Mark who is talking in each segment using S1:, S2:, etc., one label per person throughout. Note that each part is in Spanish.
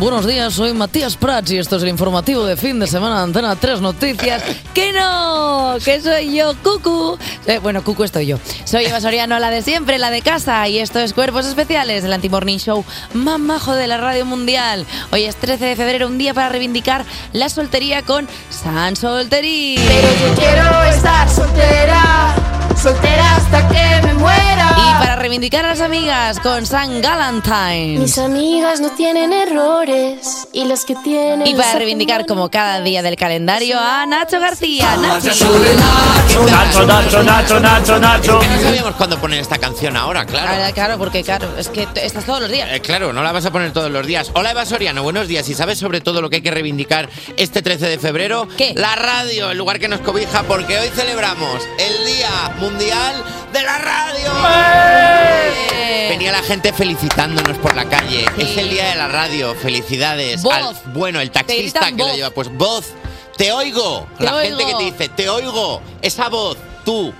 S1: Buenos días, soy Matías Prats y esto es el informativo de fin de semana de Antena 3 Noticias. ¡Que no! ¡Que soy yo, Cucu! Eh, bueno, Cucu estoy yo. Soy Eva Soriano, la de siempre, la de casa y esto es Cuerpos Especiales, el anti-morning show más majo de la radio mundial. Hoy es 13 de febrero, un día para reivindicar la soltería con San Solterí.
S2: Pero yo quiero estar soltera, soltera hasta que me muera.
S1: Y para reivindicar a las amigas con San Galantine.
S3: Mis amigas no tienen errores y los que tienen.
S1: Y para reivindicar como cada día del calendario a Nacho García. Nacho.
S4: Nacho, Nacho, Nacho, Nacho, Nacho.
S5: Que no sabíamos cuándo poner esta canción ahora, claro.
S1: Ah, Claro, porque claro, es que t- estás todos los días.
S5: Eh, claro, no la vas a poner todos los días. Hola Eva Soriano, buenos días. ¿Y sabes sobre todo lo que hay que reivindicar este 13 de febrero?
S1: ¿Qué?
S5: La radio, el lugar que nos cobija, porque hoy celebramos el Día Mundial de la Radio.
S4: ¡Eh!
S5: Venía la gente felicitándonos por la calle.
S1: Eh. Sí.
S5: Es el Día de la Radio. Felicidades.
S1: Voz.
S5: bueno, el taxista que
S1: gritan
S5: lo
S1: voz.
S5: lleva, pues voz. Te oigo.
S1: Te
S5: la gente que
S1: oigo.
S5: te dice, te oigo. Esa voz, tú.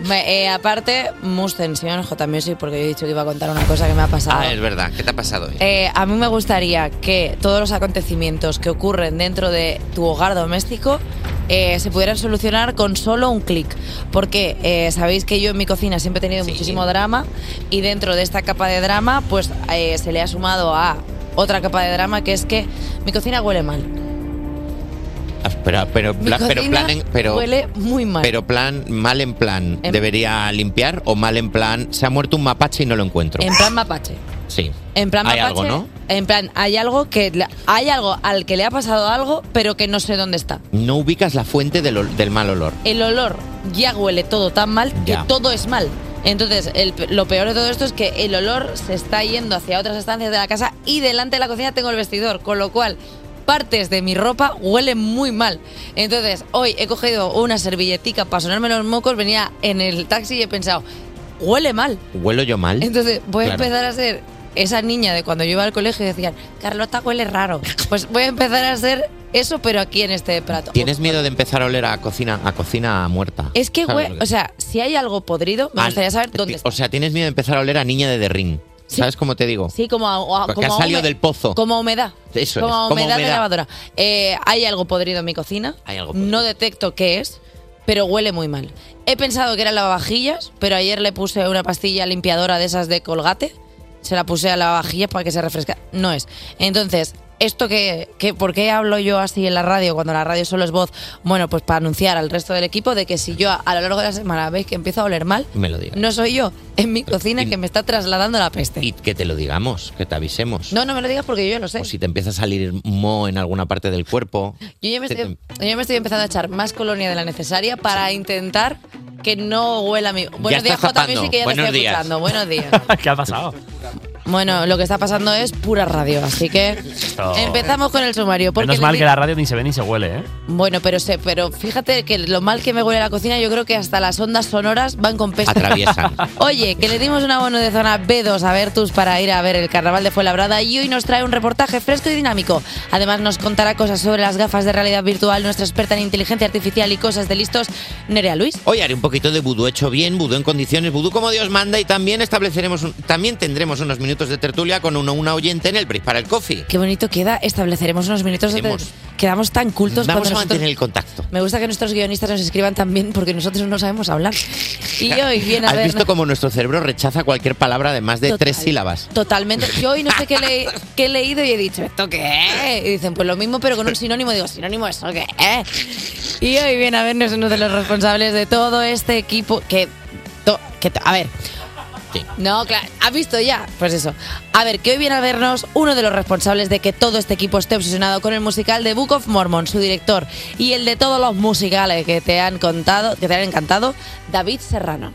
S1: Me- eh, aparte, mus tensión, J Music, porque yo he dicho que iba a contar una cosa que me ha pasado.
S5: Ah, es verdad. ¿Qué te ha pasado hoy?
S1: Eh, a mí me gustaría que todos los acontecimientos que ocurren dentro de tu hogar doméstico eh, se pudieran solucionar con solo un clic. Porque eh, sabéis que yo en mi cocina siempre he tenido
S5: Sí.
S1: muchísimo drama y dentro de esta capa de drama pues eh, se le ha sumado a otra capa de drama que es que mi cocina huele mal.
S5: Ah, Pero, pero,
S1: Mi
S5: pla- pero,
S1: cocina
S5: plan en- pero,
S1: huele muy mal. Em-
S5: pero plan, mal en plan,
S1: En-
S5: ¿debería limpiar? ¿O mal en plan, se ha muerto un mapache y no lo encuentro?
S1: en plan mapache.
S5: sí.
S1: En plan
S5: Hay
S1: mapache,
S5: algo, ¿no?
S1: En plan, hay algo que la- hay algo al que le ha pasado algo, pero que no sé dónde está.
S5: No ubicas la fuente del, ol- del mal olor.
S1: El olor ya huele todo tan mal que
S5: Ya.
S1: todo es mal. Entonces, el pe- lo peor de todo esto es que el olor se está yendo hacia otras estancias de la casa y delante de la cocina tengo el vestidor, con lo cual partes de mi ropa huelen muy mal. Entonces, hoy he cogido una servilletica para sonarme los mocos, venía en el taxi y he pensado, huele mal.
S5: ¿Huelo yo mal?
S1: Entonces voy
S5: Claro.
S1: a empezar a ser esa niña de cuando yo iba al colegio y decían, Carlota huele raro. Pues voy a empezar a ser eso, pero aquí en este plato.
S5: ¿Tienes miedo de empezar a oler a cocina, a cocina muerta?
S1: Es que,
S5: ¿Sabes
S1: hue-
S5: lo
S1: o sea, si hay algo podrido, me
S5: Ah,
S1: gustaría saber
S5: ti-
S1: dónde está.
S5: O sea, tienes miedo de empezar a oler a niña de derrín.
S1: Sí.
S5: ¿Sabes cómo te digo?
S1: Sí, como a, o a-
S5: Porque
S1: como
S5: Pues ha
S1: a
S5: salido
S1: hume-
S5: del pozo.
S1: Como a humedad.
S5: Eso es,
S1: como a
S5: como
S1: humedad, de
S5: humedad.
S1: lavadora. Eh, hay algo podrido en mi cocina.
S5: Hay algo podrido.
S1: no detecto qué es, pero huele muy mal. He pensado que era lavavajillas, pero ayer le puse una pastilla limpiadora de esas de colgate. Se la puse a lavavajillas para que se refresca. No es. Entonces, esto que, que- ¿por qué hablo yo así en la radio cuando la radio solo es voz? Bueno, pues para anunciar al resto del equipo de que si yo a, a lo largo de la semana veis que empiezo a oler mal,
S5: Me lo digas.
S1: no soy yo en mi cocina
S5: Y-
S1: que me está trasladando la peste.
S5: Y que te lo digamos, que te avisemos.
S1: No, no me lo digas porque yo ya lo sé.
S5: O si te empieza a salir moho en alguna parte del cuerpo.
S1: Yo ya me
S5: Te-
S4: Pues,
S1: estoy,
S4: eh,
S1: yo me estoy empezando a echar más colonia de la necesaria para intentar que no huela mi. Buenos días,
S5: estás
S1: J
S5: tapando.
S1: Music, que ya te
S5: Buenos
S1: estoy
S5: días.
S1: escuchando. Buenos días.
S4: ¿Qué ha pasado?
S1: Bueno, lo que está pasando es pura radio, así que empezamos con el sumario. Porque
S4: Oh. Menos mal
S1: le-
S4: que la radio ni se ve ni se huele, ¿eh?
S1: Bueno, pero sé, pero fíjate que lo mal que me huele la cocina, yo creo que hasta las ondas sonoras van con peso.
S5: Atraviesan.
S1: Oye, que le dimos un abono de zona B2 a Bertus para ir a ver el carnaval de Fuenlabrada y hoy nos trae un reportaje fresco y dinámico. Además nos contará cosas sobre las gafas de realidad virtual, nuestra experta en inteligencia artificial y cosas de listos, Nerea Luis.
S5: Hoy haré un poquito de vudú hecho bien, vudú en condiciones, vudú como Dios manda y también estableceremos un- también tendremos unos minutos de tertulia con uno, una oyente en el Break para el Coffee.
S1: Qué bonito queda, estableceremos unos minutos de...
S5: Queremos.
S1: Quedamos tan cultos
S5: Vamos
S1: cuando
S5: a
S1: nosotros-
S5: mantener el contacto.
S1: Me gusta que nuestros guionistas nos escriban también porque nosotros no sabemos hablar. Y hoy viene a
S5: ¿Has
S1: ver...
S5: visto cómo nuestro cerebro rechaza cualquier palabra de más de
S1: Total.
S5: tres sílabas?
S1: Totalmente. Yo hoy no sé qué, le- qué he leído y he dicho, ¿esto qué? es?". Y dicen, pues lo mismo, pero con un sinónimo. Digo, ¿sinónimo eso qué? es?". Y hoy viene a vernos uno de los responsables de todo este equipo que... to- que to- a ver,
S5: Sí.
S1: no, claro, ¿has visto ya? Pues eso. A ver, que hoy viene a vernos uno de los responsables de que todo este equipo esté obsesionado con el musical de Book of Mormon, su director, y el de todos los musicales que te han contado, que te han encantado, David Serrano.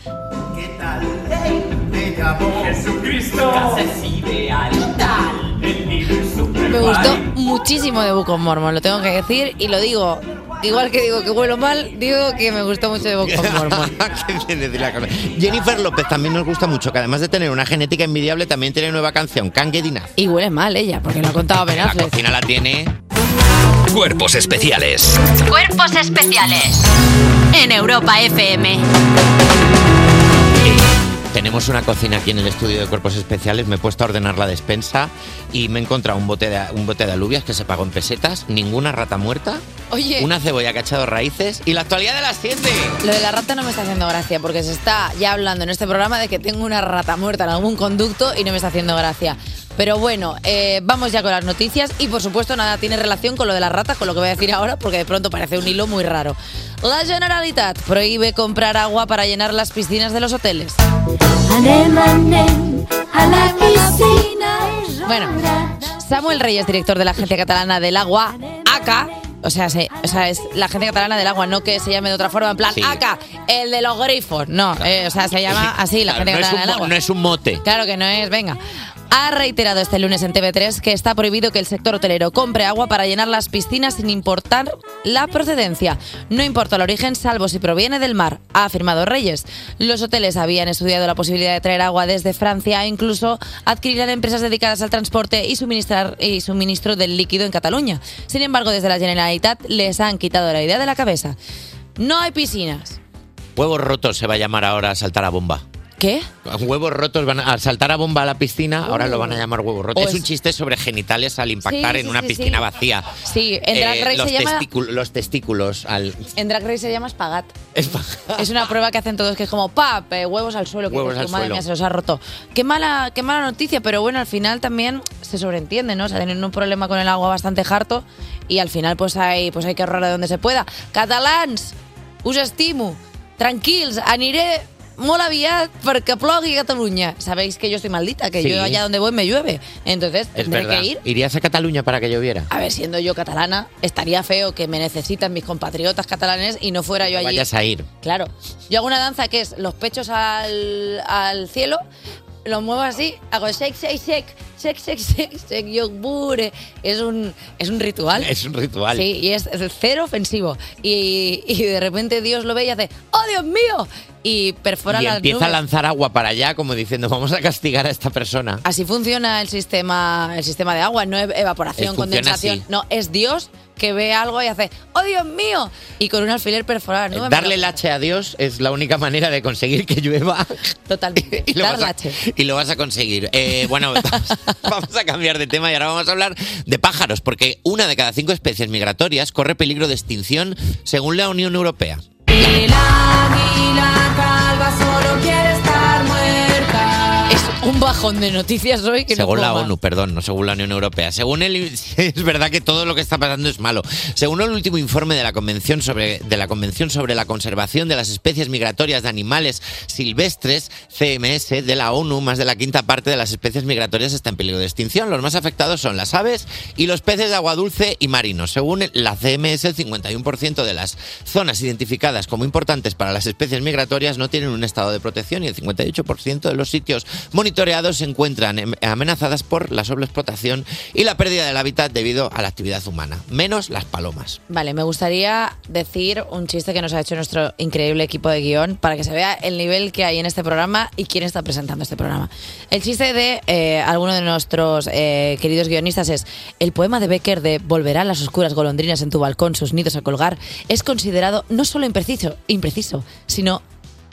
S6: ¿Qué tal un rey? Me llamó Jesucristo. Frases ideal y tal. El nivel super
S1: Me gustó muchísimo de Book of Mormon, lo tengo que decir y lo digo. Igual que digo que huelo mal, digo que me gustó mucho de Book of Mormon.
S5: ¿Qué quiere decir la cosa? Jennifer López también nos gusta mucho, que además de tener una genética envidiable, también tiene nueva canción, Can Get Enough.
S1: Y huele mal ella, porque lo ha contado Ben
S5: La
S1: Affleck.
S5: cocina la tiene.
S7: Cuerpos especiales
S8: Cuerpos especiales en Europa FM.
S5: Tenemos una cocina aquí en el estudio de cuerpos especiales. Me he puesto a ordenar la despensa y me he encontrado un bote de, un bote de alubias que se pagó en pesetas, ninguna rata muerta,
S1: Oye.
S5: una cebolla que ha echado raíces y la actualidad de las 7.
S1: Lo de la rata no me está haciendo gracia porque se está ya hablando en este programa de que tengo una rata muerta en algún conducto y no me está haciendo gracia. Pero bueno, eh, vamos ya con las noticias y por supuesto nada tiene relación con lo de la rata, con lo que voy a decir ahora porque de pronto parece un hilo muy raro. La Generalitat prohíbe comprar agua para llenar las piscinas de los hoteles.
S9: a la piscina.
S1: Bueno, Samuel Reyes, director de la Agencia Catalana del Agua, ACA. O sea, se- o sea, es la Agencia Catalana del Agua, no que se llame de otra forma, en plan
S5: Sí.
S1: ACA, el de los grifos. No, eh, o sea, se llama así la
S5: Claro,
S1: Agencia
S5: no, es un,
S1: Catalana del
S5: mo-
S1: Agua.
S5: no es un mote.
S1: Claro que no es, venga. Ha reiterado este lunes en TV3 que está prohibido que el sector hotelero compre agua para llenar las piscinas sin importar la procedencia. No importa el origen, salvo si proviene del mar, ha afirmado Reyes. Los hoteles habían estudiado la posibilidad de traer agua desde Francia e incluso adquirir empresas dedicadas al transporte y, suministrar, y suministro del líquido en Cataluña. Sin embargo, desde la Generalitat les han quitado la idea de la cabeza. No hay piscinas.
S5: Huevos rotos se va a llamar ahora a saltar a bomba.
S1: ¿Qué?
S5: Huevos rotos van a, al saltar a bomba a la piscina, ahora lo van a llamar huevos rotos.
S1: O
S5: es un
S1: es-
S5: chiste sobre genitales al impactar
S1: Uh. Pues Sí,
S5: en
S1: sí,
S5: una
S1: sí,
S5: piscina
S1: sí.
S5: vacía.
S1: Sí, en Drag Race
S5: Eh, los,
S1: se llama-
S5: testículo- los testículos al
S1: En Drag Race se llama espagat. Es una prueba que hacen todos, que es como, pap, eh, huevos al suelo, que
S5: Huevos
S1: dices tú,
S5: al
S1: madre
S5: suelo.
S1: mía, se los ha roto. Qué mala, qué mala noticia, pero bueno, al final también se sobreentiende, ¿no? O sea, tienen un problema con el agua bastante harto y al final pues hay, pues hay que ahorrar de donde se pueda. Catalans, us estimo, tranquils, aniré molt aviat perquè plogui Cataluña. Sabéis que yo estoy maldita, que
S5: Sí.
S1: yo allá donde voy me llueve. Entonces
S5: Es
S1: tendré
S5: verdad.
S1: que ir.
S5: ¿Irías a Cataluña para que lloviera?
S1: A ver, siendo yo catalana, estaría feo que me necesitan mis compatriotas catalanes y no fuera yo allí.
S5: Vayas a ir.
S1: Claro. Yo hago una danza que es los pechos al, al cielo, los muevo así, hago shake, shake, shake, shake, shake, shake, shake, yogur. Es un, es un ritual.
S5: Es un ritual.
S1: Sí, y es, es cero ofensivo. Y, y de repente Dios lo ve y hace, ¡Oh, Dios mío! Y perfora
S5: Y
S1: las
S5: empieza a
S1: nubes.
S5: lanzar agua para allá como diciendo, vamos a castigar a esta persona.
S1: Así funciona el sistema, el sistema de agua, no es
S5: Eh,
S1: evaporación,
S5: funciona
S1: condensación.
S5: así.
S1: No, es Dios que ve algo y hace, ¡Oh, Dios mío! Y con un alfiler perforar. ¿no?
S5: Eh, Darle el hache a Dios es la única manera de conseguir que llueva
S1: Totalmente.
S5: y lo,
S1: Dar
S5: vas a,
S1: lache.
S5: y lo vas a conseguir. Eh, bueno, vamos, vamos a cambiar de tema y ahora vamos a hablar de pájaros, porque una de cada cinco especies migratorias corre peligro de extinción según la Unión Europea.
S2: El águila calva solo quiere estar muerta.
S1: Es un bajón de noticias hoy que no
S5: Según
S1: puedo
S5: la
S1: más.
S5: ONU, perdón, no según la Unión Europea. Según el, es verdad que todo lo que está pasando es malo. Según el último informe de la Convención sobre de la Convención sobre la conservación de las especies migratorias de animales silvestres (CMS) de la ONU, más de la quinta parte de las especies migratorias está en peligro de extinción. Los más afectados son las aves y los peces de agua dulce y marinos. Según la CMS, el 51% de las zonas identificadas como importantes para las especies migratorias no tienen un estado de protección y el 58% de los sitios monitoreados se encuentran em- amenazadas por la sobreexplotación y la pérdida del hábitat debido a la actividad humana, menos las palomas.
S1: Vale, me gustaría decir un chiste que nos ha hecho nuestro increíble equipo de guión para que se vea el nivel que hay en este programa y quién está presentando este programa. El chiste de eh, alguno de nuestros eh, queridos guionistas es el poema de Becker de Volverán las oscuras golondrinas en tu balcón sus nidos a colgar es considerado no solo impreciso, impreciso sino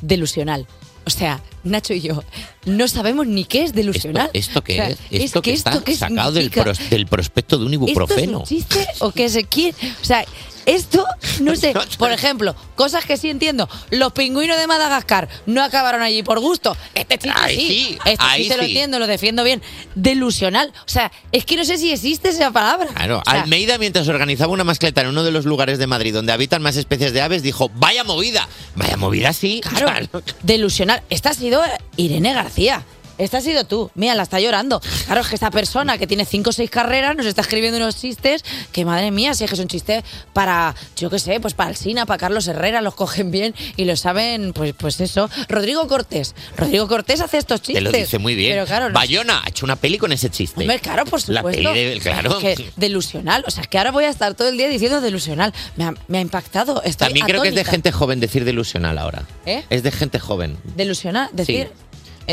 S1: delusional. O sea, Nacho y yo no sabemos ni qué es delusional.
S5: ¿Esto qué
S1: O sea,
S5: es? Esto que, está
S1: esto qué
S5: sacado del,
S1: significa.
S5: pros- del prospecto de un ibuprofeno.
S1: ¿Esto es un chiste o qué se quiere? O sea, esto, no sé.
S5: No sé.
S1: Por ejemplo, cosas que sí entiendo. Los pingüinos de Madagascar no acabaron allí por gusto. Este chiste
S5: Ahí
S1: sí.
S5: sí,
S1: Este
S5: ahí
S1: chiste lo
S5: sí.
S1: entiendo, lo defiendo bien. Delusional. O sea, es que no sé si existe esa palabra.
S5: Claro,
S1: O sea,
S5: Almeida, mientras organizaba una mascleta en uno de los lugares de Madrid donde habitan más especies de aves, dijo: Vaya movida, vaya movida, sí.
S1: Claro, delusional. Esta ha sido Irene García. Esta ha sido tú. Mira, la está llorando. Claro, es que esta persona que tiene cinco o seis carreras nos está escribiendo unos chistes que, madre mía, si es que son chistes para, yo qué sé, pues para Alsina, para Carlos Herrera, los cogen bien y lo saben, pues, pues eso. Rodrigo Cortés. Rodrigo Cortés hace estos
S5: Te
S1: chistes.
S5: lo dice muy bien.
S1: Pero claro, no-
S5: Bayona ha hecho una peli con ese chiste.
S1: Hombre, claro, por
S5: La
S1: supuesto.
S5: peli de- claro.
S1: Es que delusional. O sea, es que ahora voy a estar todo el día diciendo delusional. Me ha, me ha impactado. Estoy
S5: También creo que es de
S1: atónita.
S5: gente joven decir delusional ahora.
S1: ¿Eh?
S5: Es de gente joven.
S1: Delusional, decir. eh,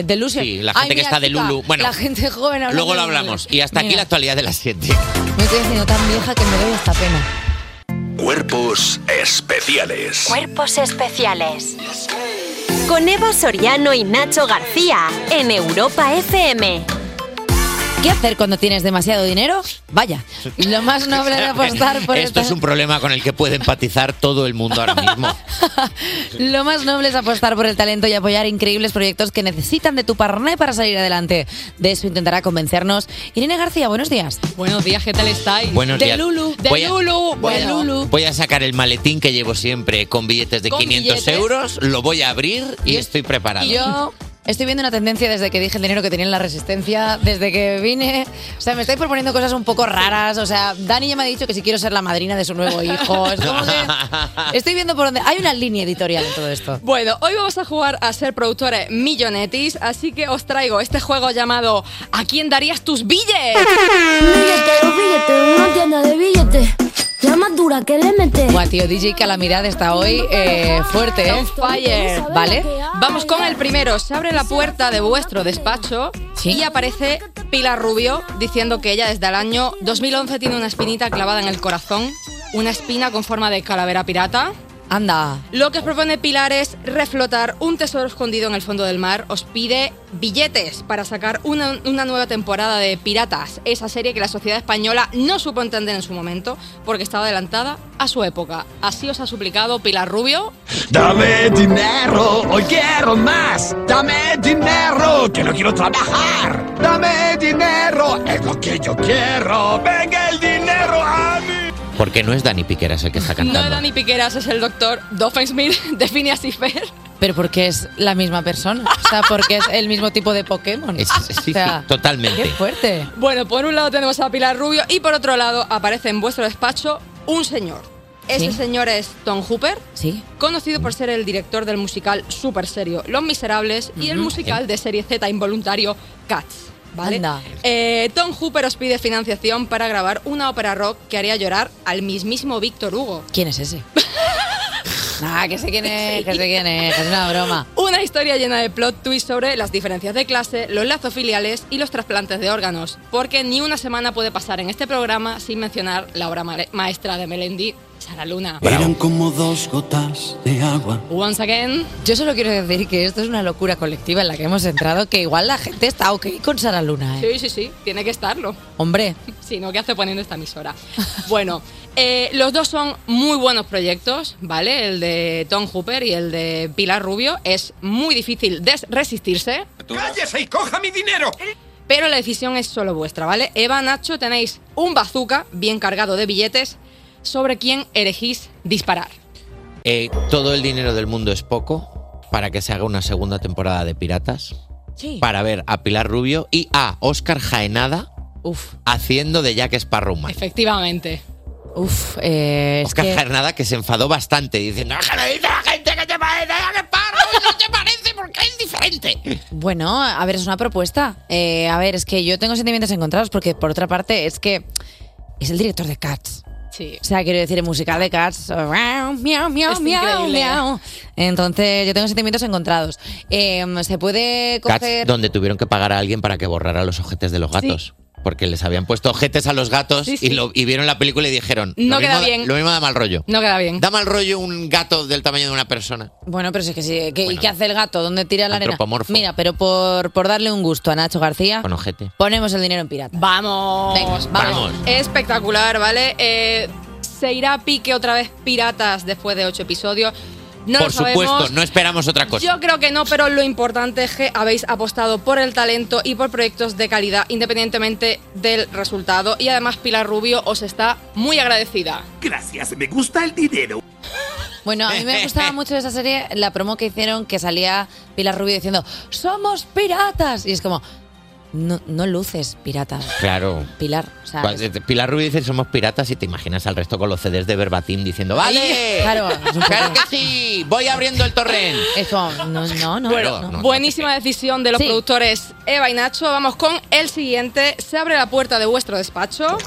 S1: Delusion.
S5: Sí, la gente
S1: Ay,
S5: que
S1: mira,
S5: está de
S1: chica,
S5: Lulu. Bueno,
S1: la gente joven hablando
S5: Luego lo
S1: de Lulu.
S5: hablamos. Y hasta aquí la
S1: Mira,
S5: actualidad de las 7.
S1: Me estoy haciendo tan vieja que me doy hasta pena.
S10: Cuerpos especiales.
S8: Cuerpos especiales Con Eva Soriano y Nacho García en Europa FM.
S1: ¿Qué hacer cuando tienes demasiado dinero? Vaya, lo más noble de apostar por
S5: Esto
S1: esta-
S5: es un problema con el que puede empatizar todo el mundo ahora mismo.
S1: Lo más noble es apostar por el talento y apoyar increíbles proyectos que necesitan de tu parné para salir adelante. De eso intentará convencernos Irene García. Buenos días.
S11: Buenos días, ¿qué tal estáis?
S5: Buenos
S11: de
S5: días.
S11: Lulu, de
S5: Voy a-
S11: Lulu,
S5: voy
S11: de
S5: a-
S11: Lulu.
S5: Voy a sacar el maletín que llevo siempre con billetes de
S1: Con
S5: 500
S1: billetes.
S5: euros, lo voy a abrir y estoy preparado.
S1: Yo estoy viendo una tendencia desde que dije el dinero que tenía en la resistencia, desde que vine. O sea, me estáis proponiendo cosas un poco raras. O sea, Dani ya me ha dicho que si quiero ser la madrina de su nuevo hijo. Oh, Es como que- estoy viendo por dónde. Hay una línea editorial en todo esto.
S11: Bueno, hoy vamos a jugar a ser productores millonetis, así que os traigo este juego llamado ¿A quién darías tus billetes?
S9: Billete, un billete, una tienda de billetes. La más dura que le metes.
S1: Buah, tío, DJ Calamidad está hoy eh, fuerte. ¿eh?
S11: Fire, ¿vale? Vamos con el primero. Se abre la puerta de vuestro despacho y aparece Pilar Rubio diciendo que ella desde el año 2011 tiene una espinita clavada en el corazón, una espina con forma de calavera pirata.
S1: Anda.
S11: Lo que os propone Pilar es reflotar un tesoro escondido en el fondo del mar. Os pide billetes para sacar una, una nueva temporada de Piratas, esa serie que la sociedad española no supo entender en su momento porque estaba adelantada a su época. Así os ha suplicado Pilar Rubio.
S6: Dame dinero, hoy quiero más. Dame dinero, que no quiero trabajar. Dame dinero, es lo que yo quiero. Venga el dinero a mí.
S5: Porque no es Dani Piqueras el que está
S11: No es
S5: cantando.
S11: Dani Piqueras, es el doctor Doffensmith de Phineas y Fer.
S1: Pero porque es la misma persona. O sea, porque es el mismo tipo de Pokémon. Este.
S5: Es- sí, sí,
S1: Ah, o sea,
S5: totalmente.
S1: qué fuerte.
S11: Bueno, por un lado tenemos a Pilar Rubio y por otro lado aparece en vuestro despacho un señor.
S1: Sí.
S11: Ese señor es Tom Hooper,
S1: Sí.
S11: conocido por ser el director del musical super serio Los Miserables y el
S1: Ujú.
S11: musical de serie Z involuntario Cats. ¿Vale?
S1: Anda.
S11: Eh, Tom Hooper os pide financiación para grabar una ópera rock que haría llorar al mismísimo Víctor Hugo.
S1: ¿Quién es ese? Ah, que sé quién es, que sé quién es, que es una broma.
S11: Una historia llena de plot twists sobre las diferencias de clase, los lazos filiales y los trasplantes de órganos, porque ni una semana puede pasar en este programa sin mencionar la obra ma- maestra de Melendi, Sara Luna.
S12: Eran como dos gotas de agua.
S11: Once again.
S1: Yo solo quiero decir que esto es una locura colectiva en la que hemos entrado, que igual la gente está ok con Sara Luna, ¿eh?
S11: Sí, sí, sí, tiene que estarlo.
S1: Hombre,
S11: Si no, ¿qué hace poniendo esta emisora? Bueno, eh, los dos son muy buenos proyectos, ¿vale? El de Tom Hooper y el de Pilar Rubio. Es muy difícil de resistirse,
S6: ¡Cállese y coja mi dinero!
S11: pero la decisión es solo vuestra, ¿vale? Eva, Nacho, tenéis un bazooka bien cargado de billetes sobre quién elegís disparar.
S5: Eh, todo el dinero del mundo es poco para que se haga una segunda temporada de Piratas.
S11: Sí.
S5: Para ver a Pilar Rubio y a Óscar Jaenada
S1: Uf.
S5: haciendo de Jack Sparrow humano.
S11: Efectivamente.
S1: Uf, eh, es
S5: Óscar
S1: que...
S5: Jaenada que se enfadó bastante diciendo "Ah, que le dice a la gente que te parece a Jack Sparrow no te parece porque es diferente.
S1: Bueno, a ver, es una propuesta. Eh, a ver, es que yo tengo sentimientos encontrados porque, por otra parte, es que es el director de Cats.
S11: Sí.
S1: O sea, quiero decir, el musical de Cats. Miau, miau, miau,
S11: Es
S1: miau,
S11: increíble. ¿eh?
S1: miau. Entonces, yo tengo sentimientos encontrados. Eh, ¿Se puede
S5: Cats,
S1: coger...?
S5: donde tuvieron que pagar a alguien para que borrara los ojetes de los gatos. Porque les habían puesto ojetes a los gatos
S11: Sí,
S5: Y,
S11: sí.
S5: lo, y vieron la película y dijeron
S11: No
S5: lo
S11: queda
S5: mismo da-
S11: bien.
S5: Lo mismo da mal rollo.
S11: No queda bien.
S5: Da mal rollo un gato del tamaño de una persona.
S1: Bueno, pero si es que sí. ¿qué,
S5: Bueno.
S1: ¿Qué hace el gato? ¿Dónde tira la arena?
S5: Antropomorfo.
S1: Mira, pero por, por darle un gusto a Nacho García,
S5: Con ojete.
S1: ponemos el dinero en pirata.
S11: Vamos.
S1: Venga,
S5: vamos.
S11: Espectacular, ¿vale? Eh, se irá a pique otra vez Piratas después de ocho episodios. No
S5: Por
S11: lo sabemos.
S5: supuesto, no esperamos otra cosa.
S11: Yo creo que no, pero lo importante es que habéis apostado por el talento y por proyectos de calidad, independientemente del resultado. Y además Pilar Rubio os está muy agradecida.
S6: Gracias, me gusta el dinero.
S1: Bueno, a mí me gustaba mucho de esa serie la promo que hicieron que salía Pilar Rubio diciendo ¡Somos piratas! Y es como, no, no luces pirata,
S5: Claro.
S1: Pilar. O sea,
S5: Cuando-
S1: es-
S5: Pilar Rubio dice somos piratas y te imaginas al resto con los CDs de verbatim diciendo ¡Vale!
S1: Claro, es un poco-
S5: ¡Claro que sí! ¡Voy abriendo el torrent!
S1: es como, no, no, no.
S5: Bueno,
S1: no.
S5: no.
S11: Buenísima decisión de los
S1: Sí.
S11: productores Eva y Nacho. Vamos con el siguiente. Se abre la puerta de vuestro despacho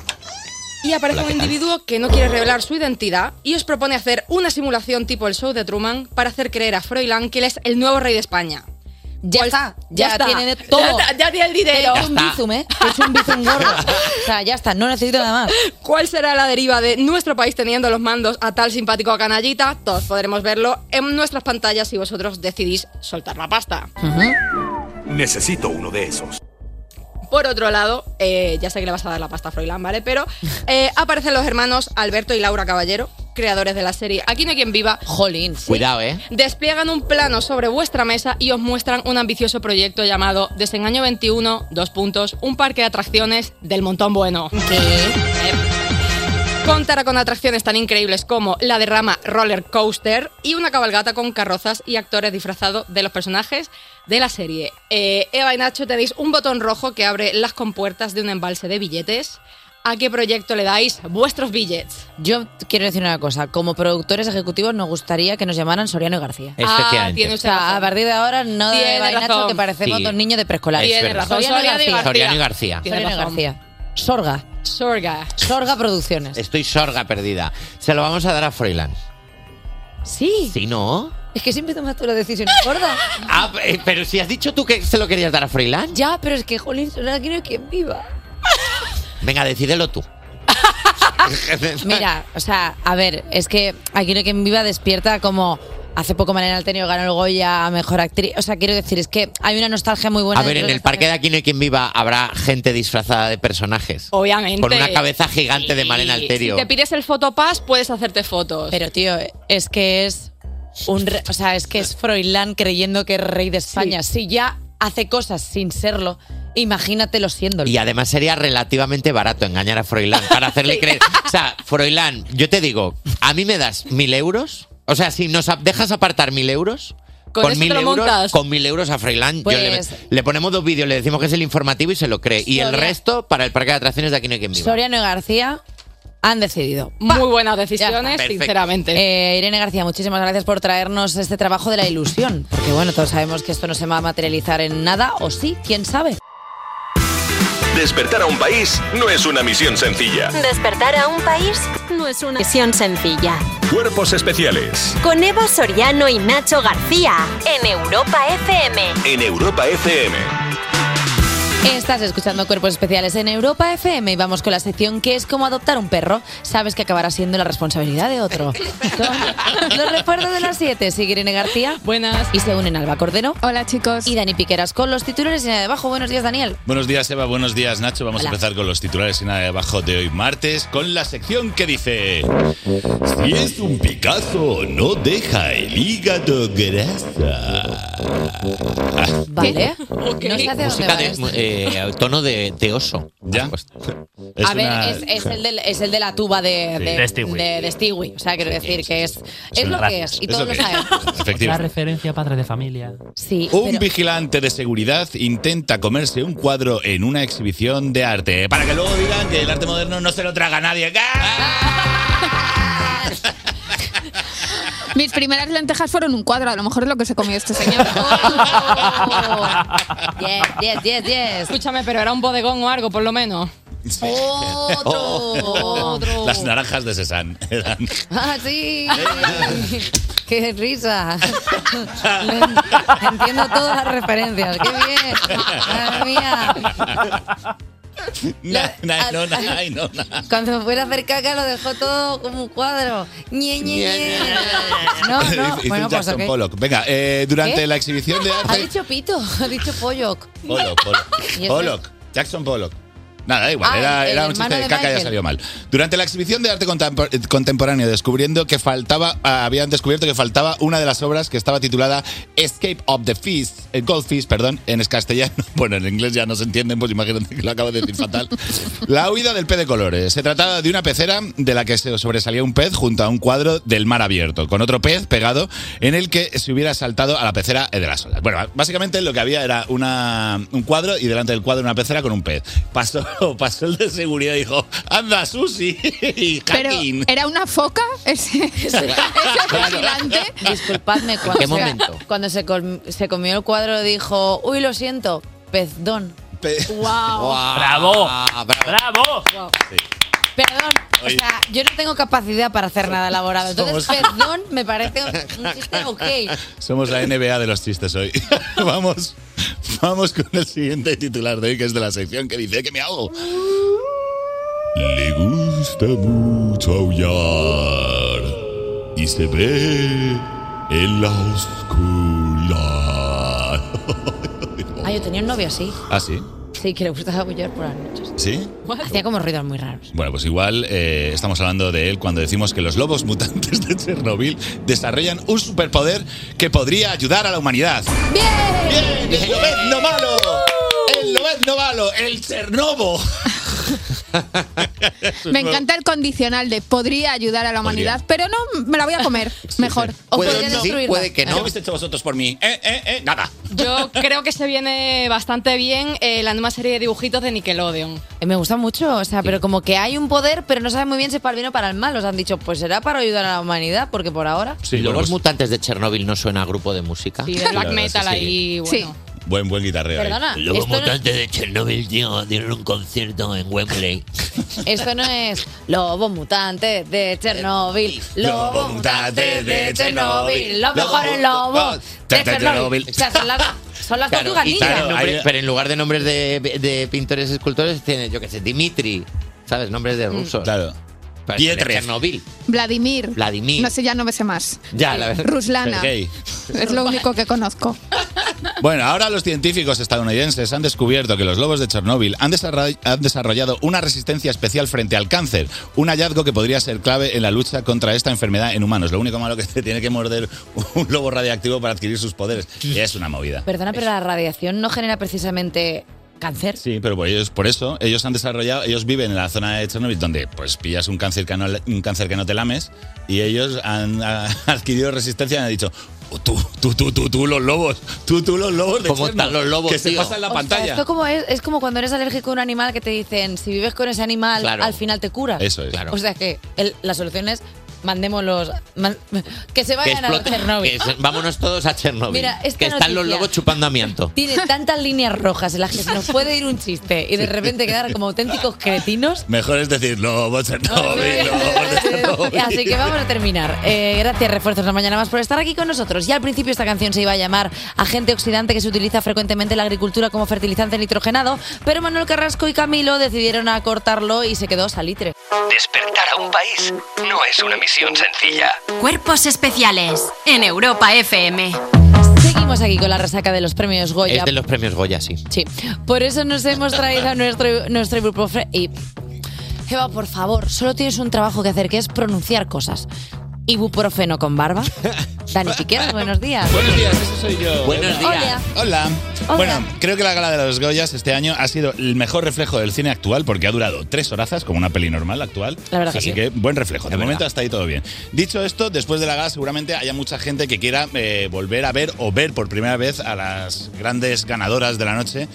S11: y aparece
S5: Hola,
S11: un
S5: ¿qué tal?
S11: individuo que no quiere revelar su identidad y os propone hacer una simulación tipo el show de Truman para hacer creer a Froilán que él es el nuevo rey de España. Pues
S1: Ya está, ya,
S11: ya está.
S1: tiene todo.
S11: Ya está, ya tiene el dinero.
S1: Es un
S11: Ya está.
S1: bizum, ¿eh? Es un bizum gordo. O sea, ya está, no necesito nada más.
S11: ¿Cuál será la deriva de nuestro país teniendo los mandos a tal simpático canallita? Todos podremos verlo en nuestras pantallas si vosotros decidís soltar la pasta.
S10: Necesito uno de esos.
S11: Por otro lado, eh, ya sé que le vas a dar la pasta a Froilán, ¿vale? Pero eh, aparecen los hermanos Alberto y Laura Caballero, creadores de la serie Aquí no hay quien viva.
S1: Jolín.
S5: Cuidado, ¿eh?
S11: Despliegan un plano sobre vuestra mesa y os muestran un ambicioso proyecto llamado Desengaño 21, dos puntos, un parque de atracciones del montón bueno. Contará con atracciones tan increíbles como la derrama roller coaster y una cabalgata con carrozas y actores disfrazados de los personajes de la serie. Eh, Eva y Nacho tenéis un botón rojo que abre las compuertas de un embalse de billetes. ¿A qué proyecto le dais vuestros billetes?
S1: Yo quiero decir una cosa. Como productores ejecutivos nos gustaría que nos llamaran Soriano y García.
S5: Efectivamente.
S1: o sea, a partir de ahora no
S11: Ah, Tiene
S1: de Vainacho
S11: razón.
S1: que parecemos
S5: Sí.
S1: dos niños de preescolar.
S5: Es Tiene verdad. razón,
S1: Soriano y
S5: Soriano y
S1: García.
S5: García. Soriano y García. Tiene
S1: Soriano y
S5: razón.
S1: García. Sorga.
S11: Sorga.
S1: Sorga Producciones.
S5: Estoy sorga perdida. Se lo vamos a dar a Froilán.
S1: Sí.
S5: Si no.
S1: Es que siempre tomas tú las decisiones gordas.
S5: Ah, eh, pero si has dicho tú que se lo querías dar a Froilán.
S1: Ya, pero es que, jolín, Soriano aquí no hay quien viva.
S5: Venga, decídelo tú.
S1: Mira, o sea, a ver, es que aquí no hay quien viva despierta como hace poco Mariana Altenio ganó el Goya a Mejor Actriz. O sea, quiero decir, es que hay una nostalgia muy buena.
S5: a ver,
S1: dentro
S5: en
S1: de
S5: el
S1: esta
S5: parque de Aquí no hay quien viva habrá gente disfrazada de personajes.
S11: Obviamente.
S5: Con una cabeza gigante de Malena
S11: Y
S5: Alterio.
S11: Si te pides el fotopass, puedes hacerte fotos.
S1: Pero tío, es que es un re- o sea, es que es Froilán creyendo que es rey de España. Si ya hace cosas sin serlo, imagínatelo siéndolo.
S5: Y además sería relativamente barato engañar a Froilán para hacerle creer. O sea, Froilán, yo te digo, a mí me das mil euros. O sea, si nos a- dejas apartar mil euros.
S11: Con eso te
S5: mil
S11: lo
S5: euros,
S11: montas.
S5: con mil euros a Froilán, yo le,
S1: Pues-
S5: le ponemos dos vídeos, le decimos que es el informativo y se lo cree. Y el
S1: Soria-
S5: resto para el parque de atracciones de aquí no hay quien viva.
S1: Soriano y García han decidido.
S11: Muy buenas decisiones,
S5: Perfecto.
S11: sinceramente.
S1: Eh, Irene García, muchísimas gracias por traernos este trabajo de la ilusión. Porque bueno, todos sabemos que esto no se va a materializar en nada, o sí, quién sabe.
S10: Despertar a un país no es una misión sencilla.
S8: Despertar a un país no es una misión sencilla.
S10: Cuerpos especiales
S8: Con Eva Soriano y Nacho García en Europa FM.
S10: en Europa FM.
S1: Estás escuchando Cuerpos Especiales en Europa FM y vamos con la sección que es como adoptar un perro. Sabes que acabará siendo la responsabilidad de otro. Son los recuerdos de las 7. Sigue Irene García.
S11: Buenas.
S1: Y se unen Alba Cordero.
S11: Hola, chicos.
S1: Y Dani Piqueras con los titulares y de abajo. Buenos días, Daniel.
S13: Buenos días, Eva. Buenos días, Nacho. Vamos
S1: Hola.
S13: a empezar con los titulares y nada de abajo de hoy martes con la sección que dice... Si es un Picasso, no deja el hígado grasa.
S1: Vale. No sé hacia dónde
S5: Música
S1: va
S5: de,
S1: esto.
S5: eh, tono de, de oso.
S13: ¿Ya?
S1: a ver, es, es el del- es el de la tuba de,
S5: Sí.
S1: de,
S5: De Stewie.
S1: de- de Stewie. O sea, quiero decir que es, es lo que es y todos lo sabemos.
S13: Efectivamente.
S14: referencia a padre de familia.
S1: Sí,
S13: Un
S1: pero-
S13: vigilante de seguridad intenta comerse un cuadro en una exhibición de arte. Para que luego digan que el arte moderno no se lo traga nadie. ¡Ah!
S15: Mis primeras lentejas fueron un cuadro, a lo mejor es lo que se comió este señor.
S1: Yes, yes, yes, yes.
S11: Escúchame, pero era un bodegón o algo, por lo menos.
S1: Otro.
S13: Oh, Las naranjas de Cézanne. eran-
S1: Ah, sí. Qué risa. Le- Entiendo todas las referencias. Qué bien. Madre mía.
S13: Na, na, no, na, ay, no, na.
S1: Cuando fuera a hacer caca lo dejó todo como un cuadro. Ñe, Ñe, Ñe. No,
S13: Hizo
S1: no.
S13: un
S1: Bueno, pues
S13: Jackson
S1: ok.
S13: Pollock. Venga, eh, durante
S1: ¿Qué?
S13: la exhibición de
S1: Ha
S13: arte.
S1: dicho pito, ha dicho Pollock.
S13: Pollock, Pollock.
S1: Y eso
S13: Pollock. Jackson Pollock. Nada, da igual,
S1: Ah,
S13: era,
S1: el
S13: era un chiste
S1: hermano
S13: de,
S1: de
S13: caca y ya
S1: Michael.
S13: salió mal. Durante la exhibición de arte contempo- contemporáneo, descubriendo que faltaba, ah, habían descubierto que faltaba una de las obras que estaba titulada Escape of the Fish, eh, Goldfish, perdón, en castellano. Bueno, en inglés ya no se entienden, pues imagínate que lo acabo de decir fatal. La huida del pez de colores. Se trataba de una pecera de la que se sobresalía un pez junto a un cuadro del mar abierto, con otro pez pegado en el que se hubiera saltado a la pecera de las olas. Bueno, básicamente lo que había era una, un cuadro y delante del cuadro una pecera con un pez. Pasó, pasó el de seguridad y dijo, anda, Susi, y
S15: Pero,
S13: Jaquín.
S15: ¿era una foca ese, ese- ese vigilante?
S1: Disculpadme, cuando,
S13: qué
S1: se-
S13: momento?
S1: cuando se, com- se comió el cuadro dijo, uy, lo siento, pezdón.
S13: Pe-
S1: Wow.
S5: ¡Bravo! ¡Bravo!
S1: Perdón, O sea, yo no tengo capacidad para hacer nada elaborado. Entonces,
S13: Somos-
S1: perdón, me parece un un chiste ok.
S13: Somos la NBA de los chistes hoy. vamos, vamos con el siguiente titular de hoy, que es de la sección que dice que me hago.
S14: Le gusta mucho aullar y se ve en la oscuridad.
S1: Ah, yo tenía un novio así.
S13: ¿Ah, sí?
S1: Sí, que le gustaba aullar por las noches.
S13: ¿Sí?
S1: Hacía como ruidos muy raros.
S13: Bueno, pues igual eh, estamos hablando de él cuando decimos que los lobos mutantes de Chernobyl desarrollan un superpoder que podría ayudar a la humanidad.
S1: ¡Bien!
S13: ¡Bien! ¡El lobezno malo! ¡El lobezno malo! ¡El Chernobo!
S15: Me encanta el condicional de podría ayudar a la humanidad, pero no me la voy a comer. Mejor. O podría
S13: que sí,
S15: destruirla.
S13: puede que no. ¿Qué habéis hecho vosotros por mí? Eh, eh, eh, nada.
S11: Yo creo que se viene bastante bien eh, la nueva serie de dibujitos de Nickelodeon.
S1: Eh, Me gusta mucho, o sea, pero como que hay un poder, pero no saben muy bien si es para el bien o para el mal. Os han dicho, pues será para ayudar a la humanidad, porque por ahora.
S5: los mutantes de Chernobyl no suena a grupo de música.
S1: Sí, de black metal ahí, bueno.
S13: Buen, buen guitarreo.
S1: ahí. Perdona,
S5: Los
S1: esto no-
S5: mutantes de Chernobyl, tío, dieron un concierto en Wembley.
S1: Esto no es lobo mutante de Chernobyl. Lobo
S13: mutante
S1: de Chernobyl. Los mejores lobos de Chernobyl. O sea, son las, son las
S5: Claro,
S1: tortugas
S5: y
S1: ninja.
S5: tienen nombres- pero en lugar de nombres de, de pintores y escultores, tiene, yo qué sé, Dimitri, ¿sabes? Nombres de
S1: Mm.
S5: rusos.
S13: Claro.
S15: Pietrev.
S5: Chernobyl.
S15: Vladimir.
S5: Vladimir.
S15: No sé, ya no me sé más.
S13: Ya, la verdad.
S15: Ruslana.
S13: Sergei.
S15: Es lo único que conozco.
S13: Bueno, ahora los científicos estadounidenses han descubierto que los lobos de Chernóbil han, desarra- han desarrollado una resistencia especial frente al cáncer, un hallazgo que podría ser clave en la lucha contra esta enfermedad en humanos. Lo único malo que te tiene que morder un lobo radiactivo para adquirir sus poderes. Es una movida.
S1: Perdona, pero la radiación no genera precisamente cáncer.
S13: Sí, pero por, ellos, por eso ellos han desarrollado, ellos viven en la zona de Chernobyl donde pues pillas un cáncer que no, un cáncer que no te lames y ellos han ah, adquirido resistencia y han dicho, "Oh, tú, tú, tú, tú, tú, los lobos, tú, tú, los lobos de
S5: ¿Cómo
S13: Chernobyl,
S5: están los lobos,
S13: Que se
S5: tío?
S13: pasa en la
S1: O sea,
S13: pantalla.
S1: esto como es, es como cuando eres alérgico a un animal que te dicen, si vives con ese animal,
S13: Claro.
S1: al final te curas.
S13: Eso es. Claro.
S1: O sea que el- la solución es mandémoslos, man- que se vayan a
S5: explote-
S1: Chernobyl.
S5: que se- vámonos todos a Chernobyl.
S1: Mira, esta
S5: que están los
S1: noticia.
S5: lobos chupando amianto.
S1: Tiene tantas líneas rojas en las que se nos puede ir un chiste y de repente quedar como auténticos cretinos.
S13: Mejor es decir, lobo Chernobyl, lobo Chernobyl.
S1: Así que vamos a terminar. Eh, gracias, refuerzos una mañana más por estar aquí con nosotros. Ya al principio esta canción se iba a llamar Agente Oxidante que se utiliza frecuentemente en la agricultura como fertilizante nitrogenado, pero Manuel Carrasco y Camilo decidieron acortarlo y se quedó salitre.
S16: Despertar a un país no es una misión sencilla.
S8: Cuerpos especiales en Europa FM.
S1: Seguimos aquí con la resaca de los premios Goya.
S5: Es de los premios Goya, sí.
S1: Sí, por eso nos hemos traído a nuestro, nuestro ibuprofeno. Y, Eva, por favor, solo tienes un trabajo que hacer, que es pronunciar cosas. Ibuprofeno con barba. Dani Piqueras, buenos días.
S13: Buenos días, eso soy yo.
S5: Buenos
S1: días.
S13: Hola. Bueno, creo que la gala de los Goyas este año ha sido el mejor reflejo del cine actual porque ha durado tres horazas, como una peli normal actual.
S5: La verdad que
S13: Así
S5: sí.
S13: que buen reflejo. De
S5: La verdad.
S13: momento hasta ahí todo bien. Dicho esto, después de la gala seguramente haya mucha gente que quiera eh, volver a ver o ver por primera vez a las grandes ganadoras de la noche.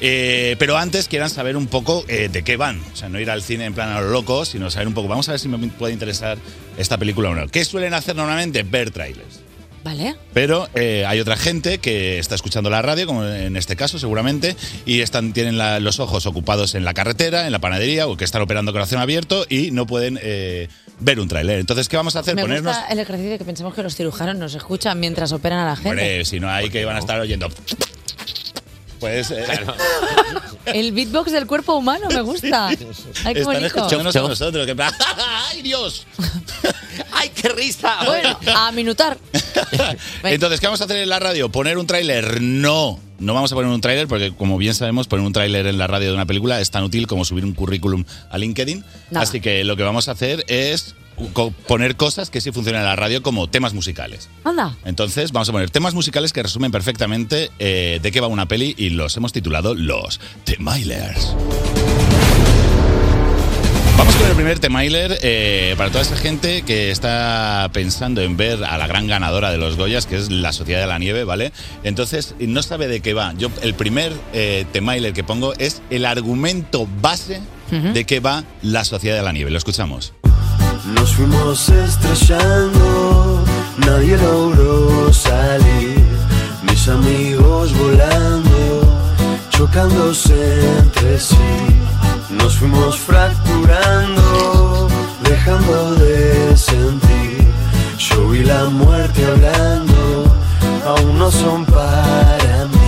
S13: Eh, pero antes quieran saber un poco eh, de qué van. O sea, no ir al cine en plan a lo loco, sino saber un poco. Vamos a ver si me puede interesar esta película o no. ¿Qué suelen hacer normalmente? Ver trailers.
S1: Vale.
S13: Pero eh, hay otra gente que está escuchando la radio, como en este caso seguramente, y están, tienen la- los ojos ocupados en la carretera, en la panadería, o que están operando corazón abierto y no pueden eh, ver un tráiler. Entonces, ¿qué vamos a hacer?
S1: Me
S13: Ponernos...
S1: gusta el ejercicio de que pensemos que los cirujanos nos escuchan mientras operan a la gente.
S13: Hombre, si no hay que van a estar oyendo... Pues... eh,
S1: El beatbox del cuerpo humano me gusta. Ay, qué
S13: están
S1: bonito.
S13: escuchándonos a nosotros, que en plan, ¡Ay, Dios! ¡Ay, qué risa!
S1: Bueno, a minutar.
S13: Entonces, ¿qué vamos a hacer en la radio? ¿Poner un tráiler? No. No vamos a poner un tráiler porque, como bien sabemos, poner un tráiler en la radio de una película es tan útil como subir un currículum a LinkedIn.
S17: Nada.
S13: Así que lo que vamos a hacer es co- poner cosas que sí funcionan en la radio como temas musicales.
S1: Anda.
S13: Entonces, vamos a poner temas musicales que resumen perfectamente eh, de qué va una peli y los hemos titulado los Temailers. Vamos con el primer Temailer eh, para toda esa gente que está pensando en ver a la gran ganadora de los Goyas, que es la Sociedad de la Nieve, ¿vale? Entonces, no sabe de qué va. Yo, el primer eh, Temailer que pongo es el argumento base de qué va la Sociedad de la Nieve. Lo escuchamos.
S18: Nos fuimos estrellando, nadie logró salir. Mis amigos volando, chocándose entre sí. Nos fuimos fracturando, dejando de sentir. Yo y la muerte hablando, aún no son para mí.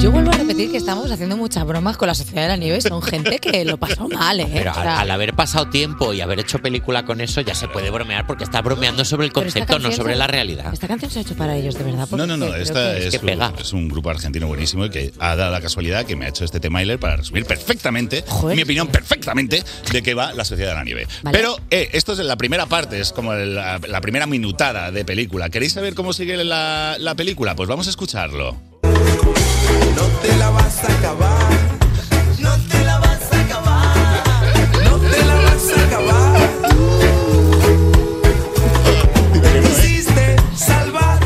S1: Yo vuelvo a repetir que estamos haciendo muchas bromas con la Sociedad de la Nieve. Son gente que lo pasó mal, ¿eh?
S5: Pero
S1: O
S5: al,
S1: sea,
S5: al haber pasado tiempo y haber hecho película con eso, ya se puede bromear porque está bromeando sobre el
S1: Pero esta
S5: concepto, no
S1: canción
S5: sobre
S1: se-
S5: la realidad.
S1: Esta canción se ha hecho para ellos, de verdad.
S13: No, no, no,
S1: porque
S13: esta
S1: creo que-
S13: es, un, es un grupo argentino buenísimo y que ha dado la casualidad que me ha hecho este tema Mailer para resumir perfectamente, mi opinión perfectamente, de qué va La Sociedad de la Nieve. Pero eh, esto es la primera parte, es como la, la primera minutada de película. ¿Queréis saber cómo sigue la, la película? Pues vamos a escucharlo.
S6: te la vas a acabar. No te la vas a acabar. No te la vas a acabar. Quisiste salvar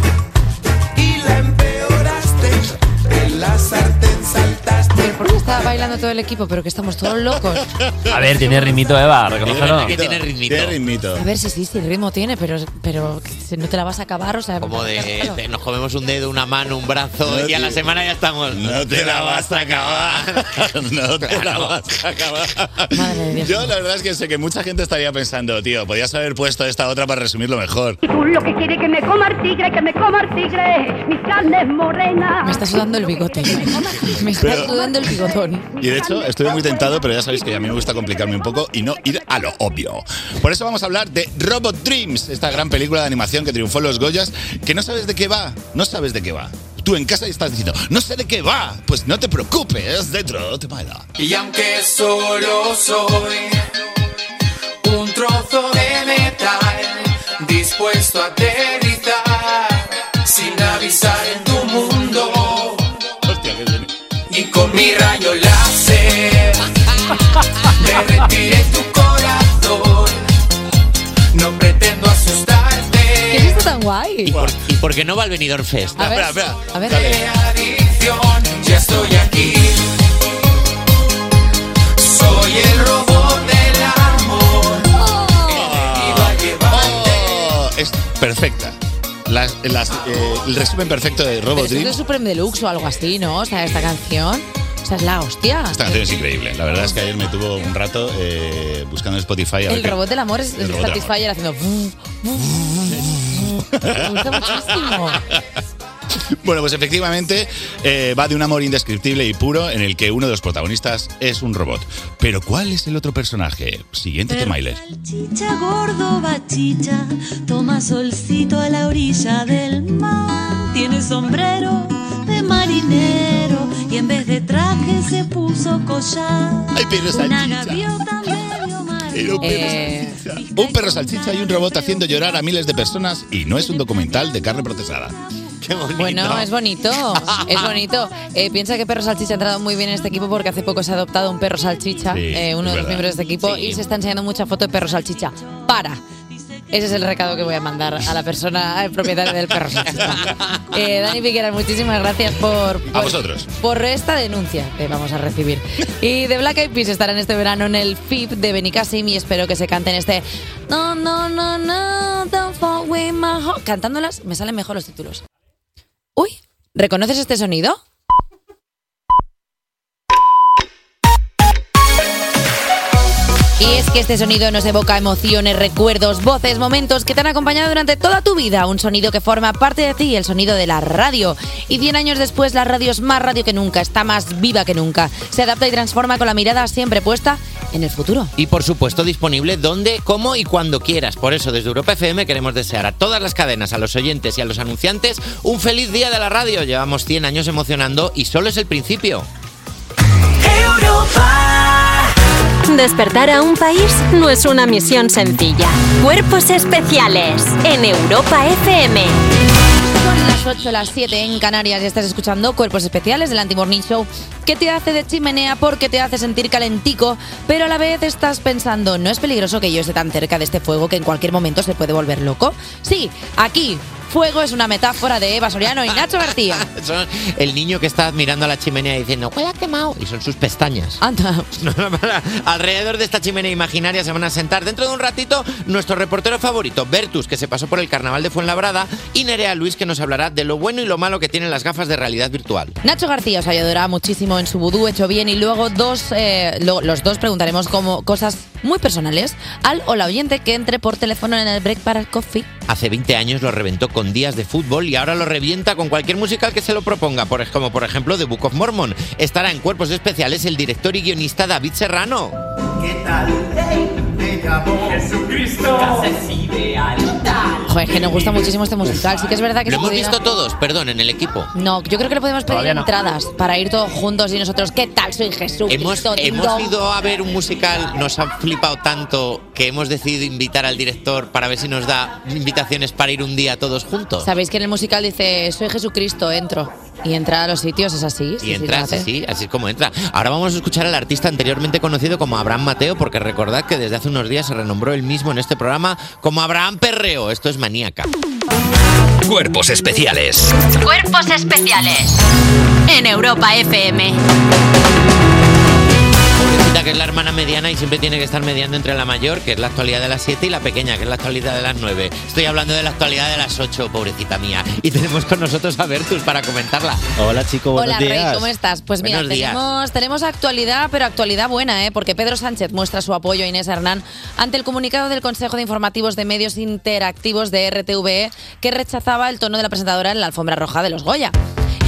S6: y la empeoraste. En la sartén saltaste.
S1: Pero ¿Por qué está bailando todo el equipo? Pero que estamos todos locos.
S19: A ver, tiene ritmito, Eva, reconócelo.
S5: Que tiene ritmito.
S13: Tiene ritmito.
S1: A ver, sí, sí, sí, el ritmo tiene, pero, pero si no te la vas a acabar, o sea...
S5: Como de, de- nos comemos un dedo, una mano, un brazo y a la semana ya estamos. No
S13: te la vas a acabar. No te la vas a acabar. Yo la verdad es que sé que mucha gente estaría pensando, tío, podías haber puesto esta otra para resumirlo mejor.
S2: Lo que quiere que me coma el tigre, que me coma el tigre. Mi carne es morena.
S1: Me está sudando el bigote. Me está
S13: Pero-
S1: sudando el bigotón.
S13: Y de hecho, estoy muy tentado, pero ya sabéis que a mí me gusta complicarme un poco y no ir a lo obvio. Por eso vamos a hablar de Robot Dreams, esta gran película de animación que triunfó en los Goyas, que no sabes de qué va, no sabes de qué va. Tú en casa estás diciendo, no sé de qué va, pues no te preocupes, dentro te baila.
S6: Y aunque solo soy un trozo de metal dispuesto a aterrizar sin avisar en tu mundo. Y con mi rayo láser derretiré tu corazón. No pretendo asustarte.
S1: ¿Qué es esto tan guay?
S5: ¿Y por, y por qué no va al Benidorm Fest?
S1: A ver, a ver.
S6: adicción, ya estoy aquí. Soy el robot del amor.
S13: Oh, es perfecta. Las- las, eh, el resumen perfecto de
S1: Pero
S13: Robot
S1: esto es de
S13: Dreams.
S1: Supreme Deluxe o algo así, ¿no? O sea, esta canción... O sea, es la hostia.
S13: Esta canción es increíble. La verdad es que ayer me tuvo un rato eh, buscando en Spotify. a ver
S1: El
S13: qué-
S1: robot del amor es
S13: El
S1: el
S13: robot del
S1: Satisfyer haciendo... buf, buf, buf, buf. Me gusta muchísimo.
S13: Bueno, pues efectivamente eh, va de un amor indescriptible y puro en el que uno de los protagonistas es un robot. Pero ¿cuál es el otro personaje? Siguiente
S17: Pero-
S13: tema, Iler.
S17: Chicha gordo bachicha, toma solcito a la orilla del mar. Tiene sombrero de marinero y en vez de traje se puso collar. Una gaviota medio
S13: Pero, pero,
S17: marina.
S13: Un perro salchicha y un robot haciendo llorar a miles de personas y no es un documental de carne procesada. Qué bonito.
S1: Bueno, es bonito, es bonito. Eh, piensa que Perro Salchicha ha entrado muy bien en este equipo porque hace poco se ha adoptado un perro salchicha,
S13: Sí,
S1: eh, uno de los
S13: es verdad.
S1: miembros de este equipo,
S13: Sí.
S1: y se está enseñando mucha foto de perro salchicha. Para. Ese es el recado que voy a mandar a la persona eh, propietaria del perro salchicha. Eh, Dani Piqueras, muchísimas gracias por,
S13: A
S1: por,
S13: vosotros.
S1: por esta denuncia que vamos a recibir. Y The Black Eyed Peas estarán este verano en el FIP de Benicassim y espero que se canten este No, no, no, no, don't fall with my heart. Cantándolas me salen mejor los títulos. Uy, ¿reconoces este sonido? Y es que este sonido nos evoca emociones, recuerdos, voces, momentos que te han acompañado durante toda tu vida. Un sonido que forma parte de ti, el sonido de la radio. Y 100 años después, la radio es más radio que nunca, está más viva que nunca. Se adapta y transforma con la mirada siempre puesta en el futuro.
S5: Y por supuesto disponible donde, cómo y cuando quieras. Por eso desde Europa FM queremos desear a todas las cadenas, a los oyentes y a los anunciantes un feliz día de la radio. Llevamos 100 años emocionando y solo es el principio.
S8: Despertar a un país no es una misión sencilla. Cuerpos especiales en Europa FM.
S1: Son las 8, las 7 en Canarias y estás escuchando Cuerpos Especiales del Anti-Morning Show que te hace de chimenea porque te hace sentir calentico, pero a la vez estás pensando, ¿no es peligroso que yo esté tan cerca de este fuego que en cualquier momento se puede volver loco? Sí, aquí, fuego es una metáfora de Eva Soriano y Nacho García.
S5: Son el niño que está mirando a la chimenea diciendo, "Huele a quemado. Y son sus pestañas.
S1: Anda.
S5: Alrededor de esta chimenea imaginaria se van a sentar dentro de un ratito nuestro reportero favorito, Bertus, que se pasó por el carnaval de Fuenlabrada, y Nerea Luis, que nos hablará de lo bueno y lo malo que tienen las gafas de realidad virtual.
S1: Nacho García os ayudará muchísimo en su vudú hecho bien y luego dos, eh, lo- los dos preguntaremos como cosas muy personales al o la oyente que entre por teléfono en el break para el coffee.
S5: Hace 20 años lo reventó con días de fútbol y ahora lo revienta con cualquier musical que se lo proponga, por, ej- como por ejemplo The Book of Mormon. Estará en Cuerpos Especiales el director y guionista David Serrano.
S2: ¿Qué tal? Hey, me llamó Jesucristo. Casa es ideal.
S1: Joder, que nos gusta muchísimo este musical. Sí que es verdad que
S5: Lo
S1: se
S5: hemos
S1: pudiera-
S5: visto todos, perdón, en el equipo.
S1: No, yo creo que le podemos pedir
S5: Todavía no.
S1: entradas para ir todos juntos y nosotros. ¿Qué tal? Soy Jesús.
S5: Hemos,
S1: Cristo, ding
S5: hemos
S1: dong.
S5: ido a ver un musical, nos han flipado tanto que hemos decidido invitar al director para ver si nos da invitaciones para ir un día todos juntos.
S1: Sabéis que en el musical dice soy Jesucristo, entro. Y entra a los sitios, es así. Sí,
S5: Y
S1: sí,
S5: entra, sí,
S1: fíjate.
S5: sí, así es como entra. Ahora vamos a escuchar al artista anteriormente conocido como Abraham Mateo, porque recordad que desde hace unos días se renombró él mismo en este programa como Abraham Perreo. Esto es maníaca.
S7: Cuerpos especiales.
S8: Cuerpos especiales en Europa FM.
S5: Pobrecita, que es la hermana mediana y siempre tiene que estar mediando entre la mayor, que es la actualidad de las 7, y la pequeña, que es la actualidad de las 9. Estoy hablando de la actualidad de las 8, pobrecita mía. Y tenemos con nosotros a Bertus para comentarla.
S20: Hola chicos, buenos
S1: Hola,
S20: días.
S1: Rey, ¿cómo estás? Pues mira,
S20: Buenos días.
S1: tenemos, tenemos actualidad, pero actualidad buena, ¿eh? porque Pedro Sánchez muestra su apoyo a Inés Hernán ante el comunicado del Consejo de Informativos de Medios Interactivos de RTVE que rechazaba el tono de la presentadora en la alfombra roja de los Goya.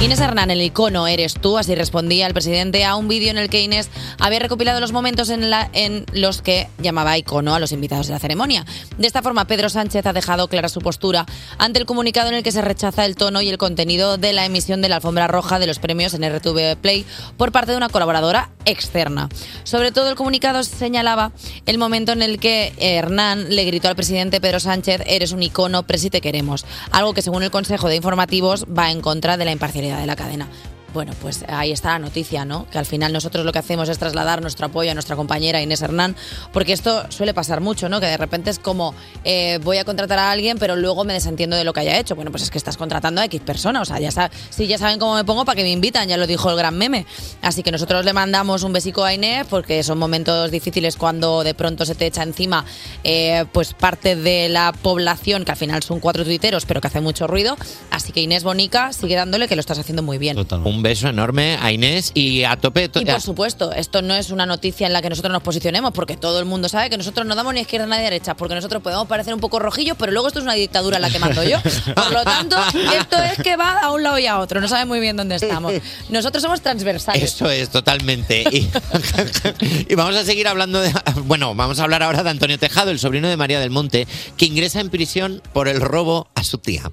S1: Inés Hernán, el icono eres tú, así respondía el presidente a un vídeo en el que Inés había recopilado los momentos en, la- en los que llamaba icono a los invitados de la ceremonia. De esta forma, Pedro Sánchez ha dejado clara su postura ante el comunicado en el que se rechaza el tono y el contenido de la emisión de la alfombra roja de los premios en RTV Play por parte de una colaboradora externa. Sobre todo, el comunicado señalaba el momento en el que Hernán le gritó al presidente Pedro Sánchez: Eres un icono, presi te queremos. Algo que, según el Consejo de Informativos, va en contra de la imparcialidad de la cadena. Bueno, pues ahí está la noticia, ¿no? Que al final nosotros lo que hacemos es trasladar nuestro apoyo a nuestra compañera Inés Hernán, porque esto suele pasar mucho, ¿no? Que de repente es como, eh, voy a contratar a alguien, pero luego me desentiendo de lo que haya hecho. Bueno, pues es que estás contratando a X persona, o sea, ya sa- sí, ya saben cómo me pongo para que me invitan, ya lo dijo el gran meme. Así que nosotros le mandamos un besico a Inés, porque son momentos difíciles cuando de pronto se te echa encima, eh, pues parte de la población, que al final son cuatro tuiteros, pero que hace mucho ruido. Así que Inés Bonica, sigue dándole que lo estás haciendo muy bien.
S5: Un beso enorme a Inés y a tope. to-
S1: Y por supuesto, esto no es una noticia en la que nosotros nos posicionemos, porque todo el mundo sabe que nosotros no damos ni izquierda ni derecha, porque nosotros podemos parecer un poco rojillos, pero luego esto es una dictadura en la que mando yo. Por lo tanto, esto es que va a un lado y a otro, no sabe muy bien dónde estamos. Nosotros somos transversales.
S5: Eso es, totalmente. Y, y vamos a seguir hablando de. Bueno, vamos a hablar ahora de Antonio Tejado, el sobrino de María del Monte, que ingresa en prisión por el robo a su tía.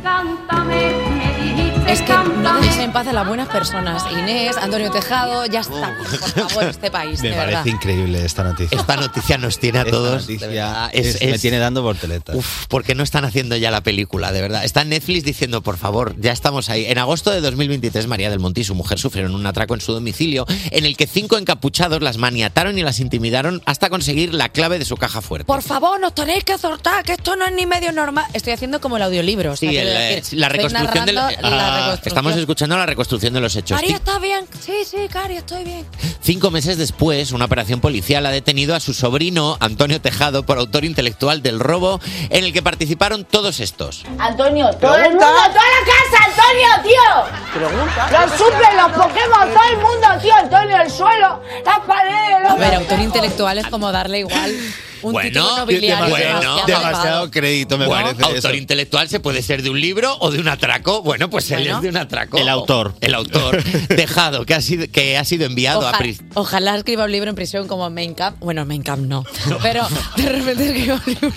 S1: Es que no dejes en paz a las buenas personas. Inés, Antonio Tejado, ya está,
S5: Oh.
S1: por favor, este país,
S20: Me
S1: de
S20: parece
S1: verdad.
S20: increíble esta noticia.
S5: Esta noticia nos tiene a todos. de verdad, es-
S20: es- me
S5: es-
S20: tiene dando borteletas.
S5: Uf, ¿por qué no están haciendo ya la película? De verdad. Está Netflix diciendo, por favor, ya estamos ahí. En agosto de 2023, María del Monte y su mujer sufrieron un atraco en su domicilio en el que cinco encapuchados las maniataron y las intimidaron hasta conseguir la clave de su caja fuerte.
S1: Por favor, nos tenéis que azortar, que esto no es ni medio normal. Estoy haciendo como el audiolibro. Pues, o sea,
S5: Sí,
S1: quiero
S5: el, eh,
S1: decir,
S5: la
S1: estoy
S5: reconstrucción de la-
S1: narrando la
S5: Ah,
S1: reconstrucción.
S5: Estamos escuchando la reconstrucción de los hechos.
S1: Cari, ¿estás bien? Sí, sí, Cari, estoy bien.
S5: Cinco meses después, una operación policial ha detenido a su sobrino, Antonio Tejado, por autor intelectual del robo en el que participaron todos estos.
S2: Antonio, todo el mundo, toda la casa, Antonio, tío. Los suples, los Pokémon, todo el mundo, tío. Antonio, el suelo, las paredes, los.
S1: A ver, autor intelectual es como darle igual un título nobiliario.
S5: bueno,
S1: demasiado elevado.
S5: crédito me
S20: parece
S5: Autor
S20: eso.
S5: intelectual se puede ser de un libro o de un atraco. Bueno, pues él
S1: Bueno.
S5: es de un atraco.
S20: El autor.
S5: El autor. Tejado, que ha sido, que ha sido enviado a
S1: Oja-
S5: prisión.
S1: ojalá escriba un libro en prisión como Main Camp. Bueno, Main Camp no. Pero de repente escriba un libro.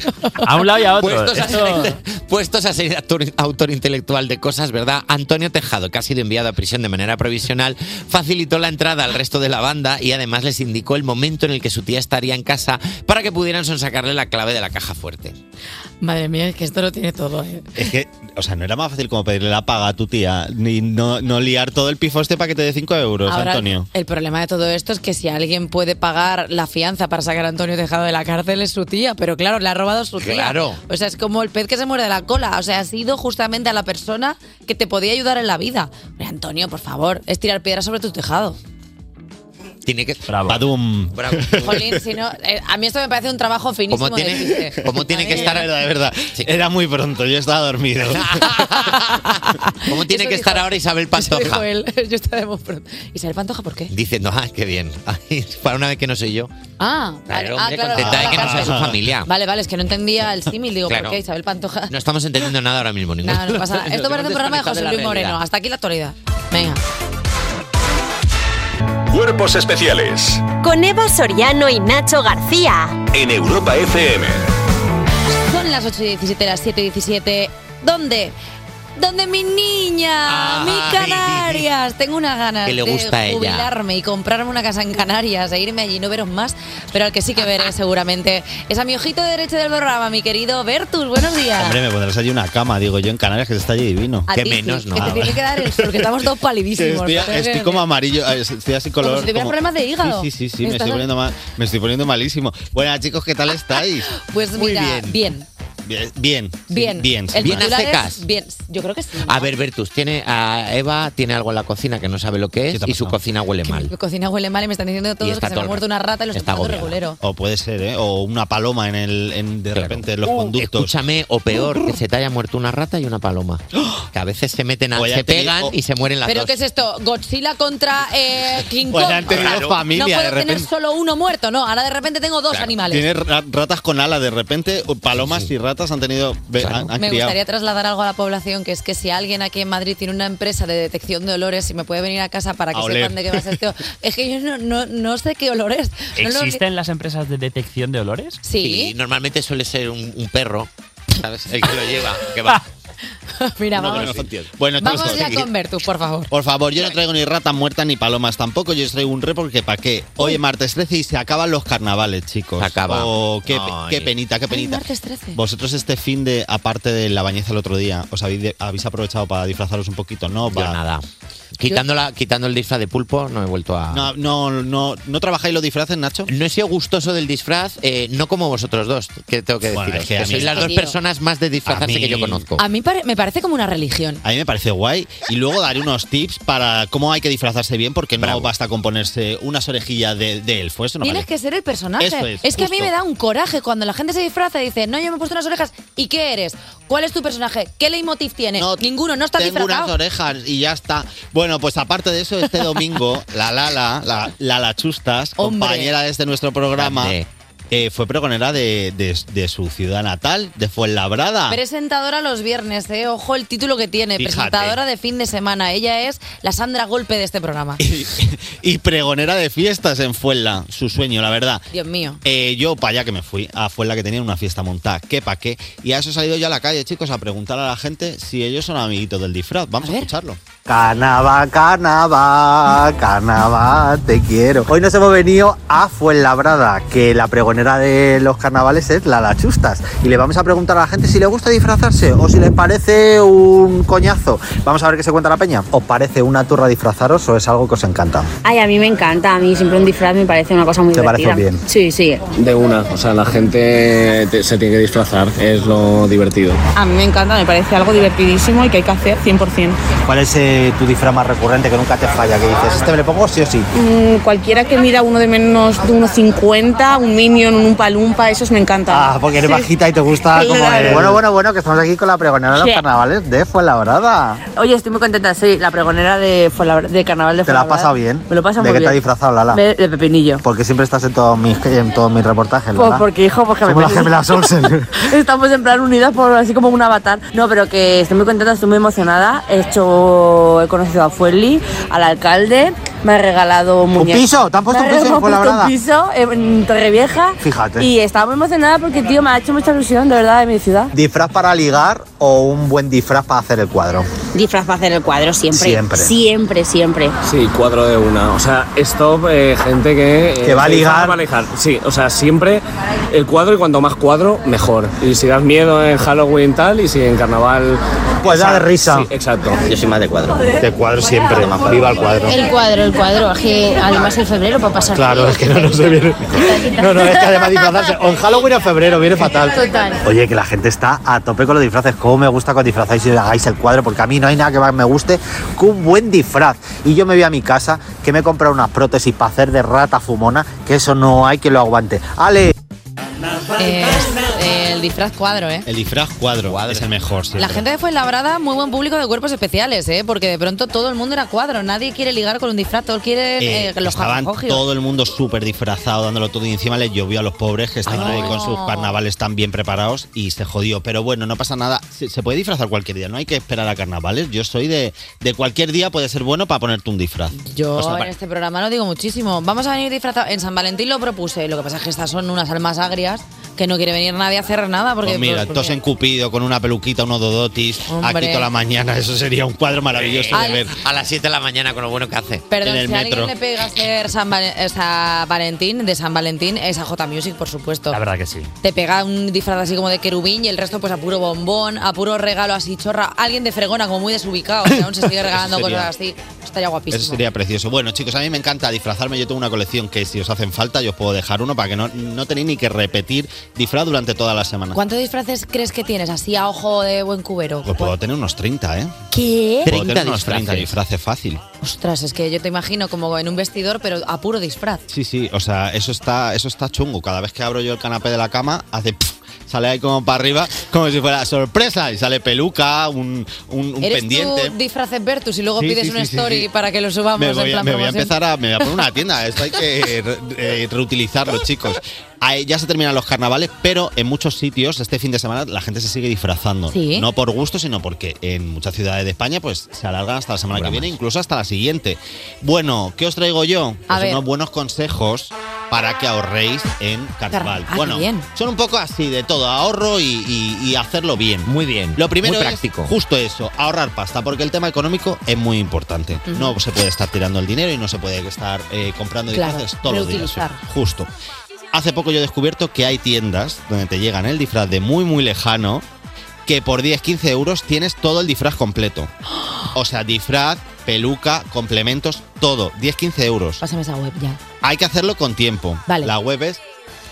S5: A un lado y a
S1: otro.
S5: Puestos, a
S1: Esto-
S5: ser, inte- puestos a ser autor, autor intelectual de cosas, ¿verdad? Antonio Tejado, que ha sido enviado a prisión de manera provisional, facilitó la entrada al resto de la banda y además les indicó el momento en el que su tía estaría en casa para que pudieran sonsacarle la clave de la caja fuerte.
S1: Madre mía, es que esto lo tiene todo. ¿eh?
S20: Es que, o sea, no era más fácil como pedirle la paga a tu tía, ni no, no liar todo el pifo este paquete de 5 euros,
S1: Ahora,
S20: Antonio.
S1: el problema de todo esto es que si alguien puede pagar la fianza para sacar a Antonio Tejado de la cárcel es su tía, pero claro, le ha robado su tía.
S5: Claro.
S1: O sea, es como el pez que se muerde la cola. O sea, has ido justamente a la persona que te podía ayudar en la vida. Hombre, Antonio, por favor, es tirar piedra sobre tu tejado.
S5: Tiene que.
S20: Badum.
S5: Bravo.
S1: Jolín, si no, eh, a mí esto me parece un trabajo finísimo
S5: ¿Cómo tiene,
S1: de chiste.
S5: cómo tiene
S1: A
S5: que
S1: mí-
S5: estar?
S20: verdad, es verdad. Era muy pronto, yo estaba dormido.
S5: ¿Cómo tiene
S1: Eso
S5: que estar
S1: dijo-
S5: ahora Isabel
S1: Eso dijo
S5: Pantoja?
S1: él. Yo estaba muy pronto. Isabel Pantoja, ¿por qué?
S5: Diciendo, ah, qué bien. Ay, para una vez que no soy yo.
S1: Ah, vale.
S5: Claro,
S1: Ah,
S5: hombre,
S1: claro,
S5: contenta de
S1: la
S5: que no sea su
S1: otra.
S5: Ah. familia.
S1: Vale, vale, es que no entendía el símil. Digo,
S5: Claro.
S1: ¿por qué Isabel Pantoja?
S5: No estamos entendiendo nada ahora mismo. Ninguno.
S1: Nada, no pasa nada. Esto
S5: Nos
S1: parece un
S5: hemos
S1: programa de
S5: desconectado
S1: José
S5: la
S1: Luis
S5: realidad.
S1: Moreno. Hasta aquí la actualidad. Venga.
S10: Cuerpos especiales
S8: Con Eva Soriano y Nacho García.
S10: en Europa FM.
S1: Son las 8 y 17, las 7 y 17. ¿Dónde? ¿Dónde mi niña?
S5: Ah,
S1: mi Canarias. Tengo unas ganas
S5: Que le gusta a
S1: de
S5: ella.
S1: jubilarme y comprarme una casa en Canarias e irme allí y no veros más, pero al que sí que veré seguramente es a mi ojito derecho del programa, mi querido Bertus. Buenos días.
S20: Hombre, me pondrás allí una cama, digo yo, en Canarias, que se está allí divino.
S1: A ti sí, Que te tiene que dar el sol, que estamos todos
S20: Que
S1: palidísimos.
S20: estoy,
S1: Parece
S20: estoy
S1: que-
S20: como amarillo, eh, estoy así color.
S1: Como si tuviera
S20: como-
S1: problemas de hígado.
S20: Sí, sí, sí, sí, me
S1: Estás-
S20: estoy, poniendo mal- me estoy poniendo malísimo. Buenas chicos, ¿qué tal estáis?
S1: Pues mira, bien. Bien.
S20: Bien, bien.
S1: Bien.
S20: bien,
S1: El
S5: Bien a
S1: titular es
S5: secas.
S1: bien. Yo creo que sí.
S5: A ver, Bertus, tiene a Eva tiene algo en la cocina que no sabe lo que es y su cocina huele mal.
S1: Mi cocina huele mal y me están diciendo
S5: Y
S1: todos que
S5: está
S1: se me
S5: todo
S1: ha
S5: el
S1: muerto
S5: rato.
S1: una rata y lo estoy
S5: Está
S1: tomando
S5: agobiada.
S1: regulero.
S20: O puede ser, ¿eh? O una paloma en el, en- de repente en los conductos.
S5: Uh, Escúchame, o peor, que se te haya muerto una rata y una paloma.
S20: ¡Oh!
S5: Que a veces se meten, a,
S20: Oye,
S5: se
S20: te digo-
S5: pegan y se mueren las
S1: ¿Pero
S5: dos.
S1: qué es esto? ¿Godzilla contra eh, King
S5: Pues
S1: Kong?
S5: han tenido familia,
S1: no puedo
S5: de
S1: tener
S5: repente.
S1: solo uno muerto, no. Ahora de repente tengo dos animales.
S20: Tiene ra- ratas con ala de repente, o palomas y ratas han tenido. ve- han, han
S1: Me
S20: criado.
S1: gustaría trasladar algo a la población, que es que si alguien aquí en Madrid tiene una empresa de detección de olores y me puede venir a casa para que
S4: A oler.
S1: sepan de qué va a ser este olor. Es que yo no, no, no sé qué olor es. No lo-
S5: ¿Existen
S4: las empresas de detección de olores?
S1: Sí.
S5: normalmente suele ser un, un perro, ¿sabes? El que lo lleva, que va.
S1: Mira,
S20: No,
S1: vamos.
S20: no, no. Bueno,
S1: Vamos
S20: chicos,
S1: ya
S20: sí.
S1: con Bertus, por favor.
S20: Por favor, yo no traigo ni ratas muertas ni palomas tampoco. Yo os traigo un report que para qué. Hoy es martes 13 y se acaban los carnavales, chicos.
S5: acaba.
S20: Oh, qué, pe-
S5: Ay.
S20: qué penita, qué penita.
S1: Martes 13.
S20: Vosotros este fin de, aparte de la bañeza el otro día, ¿os habéis, de- habéis aprovechado para disfrazaros un poquito? No, para
S5: nada. Quitando, la- quitando el disfraz de pulpo, no he vuelto a.
S20: No, no, no, ¿no trabajáis los disfraces, Nacho?
S5: No he sido gustoso del disfraz, eh, no como vosotros dos, que tengo que
S20: Bueno,
S5: deciros.
S20: es que a
S5: que
S20: mí-
S5: sois las
S20: Ay,
S5: dos
S20: tío.
S5: personas más de disfrazarse
S20: A mí-
S5: que yo conozco.
S1: A mí pare- me parece como una religión.
S20: A mí me parece guay. Y luego daré unos tips para cómo hay que disfrazarse bien, porque no basta con ponerse unas orejillas de, de elfo. Eso no
S1: Tienes
S20: vale.
S1: que ser el personaje.
S20: Eso es,
S1: que a mí
S20: justo.
S1: me da un coraje cuando la gente se disfraza y dice, no, yo me he puesto unas orejas. ¿Y qué eres? ¿Cuál es tu personaje? ¿Qué leitmotiv tiene? Ninguno, no está
S20: Tengo unas
S1: disfrazado.
S20: orejas y ya está. Bueno, pues aparte de eso, este domingo, la Lala, la, la Chustas, compañera desde nuestro programa, eh, fue pregonera de, de- de su ciudad natal, de Fuenlabrada.
S1: Presentadora los viernes, eh. ojo el título que tiene.
S20: Fíjate.
S1: Presentadora de fin de semana. Ella es la Sandra Golpe de este programa.
S20: Y pregonera de fiestas en Fuenla, su sueño, la verdad.
S1: Dios mío.
S20: Eh, yo para allá que me fui, a Fuenla que tenía una fiesta montada, qué pa' qué. Y a eso he salido yo a la calle, chicos, a preguntar a la gente si ellos son amiguitos del disfraz. Vamos a, escucharlo.
S21: Canaba, Canaba, Canaba, te quiero. Hoy nos hemos venido a Fuenlabrada, que la pregonera de los carnavales es la Lachustas. Y le vamos a preguntar a la gente si le gusta disfrazarse o si les parece un coñazo. Vamos a ver qué se cuenta la peña. ¿Os parece una turra disfrazaros o es algo que os encanta?
S22: Ay, a mí me encanta, a mí siempre un disfraz me parece una cosa muy
S21: ¿Te pareció
S22: divertida.
S21: bien?
S22: Sí, sí.
S23: De una, o sea, la gente te- se tiene que disfrazar, es lo divertido.
S22: A mí me encanta, me parece algo divertidísimo y que hay que hacer 100%.
S21: ¿Cuál es eh, tu disfraz más recurrente que nunca te falla? Que dices, este me lo pongo sí o sí.
S22: Mm, cualquiera que mira uno de menos de unos 50, un minion, un palumpa, esos me encantan.
S21: Ah, porque eres
S22: Sí.
S21: bajita y te gusta como
S22: Claro.
S21: eres. Bueno, bueno, bueno, que estamos aquí con la pregonera de los
S22: Sí.
S21: carnavales de Fuenlabrada.
S22: Oye, estoy muy contenta, soy la pregonera de, Fuenlabra- de Carnaval de
S21: ¿Te la has
S22: Fuenlabrada.
S21: pasado bien?
S22: Me lo paso
S21: ¿De
S22: muy
S21: qué
S22: bien.
S21: te has disfrazado, Lala?
S22: Me- de pepinillo.
S21: Porque siempre estás en todos mis, en todos mis reportajes,
S22: Pues
S21: Lala.
S22: porque, hijo, porque me
S21: Somos las
S22: perdí.
S21: gemelas Olsen.
S22: Estamos en plan unidas por así como un avatar. No, pero que estoy muy contenta, estoy muy emocionada. He hecho, he conocido a Fueli, al alcalde, me ha regalado un muñeco.
S21: piso? ¿Te han puesto
S22: Me
S21: un piso en
S22: regalado- me han puesto un piso
S21: Fuenlabrada?
S22: en Torrevieja.
S21: Fíjate.
S22: Y estaba muy emocionada porque, tío, me ha hecho mucha ilusión, de verdad, de mi ciudad.
S21: ¿Disfraz para ligar o un buen disfraz para hacer el cuadro?
S22: Disfraz para hacer el cuadro siempre.
S21: Siempre.
S22: Siempre, siempre.
S23: Sí, cuadro de una. O sea, stop, eh, gente que. eh,
S21: Que va a
S23: se
S21: ligar.
S23: Va a ligar. Sí, o sea, siempre el cuadro y cuanto más cuadro, mejor. Y si das miedo en Halloween tal y si en carnaval.
S21: Pues
S23: o sea,
S21: da de risa.
S23: Sí, exacto.
S24: Yo soy más de cuadro.
S21: De cuadro siempre. Viva el cuadro.
S24: El cuadro, el
S25: el cuadro, es que además en febrero para pasar.
S9: Claro, es que no, no se viene. No, no, es que además disfrazarse. O en Halloween o en febrero, viene fatal.
S25: Total.
S21: Oye, que la gente está a tope con los disfraces. Cómo me gusta que os disfrazáis y hagáis el cuadro, porque a mí no hay nada que más me guste que un buen disfraz. Y yo me voy a mi casa, que me he comprado unas prótesis para hacer de rata fumona, que eso no hay que lo aguante. ¡Ale!
S1: Es el disfraz cuadro, ¿eh?
S20: El disfraz cuadro, es el mejor. siempre.
S1: La gente de Fuenlabrada, muy buen público de cuerpos especiales, ¿eh? Porque de pronto todo el mundo era cuadro. Nadie quiere ligar con un disfraz, todos quieren
S20: Eh,
S1: eh, los
S20: estaban
S1: jajajajios.
S20: todo el mundo súper disfrazado, dándolo todo y encima les llovió a los pobres que estaban ahí
S1: Ay,
S20: con
S1: no.
S20: sus carnavales tan bien preparados y se jodió. Pero bueno, no pasa nada, se, se puede disfrazar cualquier día, no hay que esperar a carnavales. Yo soy de, de cualquier día puede ser bueno para ponerte un disfraz.
S1: Yo
S20: O sea,
S1: en
S20: para-
S1: este programa lo digo muchísimo. Vamos a venir disfrazados. En San Valentín lo propuse. Lo que pasa es que estas son unas almas agrias que no quiere venir nadie a hacer nada porque.
S20: Pues mira,
S1: pues,
S20: todos en Cupido con una peluquita, unos dodotis,
S1: Hombre.
S20: aquí toda la mañana, eso sería un cuadro maravilloso
S1: Al-
S20: de ver.
S5: A las 7 de la mañana con lo bueno que hace.
S1: Perdón, si alguien le pega a ser San Valen- eh, San Valentín, de San Valentín, es a J Music, por supuesto.
S4: La verdad que sí.
S1: Te pega un disfraz así como de querubín y el resto pues a puro bombón, a puro regalo así chorra. Alguien de fregona como muy desubicado, que aún se sigue regalando
S20: Eso sería-
S1: cosas así. Estaría guapísimo.
S20: Eso sería precioso. Bueno, chicos, a mí me encanta disfrazarme. Yo tengo una colección que si os hacen falta, yo os puedo dejar uno para que no, no tenéis ni que repetir disfraz durante toda la semana.
S1: ¿Cuántos disfraces crees que tienes así a ojo de buen cubero?
S20: Pues puedo tener unos 30, ¿eh?
S1: ¿Qué?
S20: Puedo tener unos 30 disfraces fácil.
S1: Ostras, es que yo te imagino como en un vestidor, pero a puro disfraz.
S20: Sí, sí, o sea, eso está, eso está chungo. Cada vez que abro yo el canapé de la cama, hace... pf, sale ahí como para arriba, como si fuera sorpresa. Y sale peluca, un, un, un
S1: ¿Eres
S20: pendiente.
S1: tú disfraces Vertus y luego
S20: Sí,
S1: pides
S20: sí,
S1: una
S20: sí, sí,
S1: story
S20: sí.
S1: para que lo subamos
S20: me voy,
S1: en
S20: a-
S1: plan
S20: me voy a
S1: promoción?
S20: empezar a, me voy a poner una tienda. Esto hay que re- eh, reutilizarlo, chicos. Ahí ya se terminan los carnavales, pero en muchos sitios este fin de semana la gente se sigue disfrazando.
S12: Sí.
S20: No por gusto, sino porque en muchas ciudades de España pues se alargan hasta la semana que viene, incluso hasta la siguiente. Bueno, ¿qué os traigo yo?
S1: A
S20: Pues
S1: ver.
S20: unos buenos consejos para que ahorréis en carnaval.
S1: Ah, qué
S20: bueno,
S1: bien.
S20: son un poco así de todo, ahorro y, y- y hacerlo bien. Muy bien. Lo primero
S5: Muy
S20: es
S5: práctico.
S20: justo eso, ahorrar pasta, porque el tema económico es muy importante.
S5: Ujú.
S20: No se puede estar tirando el dinero y no se puede estar eh, comprando
S5: Claro,
S20: disfraces todos los días.
S5: reutilizar.
S20: Justo. Hace poco yo he descubierto que hay tiendas donde te llegan el disfraz de muy, muy lejano que por 10-15 euros tienes todo el disfraz completo. O sea, disfraz, peluca, complementos, todo. 10-15 euros.
S1: Pásame esa web ya.
S20: Hay que hacerlo con tiempo. La web es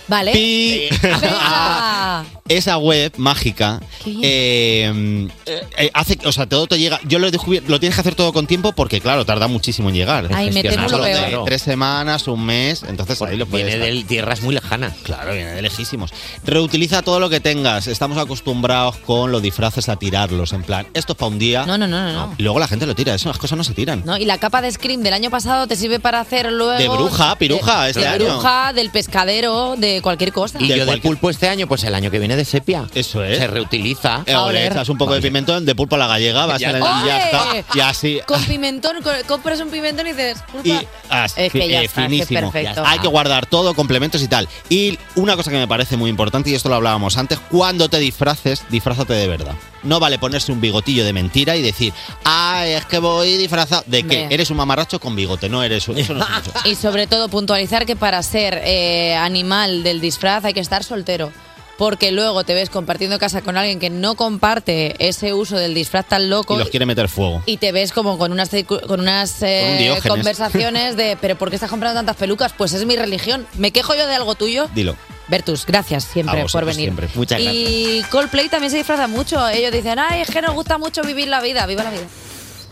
S1: Vale.
S20: Pi.
S1: Venga.
S20: esa web mágica eh, eh, hace o sea todo te llega yo lo he descubierto lo tienes que hacer todo con tiemempo porque claro tarda muchísimo en llegar
S1: Ay, me temo lo
S20: Gestionarlo de
S1: peor.
S20: tres semanas un mes entonces ahí lo puedes
S5: viene
S20: de tierras muy lejanas claro viene de lejísimos reutiliza todo lo que tengas estamos acostumbrados con los disfraces a tirarlos en plan esto es para un día
S1: No, no, no, no, no.
S20: y luego la gente lo tira eso las cosas no se tiran
S1: No, y la capa de Scream del año pasado te sirve para hacer luego.
S20: De bruja, piruja,
S1: de,
S20: este
S1: de
S20: año.
S1: bruja, del pescadero, de cualquier cosa.
S5: Y yo de pulpo este año, pues el año que viene de sepia.
S20: Eso es.
S5: Se reutiliza.
S20: Eh, o le echas un poco de pimentón de pulpo a la gallega vas
S5: Ya
S20: en el-
S5: está.
S20: y ya
S1: ¡Ole!
S20: está y así
S1: Con pimentón, co- compras un pimentón y dices,
S20: Y
S1: "Pulpa".
S20: ah,
S1: Es que
S20: fi-
S1: ya
S20: eh,
S1: está, es que
S20: finísimo.
S1: perfecto.
S20: Hay que guardar todo, complementos y tal. Y una cosa que me parece muy importante, y esto lo hablábamos antes, cuando te disfraces, disfrázate de verdad. No vale ponerse un bigotillo de mentira y decir, ay, es que voy disfrazado. ¿De qué?
S1: Hombre.
S20: Eres un mamarracho con bigote, no eres un... Eso no es un-
S1: Y sobre todo puntualizar que para ser eh, animal del disfraz hay que estar soltero. Porque luego te ves compartiendo casa con alguien que no comparte ese uso del disfraz tan
S20: Y
S1: loco
S20: los quiere meter fuego.
S1: y te ves como con unas, circu- con unas eh,
S20: Con un Diógenes.
S1: conversaciones de, pero ¿por qué estás comprando tantas pelucas? Pues es mi religión. ¿Me quejo yo de algo tuyo?
S20: Dilo.
S1: Bertus, gracias siempre
S20: A
S1: por
S20: vosotros
S1: venir.
S20: siempre. Muchas
S1: Y Coldplay también se disfraza mucho. Ellos dicen, ay, es que nos gusta mucho vivir la vida, viva la vida.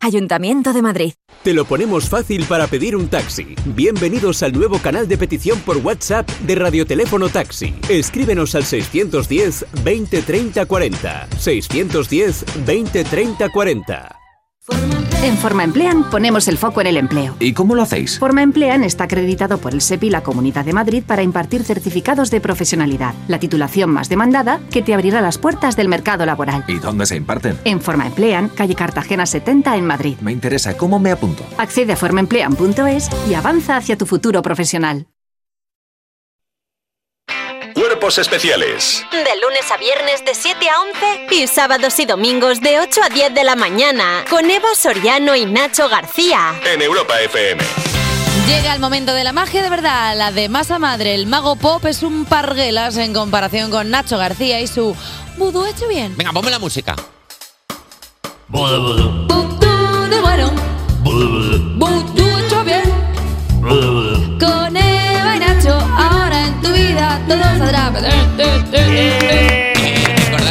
S24: Ayuntamiento de Madrid.
S26: Te lo ponemos fácil para pedir un taxi. Bienvenidos al nuevo canal de petición por WhatsApp de Radioteléfono Taxi. Escríbenos al 610 20 30 40. 610 20 30 40.
S27: En Forma Emplean ponemos el foco en el empleo.
S26: ¿Y cómo lo hacéis?
S27: Forma Emplean está acreditado por el SEPI y la Comunidad de Madrid para impartir certificados de profesionalidad, la titulación más demandada que te abrirá las puertas del mercado laboral.
S26: ¿Y dónde se imparten?
S27: En Forma Emplean, calle Cartagena 70 en Madrid.
S26: Me interesa, ¿cómo me apunto?
S27: Accede a formaemplean.es y avanza hacia tu futuro profesional.
S10: Cuerpos especiales
S8: De lunes a viernes de 7 a 11 y sábados y domingos de 8 a 10 de la mañana con Eva Soriano y Nacho García.
S10: en Europa FM.
S1: Llega el momento de la magia de verdad, la de masa madre. El mago pop es un parguelas en comparación con Nacho García y su vudú hecho bien.
S5: Venga, ponme la música.
S1: Vudú de bueno, vudú hecho bien. Con Eva y Nacho, ahora en tu vida todo saldrá.
S5: Recordad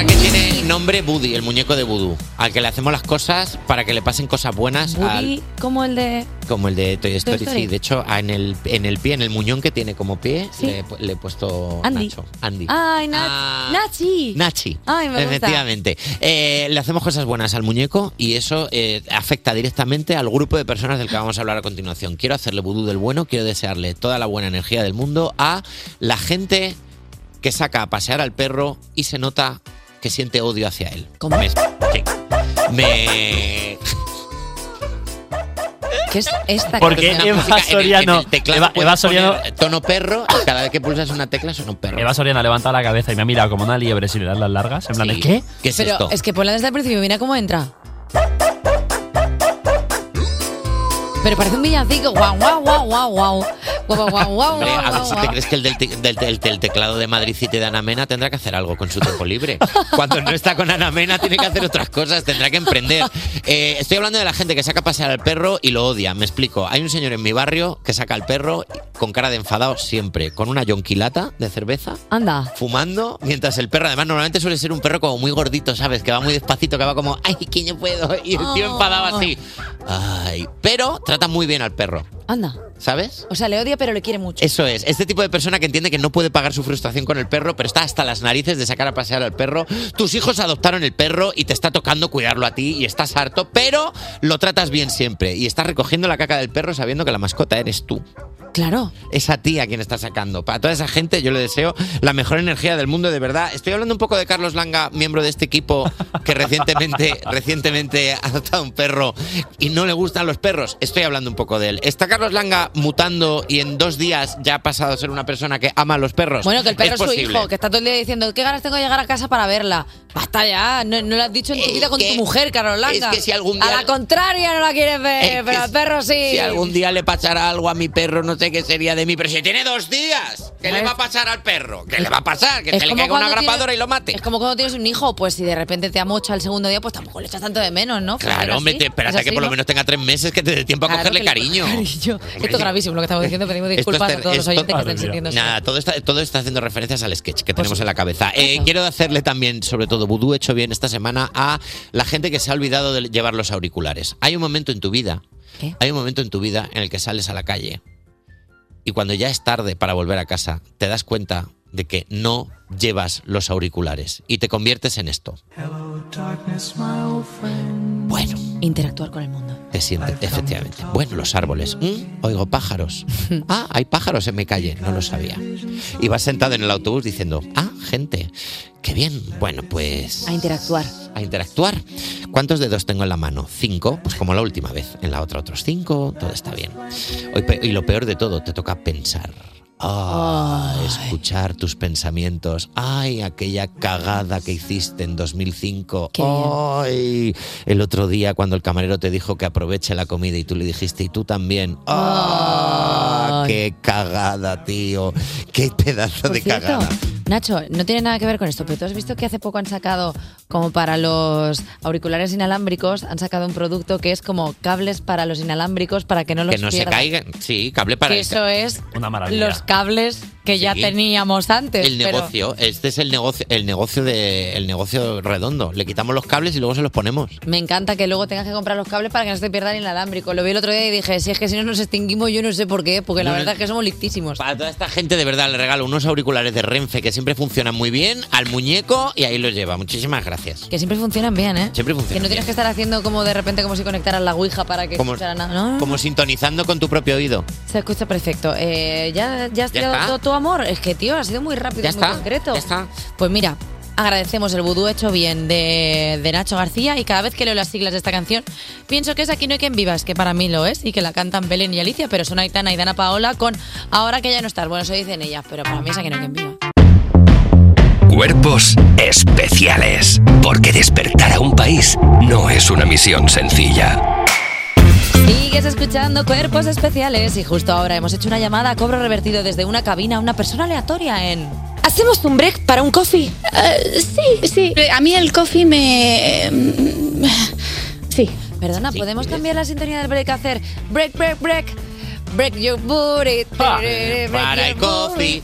S5: que tiene el nombre Buddy, el muñeco de vudú, al que le hacemos las cosas para que le pasen cosas buenas,
S1: Woody, como el de...
S5: al- como el de Toy Story.
S1: Story.
S5: Sí, de hecho, a- en el, en el pie, en el muñón que tiene como pie,
S1: Sí.
S5: le, he pu- le he puesto
S1: Andy.
S5: Nacho. Andy.
S1: Ay, Nach- Nachi.
S5: Nachi.
S1: Ay, me gusta.
S5: Efectivamente. Eh, le hacemos cosas buenas al muñeco y eso eh, afecta directamente al grupo de personas del que vamos a hablar a continuación. Quiero hacerle vudú del bueno, quiero desearle toda la buena energía del mundo a la gente que saca a pasear al perro y se nota que siente odio hacia él.
S1: ¿Cómo?
S5: Me, sí. Me-
S1: ¿Qué es esta
S5: Porque
S1: canción?
S5: Eva Soriano- Eva- Eva Soriano-
S4: Tono
S5: perro, cada vez que pulsas una tecla suena un perro.
S4: Eva Soriano levanta la cabeza y me ha mirado como una liebre sin le das las largas. En plan, de, ¿qué?
S1: Pero es que ponla desde el principio, mira cómo entra. Pero parece un villancico. Guau, guau, guau, guau, guau. Guau, guau, guau, guau,
S5: Hombre, a ver
S1: guau,
S5: si te
S1: guau.
S5: crees que el del, te- del- del- del teclado de Madrid City de Ana Mena tendrá que hacer algo con su tiempo libre. Cuando no está con Ana Mena tiene que hacer otras cosas, tendrá que emprender. Eh, estoy hablando de la gente que saca a pasear al perro y lo odia. Me explico. Hay un señor en mi barrio que saca al perro con cara de enfadado siempre, con una yonquilata de cerveza
S1: Anda.
S5: fumando, mientras el perro, además, normalmente suele ser un perro como muy gordito, ¿sabes? Que va muy despacito, que va como, ay, que yo puedo. Y el tío
S1: Oh.
S5: enfadado así. Ay. Pero trata muy bien al perro,
S1: Anda.
S5: ¿sabes?
S1: O sea, le odia, pero le quiere mucho.
S5: Eso es, este tipo de persona que entiende que no puede pagar su frustración con el perro, pero está hasta las narices de sacar a pasear al perro. Tus hijos adoptaron el perro y te está tocando cuidarlo a ti y estás harto, pero lo tratas bien siempre y estás recogiendo la caca del perro sabiendo que la mascota eres tú.
S1: Claro.
S5: Es a ti a quien estás sacando. Para toda esa gente yo le deseo la mejor energía del mundo, de verdad. Estoy hablando un poco de Carlos Langa, miembro de este equipo que recientemente, recientemente ha adoptado un perro y no le gustan los perros. Estoy hablando un poco de él. ¿Está Carlos Langa mutando y en dos días ya ha pasado a ser una persona que ama a los perros?
S1: Bueno, que el perro es, su
S5: posible. Eh,
S1: hijo, que está todo el día diciendo, ¿qué ganas tengo de llegar a casa para verla? Basta ya, no, no lo has dicho en tu vida con tu mujer, Carolanga.
S5: es que si algún día-
S1: A la contraria no la quieres
S5: Es
S1: ver,
S5: que
S1: eh, pero al perro sí.
S5: Si algún día le pasara algo a mi perro, no sé qué sería de mí, pero si tiene dos días, ¿qué le va a pasar al perro? ¿Qué le va a pasar? Que
S1: Pues Es
S5: se le
S1: como
S5: caiga una
S1: cuando
S5: grapadora
S1: tienes-
S5: y lo mate.
S1: Es como cuando tienes un hijo, pues si de repente te amocha el segundo día, pues tampoco le echas tanto de menos, ¿no?
S5: Claro, hombre, te- espérate que por lo menos tenga tres meses que te dé tiempo a cogerle cariño.
S1: Esto es gravísimo lo que estamos diciendo, pedimos
S5: Esto
S1: disculpas
S5: es
S1: a
S5: ter-
S1: todos los
S5: esto- Ah,
S1: oyentes que estén Pues
S5: Madre
S1: sintiendo.
S5: mía. Nada, todo está, todo está haciendo referencias al sketch que tenemos en la cabeza. Eh, quiero hacerle también, sobre todo, vudú hecho bien esta semana a la gente que se ha olvidado de llevar los auriculares. Hay un momento en tu vida, hay un momento en tu vida en el que sales a la calle y cuando ya es tarde para volver a casa, te das cuenta de que no llevas los auriculares y te conviertes en esto. Bueno.
S1: Interactuar con el mundo.
S5: Te sientes, efectivamente. Bueno, los árboles. Mm, Oigo pájaros. Ah, hay pájaros en mi calle. No lo sabía. Y vas sentado en el autobús diciendo, ah, gente, qué bien. Bueno, pues
S1: A interactuar.
S5: a interactuar. ¿Cuántos dedos tengo en la mano? Cinco, pues como la última vez. En la otra otros cinco, todo está bien. Hoy pe- y lo peor de todo, te toca pensar. Ah, escuchar tus pensamientos. Ay, aquella cagada que hiciste en 2005. Ay, el otro día cuando el camarero te dijo que aproveche la comida y tú le dijiste y tú también. Ah, qué cagada, tío. Qué pedazo
S1: Por
S5: de
S1: cierto,
S5: cagada.
S1: Nacho, no tiene nada que ver con esto, pero tú has visto que hace poco han sacado, como para los auriculares inalámbricos, han sacado un producto que es como cables para los inalámbricos para que no los
S5: Que no
S1: pierdas.
S5: se caigan. Sí, cable para
S1: Que
S5: el-
S1: eso es
S5: Una
S1: los cables que ya
S5: Sí.
S1: teníamos antes.
S5: El
S1: pero-
S5: negocio, este es el negocio, el negocio de el negocio redondo. Le quitamos los cables y luego se los ponemos.
S1: Me encanta que luego tengas que comprar los cables para que no se te pierda el inalámbrico. Lo vi el otro día y dije, si es que si no nos extinguimos, yo no sé por qué, porque la
S5: No, no.
S1: verdad es que somos lictísimos.
S5: A toda esta gente de verdad le regalo unos auriculares de Renfe que siempre funcionan muy bien, al muñeco y ahí los lleva. Muchísimas gracias.
S1: Que siempre funcionan bien, ¿eh?
S5: Siempre
S1: Que
S5: funcionan.
S1: no tienes que estar haciendo como de repente como si conectaras la Ouija para que
S5: Como-
S1: escuchara nada. No, no,
S5: Como sintonizando con tu propio oído.
S1: Se escucha perfecto. Eh, ¿ya, ¿Ya has
S5: Ya
S1: tirado
S5: está.
S1: todo tu amor? Es que, tío, ha sido muy rápido,
S5: Ya
S1: muy
S5: está,
S1: concreto. Pues mira, agradecemos el vudú hecho bien de, de Nacho García y cada vez que leo las siglas de esta canción, pienso que es Aquí no hay quien viva, es que para mí lo es y que la cantan Belén y Alicia, pero son Aitana y Dana Paola con Ahora que ya no estás. Bueno, eso dicen ellas, pero para mí es Aquí no hay quien viva.
S7: Cuerpos especiales. Porque despertar a un país no es una misión sencilla.
S1: Sigues escuchando Cuerpos Especiales y justo ahora hemos hecho una llamada a cobro revertido desde una cabina a una persona aleatoria en... ¿Hacemos un break para un coffee? Eh,
S11: sí, sí. A mí el coffee me... Sí.
S1: em, Perdona, ¿podemos cambiar la sintonía del break a hacer break, break, break? Break your booty. break
S5: Ah, eh, Para el
S1: your booty.
S5: coffee.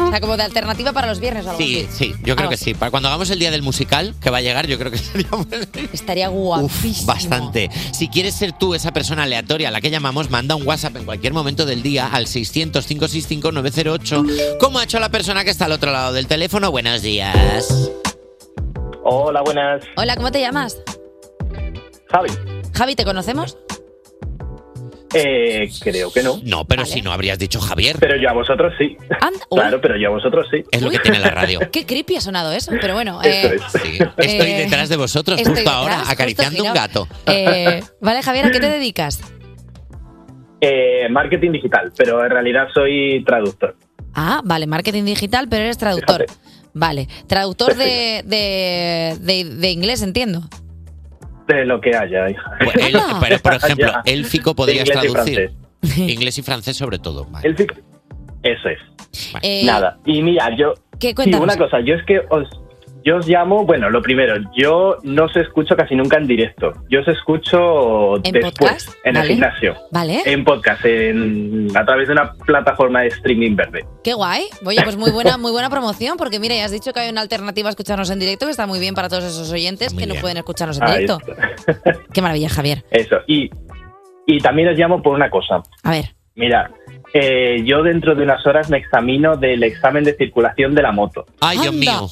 S1: O sea, como de alternativa para los viernes o algo
S5: Sí, sí, yo creo
S1: Ah,
S5: que sí. Para cuando hagamos el día del musical, que va a llegar, yo creo que sería
S1: así. Estaría guapísimo.
S5: bastante. Si quieres ser tú esa persona aleatoria a la que llamamos, manda un WhatsApp en cualquier momento del día al 600-565-908, como ha hecho la persona que está al otro lado del teléfono. Buenos días.
S26: Hola, buenas.
S1: Hola, ¿cómo te llamas?
S26: Javi.
S1: Javi, ¿te conocemos?
S26: Eh, creo que no.
S5: No, pero si no habrías dicho Javier.
S26: Pero yo a vosotros sí. Claro, pero yo a vosotros sí.
S5: Es lo que tiene la radio.
S1: Qué creepy ha sonado eso, pero bueno.
S26: Eso
S1: eh,
S26: es.
S5: Estoy
S1: Eh,
S5: detrás de vosotros
S1: estoy
S5: justo
S1: detrás,
S5: ahora,
S1: justo
S5: acariciando un
S1: girado.
S5: gato.
S1: eh, vale, Javier, ¿a qué te dedicas?
S26: Eh, marketing digital, pero en realidad soy traductor.
S1: Ah, vale, marketing digital, pero eres traductor. Vale, traductor de, de, de- de inglés, entiendo.
S26: De lo que haya, hija.
S5: Él- pero, por ejemplo, élfico podrías
S26: De inglés y
S5: traducir. Inglés y francés sobre todo. Vale.
S26: Élfico. Eso es.
S1: Eh,
S26: Nada. Y mira, yo.
S1: ¿Qué?
S26: sí,
S1: Cuéntanos.
S26: una cosa, yo es que os. Yo os llamo, bueno, lo primero, yo no os escucho casi nunca en directo. Yo os escucho
S1: ¿En
S26: después,
S1: podcast?
S26: en
S1: Vale.
S26: el gimnasio.
S1: Vale.
S26: En podcast, en, a través de una plataforma de streaming verde.
S1: Qué guay. Oye, pues muy buena, muy buena promoción, porque mira, ya has dicho que hay una alternativa a escucharnos en directo, que está muy bien para todos esos oyentes que no pueden escucharnos en
S26: Ahí
S1: directo. Qué maravilla, Javier.
S26: Eso. Y, y también os llamo por una cosa.
S1: A ver.
S26: Mira, eh, yo dentro de unas horas me examino del examen de circulación de la moto.
S5: Ay, Dios mío.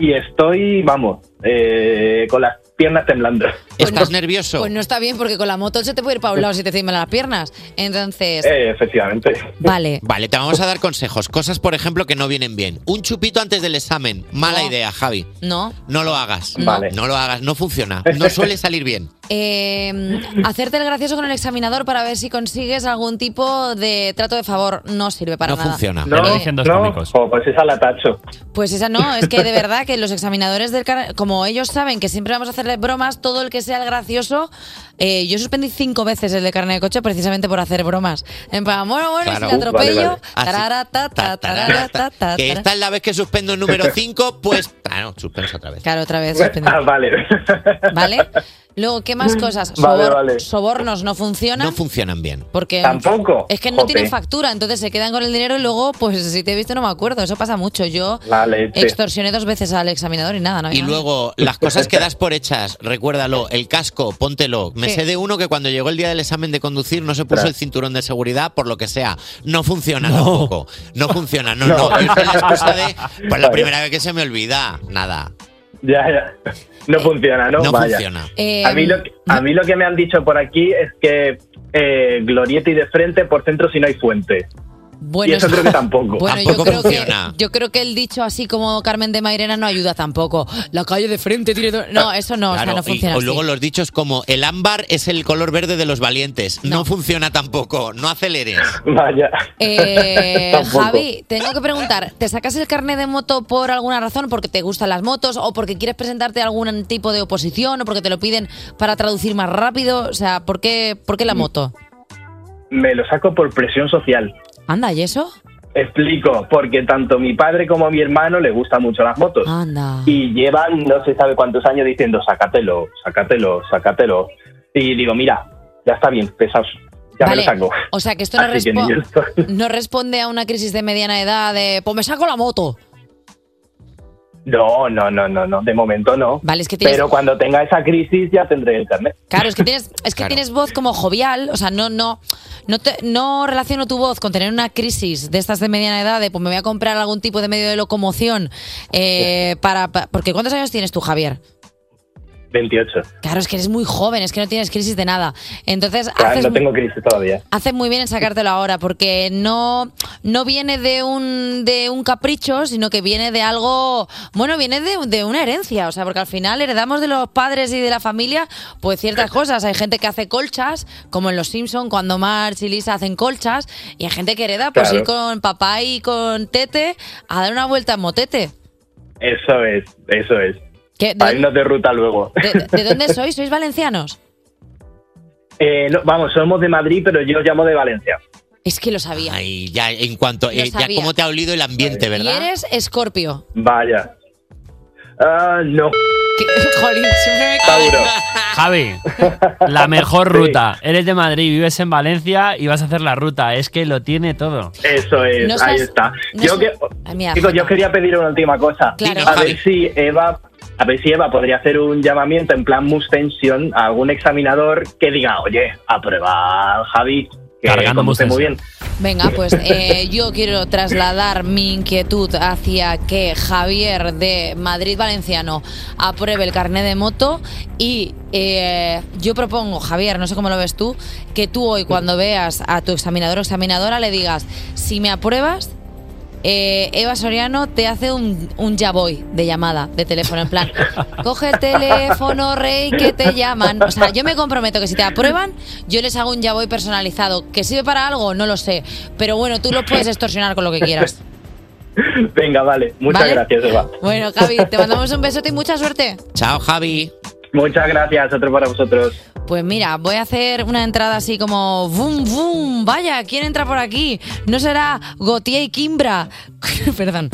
S26: Y estoy, vamos, eh, con las piernas temblando.
S5: ¿Estás nervioso?
S1: Pues no está bien, porque con la moto se te puede ir para un lado si te cimbran las piernas. Entonces,
S26: Eh, efectivamente.
S1: Vale.
S5: Vale, te vamos a dar consejos. Cosas, por ejemplo, que no vienen bien. Un chupito antes del examen. Mala idea, Javi.
S1: no.
S5: No lo hagas.
S1: Vale.
S5: No lo hagas, no funciona. No suele salir bien.
S1: Eh, hacerte el gracioso con el examinador para ver si consigues algún tipo de trato de favor no sirve para nada.
S26: No, no. Oh, pues esa la tacho.
S1: Pues esa no, es que de verdad que los examinadores del car- como ellos saben que siempre vamos a hacerles bromas, todo el que sea el gracioso, eh, yo suspendí cinco veces el de carne de coche precisamente por hacer bromas. En plan, bueno, bueno, y
S5: Claro.
S1: si le
S5: Uh, vale,
S1: atropello,
S5: vale. Así.
S1: tarara, ta, ta, tarara, ta, ta,
S5: Que
S1: tarara.
S5: esta es la vez que suspendo el número 5, pues. Ah, no, suspenso otra vez.
S1: Claro, otra vez suspendí.
S26: Ah, vale.
S1: ¿Vale? Luego, ¿qué más cosas?
S5: Vale,
S1: Sobor-
S5: vale.
S1: Sobornos no funcionan.
S5: No funcionan bien.
S1: Porque
S26: Tampoco.
S1: Es que no
S26: Jope.
S1: tienen factura, entonces se quedan con el dinero y luego, pues si te he visto no me acuerdo. Eso pasa mucho. Yo
S5: La leche.
S1: extorsioné dos veces al examinador y nada, no había
S5: Y
S1: nada.
S5: luego, las cosas que das por hechas, recuérdalo, el casco, póntelo. Me
S1: Sí.
S5: sé de uno que cuando llegó el día del examen de conducir no se puso el cinturón de seguridad, por lo que sea. No funciona tampoco. No funciona, no, no.
S26: No.
S5: Y fue la excusa de, pues la
S26: Vaya.
S5: primera vez que se me olvida, nada.
S26: Ya, ya.
S1: Eh,
S26: No funciona, ¿no?
S5: No
S26: Vaya.
S5: funciona.
S26: Eh, a, mí lo, que- a mí lo que me han dicho por aquí es que eh, glorieta y de frente por centro si no hay fuente.
S1: Bueno,
S26: y eso
S1: es-
S26: creo que tampoco.
S1: Bueno, yo creo, que, yo creo que el dicho así como Carmen de Mairena no ayuda tampoco. La calle de frente tiene... do- No, eso no, o sea,
S5: Claro,
S1: no
S5: y-
S1: funciona
S5: o
S1: así.
S5: luego los dichos como el ámbar es el color verde de los valientes. No, funciona tampoco, no aceleres.
S26: Vaya.
S1: Eh, Javi, tengo que preguntar, ¿te sacas el carnet de moto por alguna razón? ¿Porque te gustan las motos o porque quieres presentarte a algún tipo de oposición o porque te lo piden para traducir más rápido? O sea, ¿por qué, por qué la moto?
S26: Mm. Me lo saco por presión social.
S1: Anda, ¿y eso?
S26: Explico, porque tanto mi padre como mi hermano le gustan mucho las motos.
S1: Anda.
S26: Y llevan no se sabe cuántos años diciendo, sácatelo, sácatelo, sácatelo. Y digo, mira, ya está bien, pesados, ya
S1: Vale,
S26: me lo saco.
S1: O sea, que esto no,
S26: Así que
S1: respo-
S26: ni yo estoy.
S1: no responde a una crisis de mediana edad de, pues me saco la moto.
S26: No, no, no, no, no, de momento no.
S1: Vale, es que tienes-
S26: Pero cuando tenga esa crisis ya tendré el carnet.
S1: Claro, es que tienes, es que
S26: Claro.
S1: tienes voz como jovial, o sea, no, no, no, te- no relaciono tu voz con tener una crisis de estas de mediana edad, de pues me voy a comprar algún tipo de medio de locomoción, eh, para, pa- porque ¿cuántos años tienes tú, Javier?
S11: 28.
S1: Claro, es que eres muy joven, es que no tienes crisis de nada. Entonces,
S11: Ah,
S1: haces
S11: no tengo crisis todavía.
S1: Haces muy bien en sacártelo ahora, porque no, no viene de un, de un capricho, sino que viene de algo, bueno, viene de, de una herencia, o sea, porque al final heredamos de los padres y de la familia, pues ciertas cosas. Hay gente que hace colchas, como en Los Simpson cuando Marge y Lisa hacen colchas, y hay gente que hereda pues
S11: Claro.
S1: ir con papá y con tete a dar una vuelta en motete.
S11: Eso es, eso es.
S1: ¿Qué?
S11: Para irnos de ruta luego.
S1: ¿De, de dónde sois? ¿Sois valencianos?
S11: Eh, no, vamos, somos de Madrid, pero yo os llamo de Valencia.
S1: Es que lo sabía.
S5: Ay, ya, en cuanto.
S1: Lo
S5: eh, ya,
S1: sabía.
S5: ¿cómo te ha olido el ambiente,
S1: Y
S5: verdad?
S1: eres escorpio.
S11: Vaya. Ah, no.
S1: Jolín, siempre me
S4: Javi, la mejor ruta. Eres de Madrid, vives en Valencia y vas a hacer la ruta. Es que lo tiene todo.
S11: Eso es,
S4: No
S11: ahí
S4: seas-
S11: está.
S4: no
S11: yo,
S4: seas-
S11: que-
S1: Ay, mira,
S11: chicos, yo
S1: Jota.
S11: quería pedir una última cosa.
S1: Claro.
S11: A ver si Eva, a ver si Eva podría hacer un llamamiento en plan mustensión a algún examinador que diga, oye, aprueba al Javi, que
S4: Cargando
S11: conduce muy bien.
S1: Venga, pues eh, yo quiero trasladar mi inquietud hacia que Javier de Madrid Valenciano apruebe el carnet de moto y eh, yo propongo, Javier, no sé cómo lo ves tú, que tú hoy cuando veas a tu examinador o examinadora le digas, si me apruebas, eh, Eva Soriano te hace un, un ya voy de llamada, de teléfono, en plan, coge el teléfono, rey, que te llaman. O sea, yo me comprometo que si te aprueban, yo les hago un ya voy personalizado. ¿Que sirve para algo? No lo sé. Pero bueno, tú lo puedes extorsionar con lo que quieras.
S11: Venga, vale. Muchas
S1: Vale.
S11: gracias, Eva.
S1: Bueno, Javi, te mandamos un besote y mucha suerte.
S5: Chao, Javi.
S11: Muchas gracias, otro para vosotros.
S1: Pues mira, voy a hacer una entrada así como boom, boom, vaya, ¿quién entra por aquí? ¿No será Gautier y Kimbra? Perdón.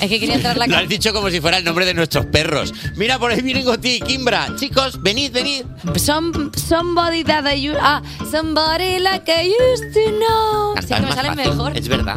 S1: es que quería entrar la
S5: Lo has dicho como si fuera el nombre de nuestros perros. Mira, por ahí vienen Goti y Kimbra. Chicos, venid, venid.
S1: Some- somebody that I used, ah, somebody like I used to know. Siempre me
S5: más
S1: salen
S5: fácil,
S1: mejor.
S5: Es verdad.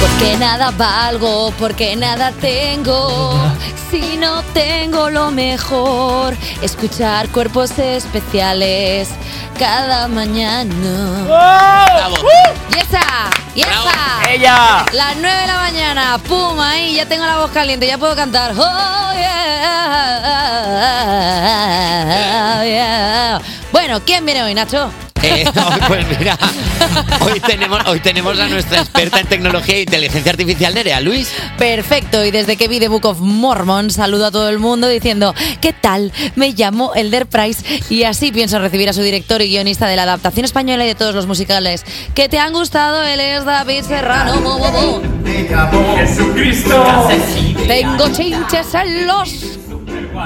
S1: Porque nada valgo, porque nada tengo. Si no tengo lo mejor, escuchar cuerpos especiales cada mañana.
S5: ¡Bravo!
S1: ¡Yesa! ¡Yesa!
S4: ¡Ella!
S1: Las 9 de la mañana, pum, ahí ya tengo la voz caliente, ya puedo cantar. Oh, yeah, oh, yeah. Bueno, ¿quién viene hoy, Nacho?
S5: Eh, hoy, pues mira, hoy tenemos, hoy tenemos a nuestra experta en tecnología e inteligencia artificial, Nerea Luis.
S1: Perfecto, y desde que vi The Book of Mormon saludo a todo el mundo diciendo, ¿qué tal? Me llamo Elder Price y así pienso recibir a su director y guionista de la adaptación española y de todos los musicales. Que te han gustado, él es David Serrano. Mo, mo, mo.
S6: Jesucristo.
S1: Tengo chinches en los...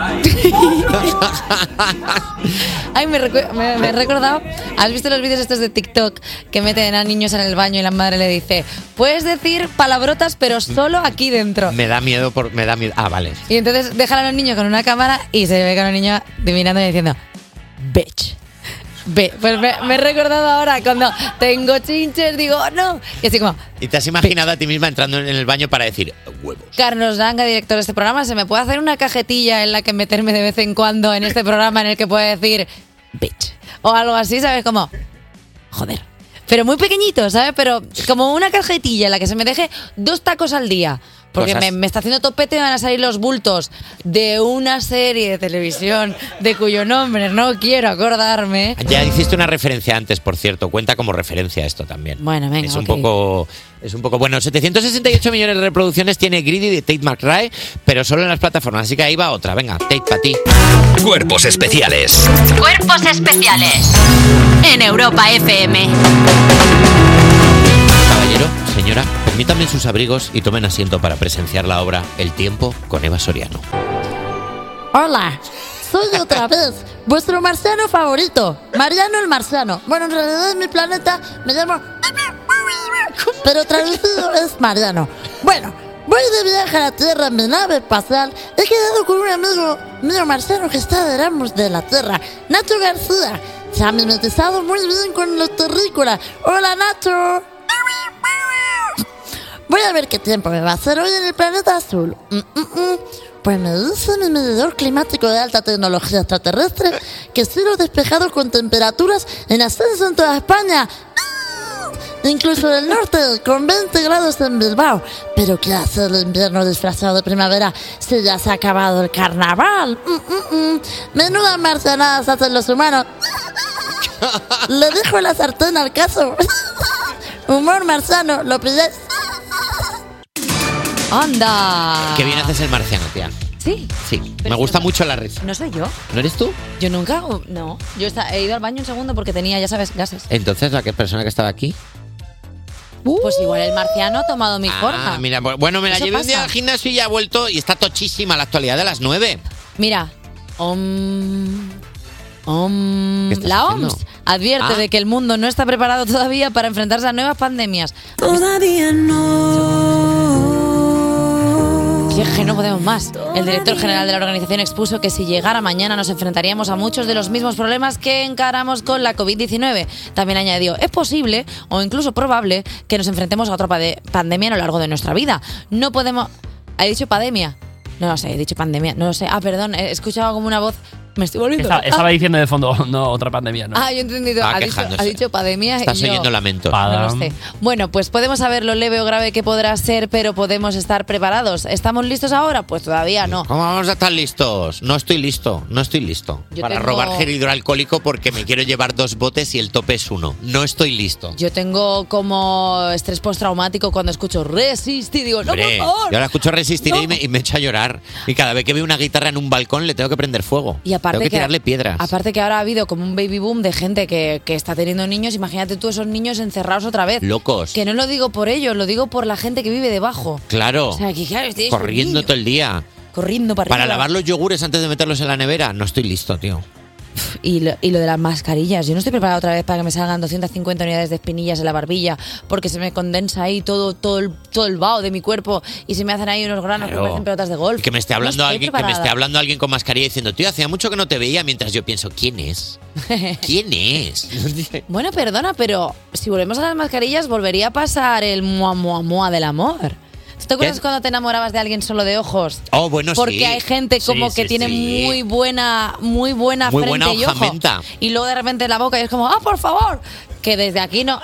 S1: Ay, me, recu- me- me he recordado. ¿Has visto los vídeos estos de TikTok que meten a niños en el baño y la madre le dice: Puedes decir palabrotas, pero solo aquí dentro?
S5: Me da miedo por. Me da miedo. Ah, vale.
S1: Y entonces dejan a los niños con una cámara y se ve con los niños mirando y diciendo, bitch. Ve- Pues me, me he recordado ahora cuando tengo chinches, digo, "Oh, no. Y así como,
S5: ¿Y te has imaginado a ti misma entrando en el baño para decir huevo?
S1: Carlos Langa, director de este programa, ¿se me puede hacer una cajetilla en la que meterme de vez en cuando en este programa en el que pueda decir, bitch? O algo así, ¿sabes? Como, joder. Pero muy pequeñito, ¿sabes? Pero como una cajetilla en la que se me deje dos tacos al día. Porque
S5: Cosas.
S1: me, me está haciendo topete y me van a salir los bultos de una serie de televisión de cuyo nombre no quiero acordarme.
S5: Ya hiciste una referencia antes, por cierto. Cuenta como referencia esto también.
S1: Bueno, venga,
S5: Es un
S1: ok.
S5: poco. Es un poco. Bueno, 768 millones de reproducciones tiene Greedy de Tate McRae, pero solo en las plataformas. Así que ahí va otra. Venga, Tate para ti.
S7: Cuerpos especiales.
S8: Cuerpos especiales en Europa FM.
S5: Caballero, señora, permítanme sus abrigos y tomen asiento para presenciar la obra El tiempo con Eva Soriano.
S14: Hola, soy otra vez vuestro marciano favorito, Mariano el Marciano. Bueno, en realidad en mi planeta me llamo... Pero traducido es Mariano. Bueno, voy de viaje a la Tierra en mi nave espacial. He quedado con un amigo mío marciano que está de Erasmus de la Tierra, Nacho García. Se ha mimetizado muy bien con los terrícolas. Hola, Nacho. Voy a ver qué tiempo me va a hacer hoy en el planeta azul. Mm, mm, mm. Pues me dice mi medidor climático de alta tecnología extraterrestre que cielo despejado con temperaturas en ascenso en toda España. incluso del norte, con 20 grados en Bilbao. Pero ¿qué hace el invierno disfrazado de primavera si ya se ha acabado el carnaval? Mm, mm, mm. Menuda marcianadas hacen los humanos. Le dijo la sartén al caso. Humor marciano, lo pillé.
S1: ¡Anda!
S5: Qué bien haces el marciano, tía.
S1: Sí,
S5: Sí, me gusta mucho la risa.
S1: no soy yo.
S5: ¿No eres tú?
S1: Yo nunca, o- no. Yo esta- he ido al baño un segundo porque tenía, ya sabes, gases.
S5: Entonces, la que persona que estaba aquí.
S1: Pues igual el marciano ha tomado mi
S5: Ah,
S1: forma.
S5: mira, bueno, me la
S1: Eso
S5: llevé un día
S1: pasa.
S5: al gimnasio y ya ha vuelto y está tochísima la actualidad de las 9.
S1: Mira, om, om,
S5: ¿Qué estás
S1: la
S5: haciendo?
S1: OMS advierte
S5: Ah.
S1: de que el mundo no está preparado todavía para enfrentarse a nuevas pandemias.
S2: Todavía no.
S1: Si es que no podemos más. El director general de la organización expuso que si llegara mañana nos enfrentaríamos a muchos de los mismos problemas que encaramos con la COVID-19. También añadió, es posible o incluso probable que nos enfrentemos a otra pade- pandemia a lo largo de nuestra vida. No podemos... ¿He dicho pandemia? No lo sé, he dicho pandemia, no lo sé. Ah, perdón, he escuchado como una voz... Me estoy volviendo...
S4: Estaba, estaba
S1: Ah.
S4: diciendo de fondo, no, otra pandemia, ¿no?
S1: Ah, yo he entendido.
S4: Estaba
S1: Ha dicho,
S4: quejándose.
S1: ha dicho pandemia. y
S4: Estás
S1: yo-
S4: oyendo lamentos.
S1: No lo sé. Bueno, pues podemos saber lo leve o grave que podrá ser, pero podemos estar preparados. ¿Estamos listos ahora? Pues todavía no.
S5: ¿Cómo vamos a estar listos? No estoy listo, no estoy listo.
S1: Yo
S5: para
S1: tengo-
S5: robar gel hidroalcohólico porque me quiero llevar dos botes y el tope es uno. No estoy listo.
S1: Yo tengo como estrés postraumático cuando escucho resist y digo, no,
S5: Hombre,
S1: por favor.
S5: yo ahora escucho resistiré y, me, y me echo a llorar. Y cada vez que veo una guitarra en un balcón le tengo que prender fuego.
S1: Y aparte
S5: tengo que,
S1: que-
S5: tirarle piedras.
S1: Aparte que ahora ha habido como un baby boom de gente que, que está teniendo niños. Imagínate tú esos niños encerrados otra vez.
S5: Locos.
S1: Que no lo digo por ellos, lo digo por la gente que vive debajo.
S5: Claro.
S1: O sea, que claro, tienes un
S5: corriendo
S1: niño
S5: todo el día.
S1: corriendo para,
S5: Para
S1: arriba.
S5: lavar los yogures antes de meterlos en la nevera. No estoy listo, tío.
S1: Y lo, y lo de las mascarillas. Yo no estoy preparada otra vez para que me salgan 250 unidades de espinillas en la barbilla porque se me condensa ahí todo, todo, el, todo el vaho de mi cuerpo y se me hacen ahí unos granos
S5: Claro.
S1: que parecen pelotas de golf.
S5: Y Que me esté hablando
S1: estoy
S5: alguien, que me
S1: preparada.
S5: esté hablando alguien con mascarilla diciendo, tío, hacía mucho que no te veía, mientras yo pienso, ¿quién es? ¿Quién es?
S1: bueno, perdona, pero si volvemos a las mascarillas volvería a pasar el mua mua mua del amor. ¿Tú te acuerdas
S5: ¿Qué?
S1: cuando te enamorabas de alguien solo de ojos?
S5: Oh, bueno,
S1: Porque
S5: sí.
S1: hay gente como
S5: Sí,
S1: que
S5: sí,
S1: tiene
S5: sí.
S1: muy buena, muy buena
S5: Muy
S1: frente
S5: buena
S1: y ojo.
S5: hojamenta.
S1: Y luego de repente la boca y es como, ah, por favor, que desde aquí no,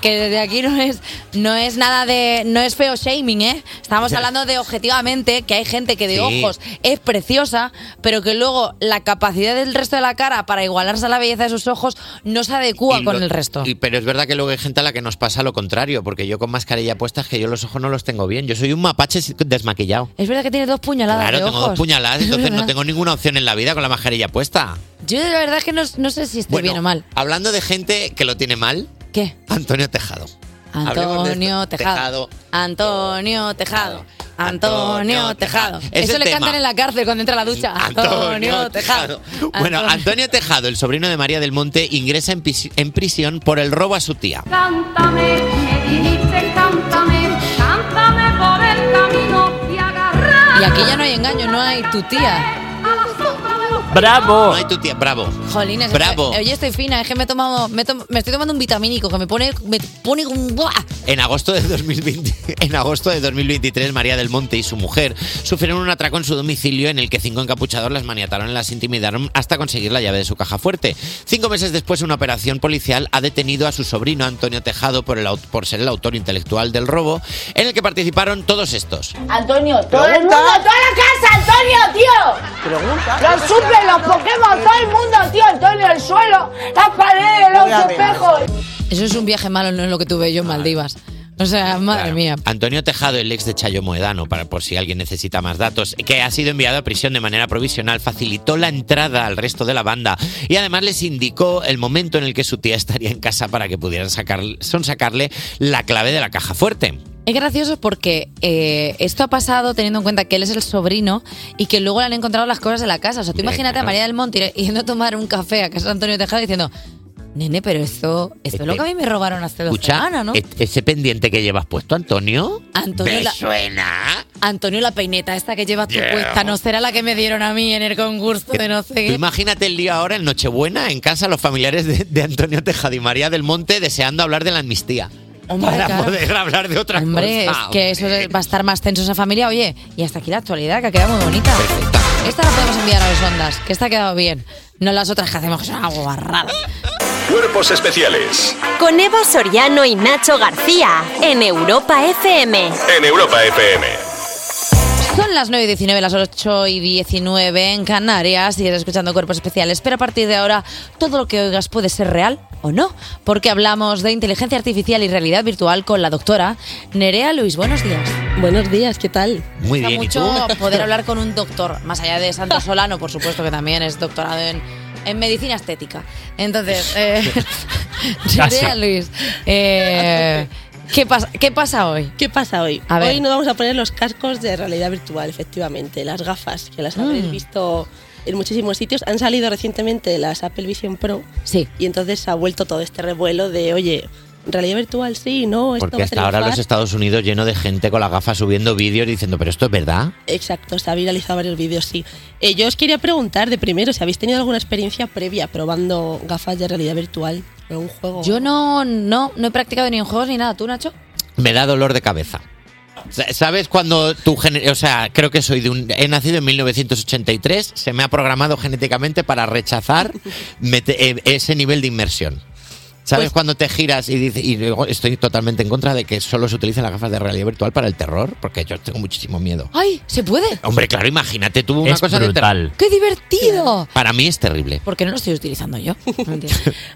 S1: que desde aquí no es, no es nada de, no es feo shaming, ¿eh? Estamos hablando de objetivamente que hay gente que de
S5: Sí.
S1: ojos es preciosa, pero que luego la capacidad del resto de la cara para igualarse a la belleza de sus ojos no se adecua
S5: Y
S1: con
S5: lo-
S1: el resto.
S5: y- pero es verdad que luego hay gente a la que nos pasa lo contrario, porque yo con mascarilla puesta es que yo los ojos no los tengo bien. Yo soy un mapache desmaquillado.
S1: Es verdad que tiene dos puñaladas
S5: Claro,
S1: de
S5: tengo
S1: ojos.
S5: dos puñaladas,
S1: Es
S5: entonces no
S1: verdad.
S5: tengo ninguna opción en la vida con la mascarilla puesta.
S1: Yo de verdad que no, no sé si estoy bien o mal.
S5: Hablando de gente que lo tiene mal.
S1: ¿Qué?
S5: Antonio Tejado. Hablemos de
S1: Antonio
S5: esto.
S1: Tejado. Antonio Tejado. Antonio Tejado.
S5: Ese
S1: Eso le
S5: tema.
S1: cantan en la cárcel cuando entra a la ducha. Antonio Tejado.
S5: Bueno,
S1: Antonio-
S5: Antonio Tejado, el sobrino de María del Monte, ingresa en, pis- en prisión por el robo a su tía.
S2: Cántame, me dijiste, cántame, cántame por el camino y agarra.
S1: Y aquí ya no hay engaño, no hay tu tía.
S5: ¡Bravo! No hay tu tía, bravo.
S1: Jolines, es
S5: Bravo.
S1: que- oye, estoy fina, es que me he tomado, me, he tom- me estoy tomando un vitamínico que me pone, me pone un ¡buah!
S5: En agosto, de 2020, en agosto de 2023, María del Monte y su mujer sufrieron un atraco en su domicilio en el que cinco encapuchados las maniataron y las intimidaron hasta conseguir la llave de su caja fuerte. Cinco meses después, una operación policial ha detenido a su sobrino Antonio Tejado por, el, au- por ser el autor intelectual del robo, en el que participaron todos estos.
S13: Antonio, todo el mundo, toda la casa, Antonio, tío.
S5: Pregunta.
S13: Los suples, los Pokémon, todo el mundo, tío, Antonio, el suelo, las paredes, los espejos.
S1: Eso es un viaje malo, no es lo que tuve yo en Maldivas. O sea, madre mía.
S5: Antonio Tejado, el ex de Chayo Moedano, para por si alguien necesita más datos, que ha sido enviado a prisión de manera provisional, facilitó la entrada al resto de la banda y además les indicó el momento en el que su tía estaría en casa para que pudieran sacar, son sacarle la clave de la caja fuerte.
S1: Es gracioso porque eh, esto ha pasado teniendo en cuenta que él es el sobrino y que luego le han encontrado las cosas en la casa. O sea, tú
S5: Hombre,
S1: imagínate a
S5: claro.
S1: María del Monte yendo a tomar un café a casa de Antonio Tejado diciendo, nene, pero esto, esto es lo que a mí me robaron hace dos
S5: Escucha,
S1: semanas, ¿no?
S5: e- ese pendiente que llevas puesto, Antonio,
S1: Antonio,
S5: ¿me
S1: la-
S5: suena?
S1: Antonio, la peineta esta que llevas tú
S5: Yeah.
S1: puesta no será la que me dieron a mí en el concurso de no sé
S5: Tú
S1: qué.
S5: imagínate el día ahora en Nochebuena en casa los familiares de, de Antonio Tejado y María del Monte deseando hablar de la amnistía.
S1: Hombre,
S5: para
S1: claro.
S5: poder hablar de otra
S1: Hombre, es
S5: cosa.
S1: que eso va a estar más tenso esa familia. Oye, y hasta aquí la actualidad, que ha quedado muy bonita. Esta la podemos enviar a las ondas, que esta ha quedado bien. No las otras que hacemos, que son algo barrada.
S10: Cuerpos especiales
S8: Con Eva Soriano y Nacho García en Europa FM.
S10: en Europa FM.
S1: Son las 9 y 19, las 8 y 19 en Canarias y escuchando Cuerpos Especiales. Pero a partir de ahora, todo lo que oigas puede ser real o no, porque hablamos de inteligencia artificial y realidad virtual con la doctora Nerea Luis. Buenos días.
S15: Buenos días, ¿qué tal?
S5: Muy
S1: Me gusta
S5: bien, ¿y tú?
S1: mucho poder hablar con un doctor, más allá de Santos Solano, por supuesto, que también es doctorado en, en medicina estética. Entonces, eh,
S5: Ah,
S15: Casi.
S1: Nerea Luis, eh, ¿qué, pasa, ¿qué pasa hoy?
S15: ¿Qué pasa hoy?
S1: A ver.
S15: Hoy nos vamos a poner los cascos de realidad virtual, efectivamente, las gafas, que las habréis
S1: Mm.
S15: visto en muchísimos sitios. Han salido recientemente las Apple Vision Pro.
S1: Sí.
S15: Y entonces ha vuelto todo este revuelo de, oye, realidad virtual sí, no, esto
S5: Porque
S15: va a
S5: hasta ahora
S15: triunfar.
S5: los Estados Unidos lleno de gente con las gafas subiendo vídeos diciendo, pero esto es verdad.
S15: Exacto, se ha viralizado varios vídeos, sí. Eh, yo os quería preguntar de primero si habéis tenido alguna experiencia previa probando gafas de realidad virtual en un juego.
S1: Yo no, no, no he practicado ni en juegos ni nada. ¿Tú, Nacho?
S5: Me da dolor de cabeza. Sa- ¿Sabes cuando tu gener- O sea, creo que soy de un. He nacido en 1983, se me ha programado genéticamente para rechazar mete- eh, ese nivel de inmersión. ¿Sabes
S15: Pues
S5: cuando te giras y dices.? Y luego estoy totalmente en contra de que solo se utilicen las gafas de realidad virtual para el terror, porque yo tengo muchísimo miedo.
S1: ¡Ay! ¿Se puede?
S5: Hombre, claro, imagínate tú una
S15: Es
S5: cosa de terror.
S1: ¡Qué divertido!
S5: Para mí es terrible.
S1: ¿Por qué no lo estoy utilizando yo?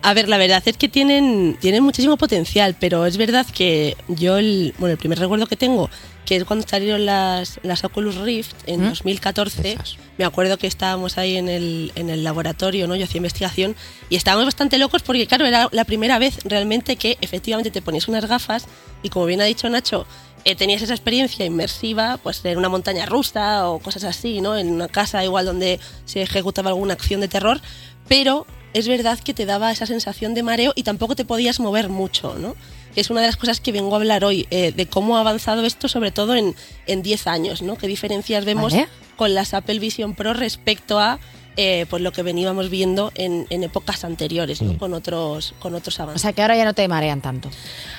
S15: A ver, la verdad es que tienen, tienen muchísimo potencial, pero es verdad que yo, el, bueno, el primer recuerdo que tengo, que es cuando salieron las, las Oculus Rift en
S1: ¿Mm?
S15: 2014, me acuerdo que estábamos ahí en el, en el laboratorio, ¿no? Yo hacía investigación y estábamos bastante locos porque, claro, era la primera vez realmente que efectivamente te ponías unas gafas y, como bien ha dicho Nacho, eh, tenías esa experiencia inmersiva, pues en una montaña rusa o cosas así, ¿no? En una casa igual donde se ejecutaba alguna acción de terror, pero es verdad que te daba esa sensación de mareo y tampoco te podías mover mucho, ¿no? Que es una de las cosas que vengo a hablar hoy, eh, de cómo ha avanzado esto, sobre todo en en 10 años, ¿no? ¿Qué diferencias vemos
S1: Vale.
S15: con las Apple Vision Pro respecto a eh, pues lo que veníamos viendo en, en épocas anteriores, ¿no? Con otros, con otros
S1: O
S15: avances.
S1: sea, que ahora ya no te marean tanto.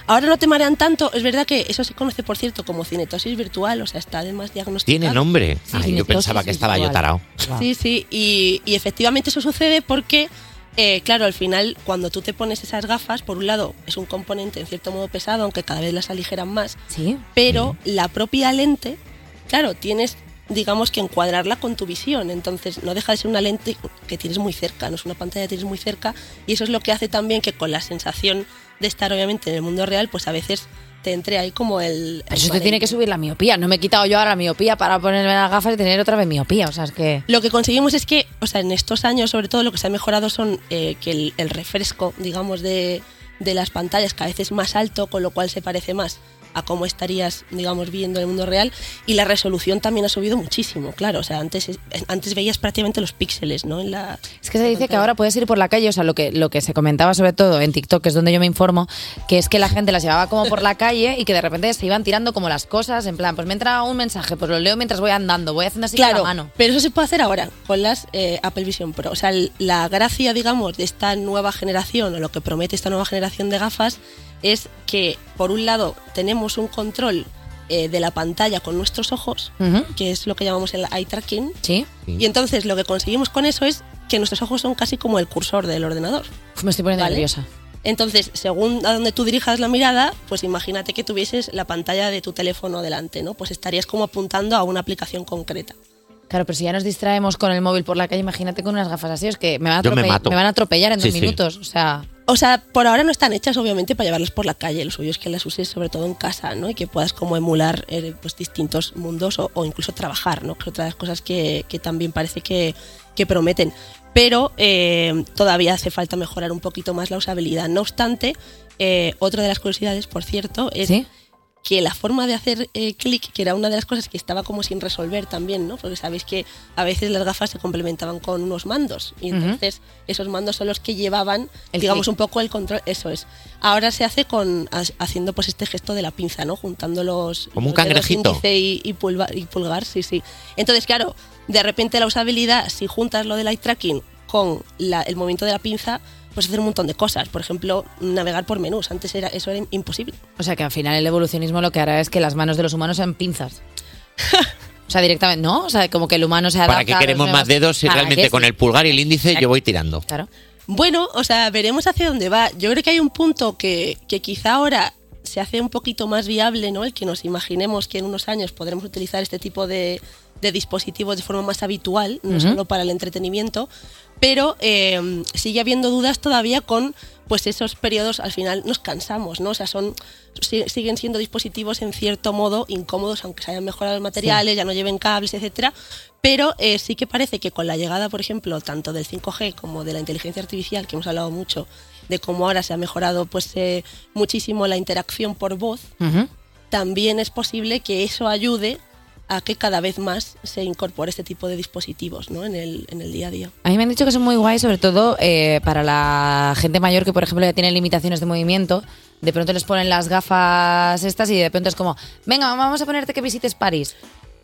S15: Ahora no te marean tanto, es verdad que eso se conoce, por cierto, como cinetosis virtual, o sea, está además diagnosticado.
S5: Tiene nombre.
S15: Pues Sí,
S5: Ay, yo
S15: cinetosis
S5: pensaba que estaba yo
S15: visual.
S5: tarao.
S15: Sí, sí, y, y efectivamente eso sucede porque, eh, claro, al final cuando tú te pones esas gafas, por un lado es un componente en cierto modo pesado, aunque cada vez las aligeran más, pero la propia lente, claro, tienes digamos que encuadrarla con tu visión, entonces no deja de ser una lente que tienes muy cerca, no es una pantalla que tienes muy cerca y eso es lo que hace también que con la sensación de estar obviamente en el mundo real, pues a veces te entre ahí como el... el
S1: Pues Eso te
S15: mareo.
S1: tiene que subir la miopía. No me he quitado yo ahora la miopía para ponerme las gafas y tener otra vez miopía. O sea, es que.
S15: Lo que conseguimos es que, o sea, en estos años, sobre todo, lo que se ha mejorado son eh, que el, el refresco, digamos, de, de las pantallas cada vez es más alto, con lo cual se parece más a cómo estarías, digamos, viendo el mundo real. Y la resolución también ha subido muchísimo, claro. O sea, antes, es- antes veías prácticamente los píxeles, ¿no? En la,
S1: Es que se dice que ahora puedes ir por la calle, o sea, lo que, lo que se comentaba sobre todo en TikTok, que es donde yo me informo, que es que la gente las llevaba como por la calle y que de repente se iban tirando como las cosas, en plan, pues me entra un mensaje, pues lo leo mientras voy andando, voy haciendo así
S15: claro,
S1: con la mano.
S15: Pero eso se puede hacer ahora con las eh, Apple Vision Pro. O sea, el- la gracia, digamos, de esta nueva generación o lo que promete esta nueva generación de gafas es que, por un lado, tenemos un control eh, de la pantalla con nuestros ojos,
S1: Ujú.
S15: que es lo que llamamos el eye tracking.
S1: Sí.
S15: Y entonces lo que conseguimos con eso es que nuestros ojos son casi como el cursor del ordenador.
S1: Me estoy poniendo
S15: ¿Vale?
S1: nerviosa.
S15: Entonces, según a donde tú dirijas la mirada, pues imagínate que tuvieses la pantalla de tu teléfono delante, ¿no? Pues estarías como apuntando a una aplicación concreta.
S1: Claro, pero si ya nos distraemos con el móvil por la calle, imagínate con unas gafas así, es que me van a,
S15: Yo me
S1: atropellar-
S15: mato.
S1: van a atropellar en
S15: Sí,
S1: dos
S15: sí.
S1: minutos. O sea,
S15: O sea, por ahora no están hechas obviamente para llevarlas por la calle, lo suyo es que las uses sobre todo en casa, ¿no? Y que puedas como emular eh, pues, distintos mundos o, o incluso trabajar, ¿no? Que es otra de las cosas que, que también parece que, que prometen. Pero eh, todavía hace falta mejorar un poquito más la usabilidad. No obstante, eh, otra de las curiosidades, por cierto, es que la forma de hacer eh, clic, que era una de las cosas que estaba como sin resolver también, ¿no? Porque sabéis que a veces las gafas se complementaban con unos mandos y
S1: Ujú.
S15: entonces esos mandos son los que llevaban,
S1: El
S15: digamos,
S1: clic.
S15: un poco el control. Eso es. Ahora se hace con ha- haciendo pues este gesto de la pinza, ¿no? Juntando los
S5: Como un
S15: los dedos
S5: cangrejito.
S15: índice y, y pulva- y pulgar, sí, sí. Entonces, claro, de repente la usabilidad, si juntas lo del eye tracking con la- el movimiento de la pinza, puedes hacer un montón de cosas. Por ejemplo, navegar por menús. Antes era eso era imposible.
S1: o sea que al final el evolucionismo lo que hará es que las manos de los humanos sean pinzas. O sea, directamente, ¿no? O sea, como que el humano se adapta
S5: ¿Para qué
S1: a los
S5: queremos
S1: nuevos-
S5: más dedos si
S1: ¿Para
S5: realmente
S1: qué?
S5: con el pulgar y el índice yo voy tirando?
S1: Claro.
S15: Bueno, o sea, veremos hacia dónde va. Yo creo que hay un punto que, que quizá ahora se hace un poquito más viable, ¿no? El que nos imaginemos que en unos años podremos utilizar este tipo de, de dispositivos de forma más habitual, no
S1: Ujú.
S15: solo para el entretenimiento, pero eh, sigue habiendo dudas todavía con pues esos periodos al final nos cansamos, ¿no? O sea, son si- siguen siendo dispositivos en cierto modo incómodos, aunque se hayan mejorado los materiales, ya no lleven cables, etcétera, pero eh, sí que parece que con la llegada, por ejemplo, tanto del 5G como de la inteligencia artificial, que hemos hablado mucho de cómo ahora se ha mejorado pues eh, muchísimo la interacción por voz, también es posible que eso ayude a que cada vez más se incorpore este tipo de dispositivos ¿no? en, el, en el día a día.
S1: A mí me han dicho que son muy guay, sobre todo eh, para la gente mayor que, por ejemplo, ya tiene limitaciones de movimiento. De pronto les ponen las gafas estas y de pronto es como, venga, mamá, vamos a ponerte que visites París.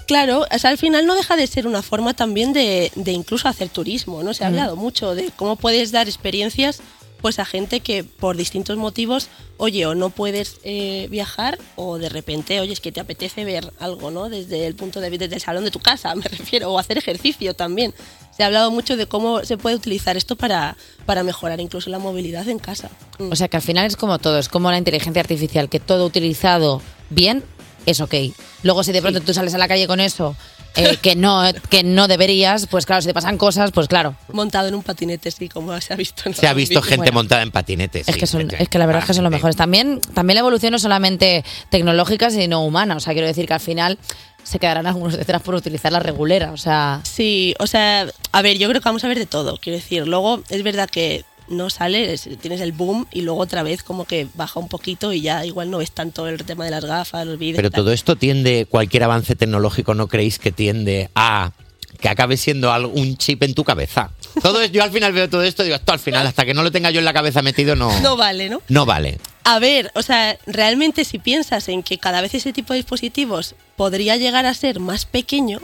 S15: Claro, o sea, al final no deja de ser una forma también de, de incluso hacer turismo, ¿no? Se ha
S1: Ujú.
S15: hablado mucho de cómo puedes dar experiencias pues a gente que por distintos motivos, oye, o no puedes eh, viajar o de repente, oye, es que te apetece ver algo, ¿no? Desde el punto de vista del salón de tu casa, me refiero, o hacer ejercicio también. Se ha hablado mucho de cómo se puede utilizar esto para, para mejorar incluso la movilidad en casa.
S1: O sea que al final es como todo, es como la inteligencia artificial, que todo utilizado bien es ok. Luego si de pronto tú sales a la calle con eso, eh, que, no, que no deberías, pues claro, si te pasan cosas, pues claro.
S15: Montado en un patinete, sí, como se ha visto. En
S5: Se ha
S15: algún
S5: visto
S15: vídeo.
S5: gente
S15: Bueno.
S5: montada en patinetes.
S1: Es
S5: sí,
S1: que, son,
S5: gente.
S1: es que la verdad es que son los
S5: Ah, eh.
S1: mejores. También, también la evolución no es solamente tecnológica, sino humana. O sea, quiero decir que al final se quedarán algunos detrás por utilizar la regulera. O sea,
S15: Sí, o sea, a ver, yo creo que vamos a ver de todo, quiero decir. Luego es verdad que no sale, es- tienes el boom y luego otra vez como que baja un poquito y ya igual no ves tanto el tema de las gafas, los vídeos.
S5: Pero
S15: y tal.
S5: todo esto tiende, cualquier avance tecnológico, ¿no creéis que tiende a que acabe siendo algo- un chip en tu cabeza? Todo es- yo al final veo todo esto y digo, esto al final, hasta que no lo tenga yo en la cabeza metido, no,
S15: No vale, ¿no?
S5: no vale.
S15: A ver, o sea, realmente si piensas en que cada vez ese tipo de dispositivos podría llegar a ser más pequeño,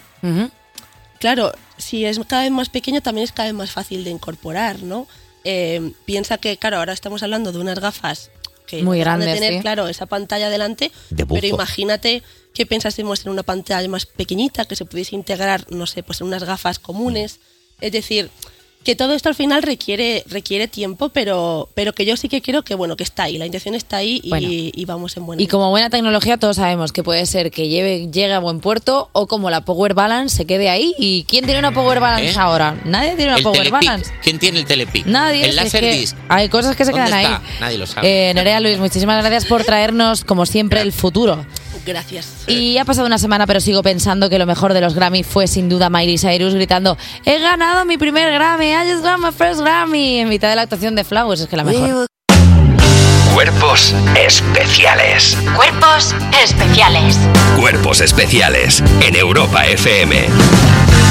S15: Claro, si es cada vez más pequeño también es cada vez más fácil de incorporar, ¿no? Eh, piensa que, claro, ahora estamos hablando de unas gafas que
S1: Muy
S15: dejan de
S1: grandes,
S15: tener,
S1: sí.
S15: claro, esa pantalla delante,
S1: bufo.
S15: pero imagínate que pensásemos en una pantalla más pequeñita que se pudiese integrar, no sé, pues en unas gafas comunes. Es decir, que todo esto al final requiere, requiere tiempo, pero, pero que yo sí que creo que, bueno, que está ahí, la intención está ahí y,
S1: Bueno.
S15: y vamos en buena
S1: y como buena tecnología todos sabemos que puede ser que lleve, llegue a buen puerto o como la Power Balance se quede ahí. ¿Y quién tiene una Power Balance
S5: ¿Eh?
S1: ahora? Nadie tiene una
S5: El
S1: Power
S5: telepic.
S1: Balance.
S5: ¿Quién tiene el telepic?
S1: Nadie.
S5: El
S1: si es
S5: láser
S1: que
S5: disc.
S1: Hay cosas que se
S5: ¿Dónde
S1: quedan ahí.
S5: está? Nadie lo sabe.
S1: Eh, Nerea Luis, muchísimas gracias por traernos, como siempre, el futuro.
S15: Gracias.
S1: Y ha pasado una semana, pero sigo pensando que lo mejor de los Grammy fue sin duda Miley Cyrus gritando: He ganado mi primer Grammy, I just got my first Grammy, en mitad de la actuación de Flowers, es que la mejor.
S7: Cuerpos especiales.
S8: Cuerpos especiales.
S7: Cuerpos especiales en Europa FM.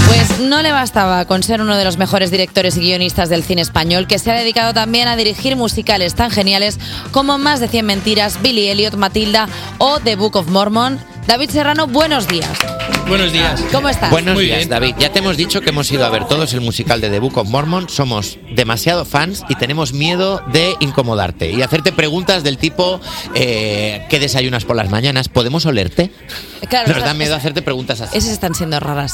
S1: Pues no le bastaba con ser uno de los mejores directores y guionistas del cine español, que se ha dedicado también a dirigir musicales tan geniales como Más de 100 Mentiras, Billy Elliot, Matilda o The Book of Mormon. David Serrano, buenos días.
S5: Buenos días.
S1: ¿Cómo estás?
S5: Buenos días, David. Ya te hemos dicho que hemos ido a ver todos el musical de The Book of Mormon. Somos demasiado fans y tenemos miedo de incomodarte y hacerte preguntas del tipo eh, ¿qué desayunas por las mañanas? ¿Podemos olerte?
S1: Claro,
S5: Nos
S1: esas-
S5: da miedo hacerte preguntas así.
S1: Esas están siendo raras.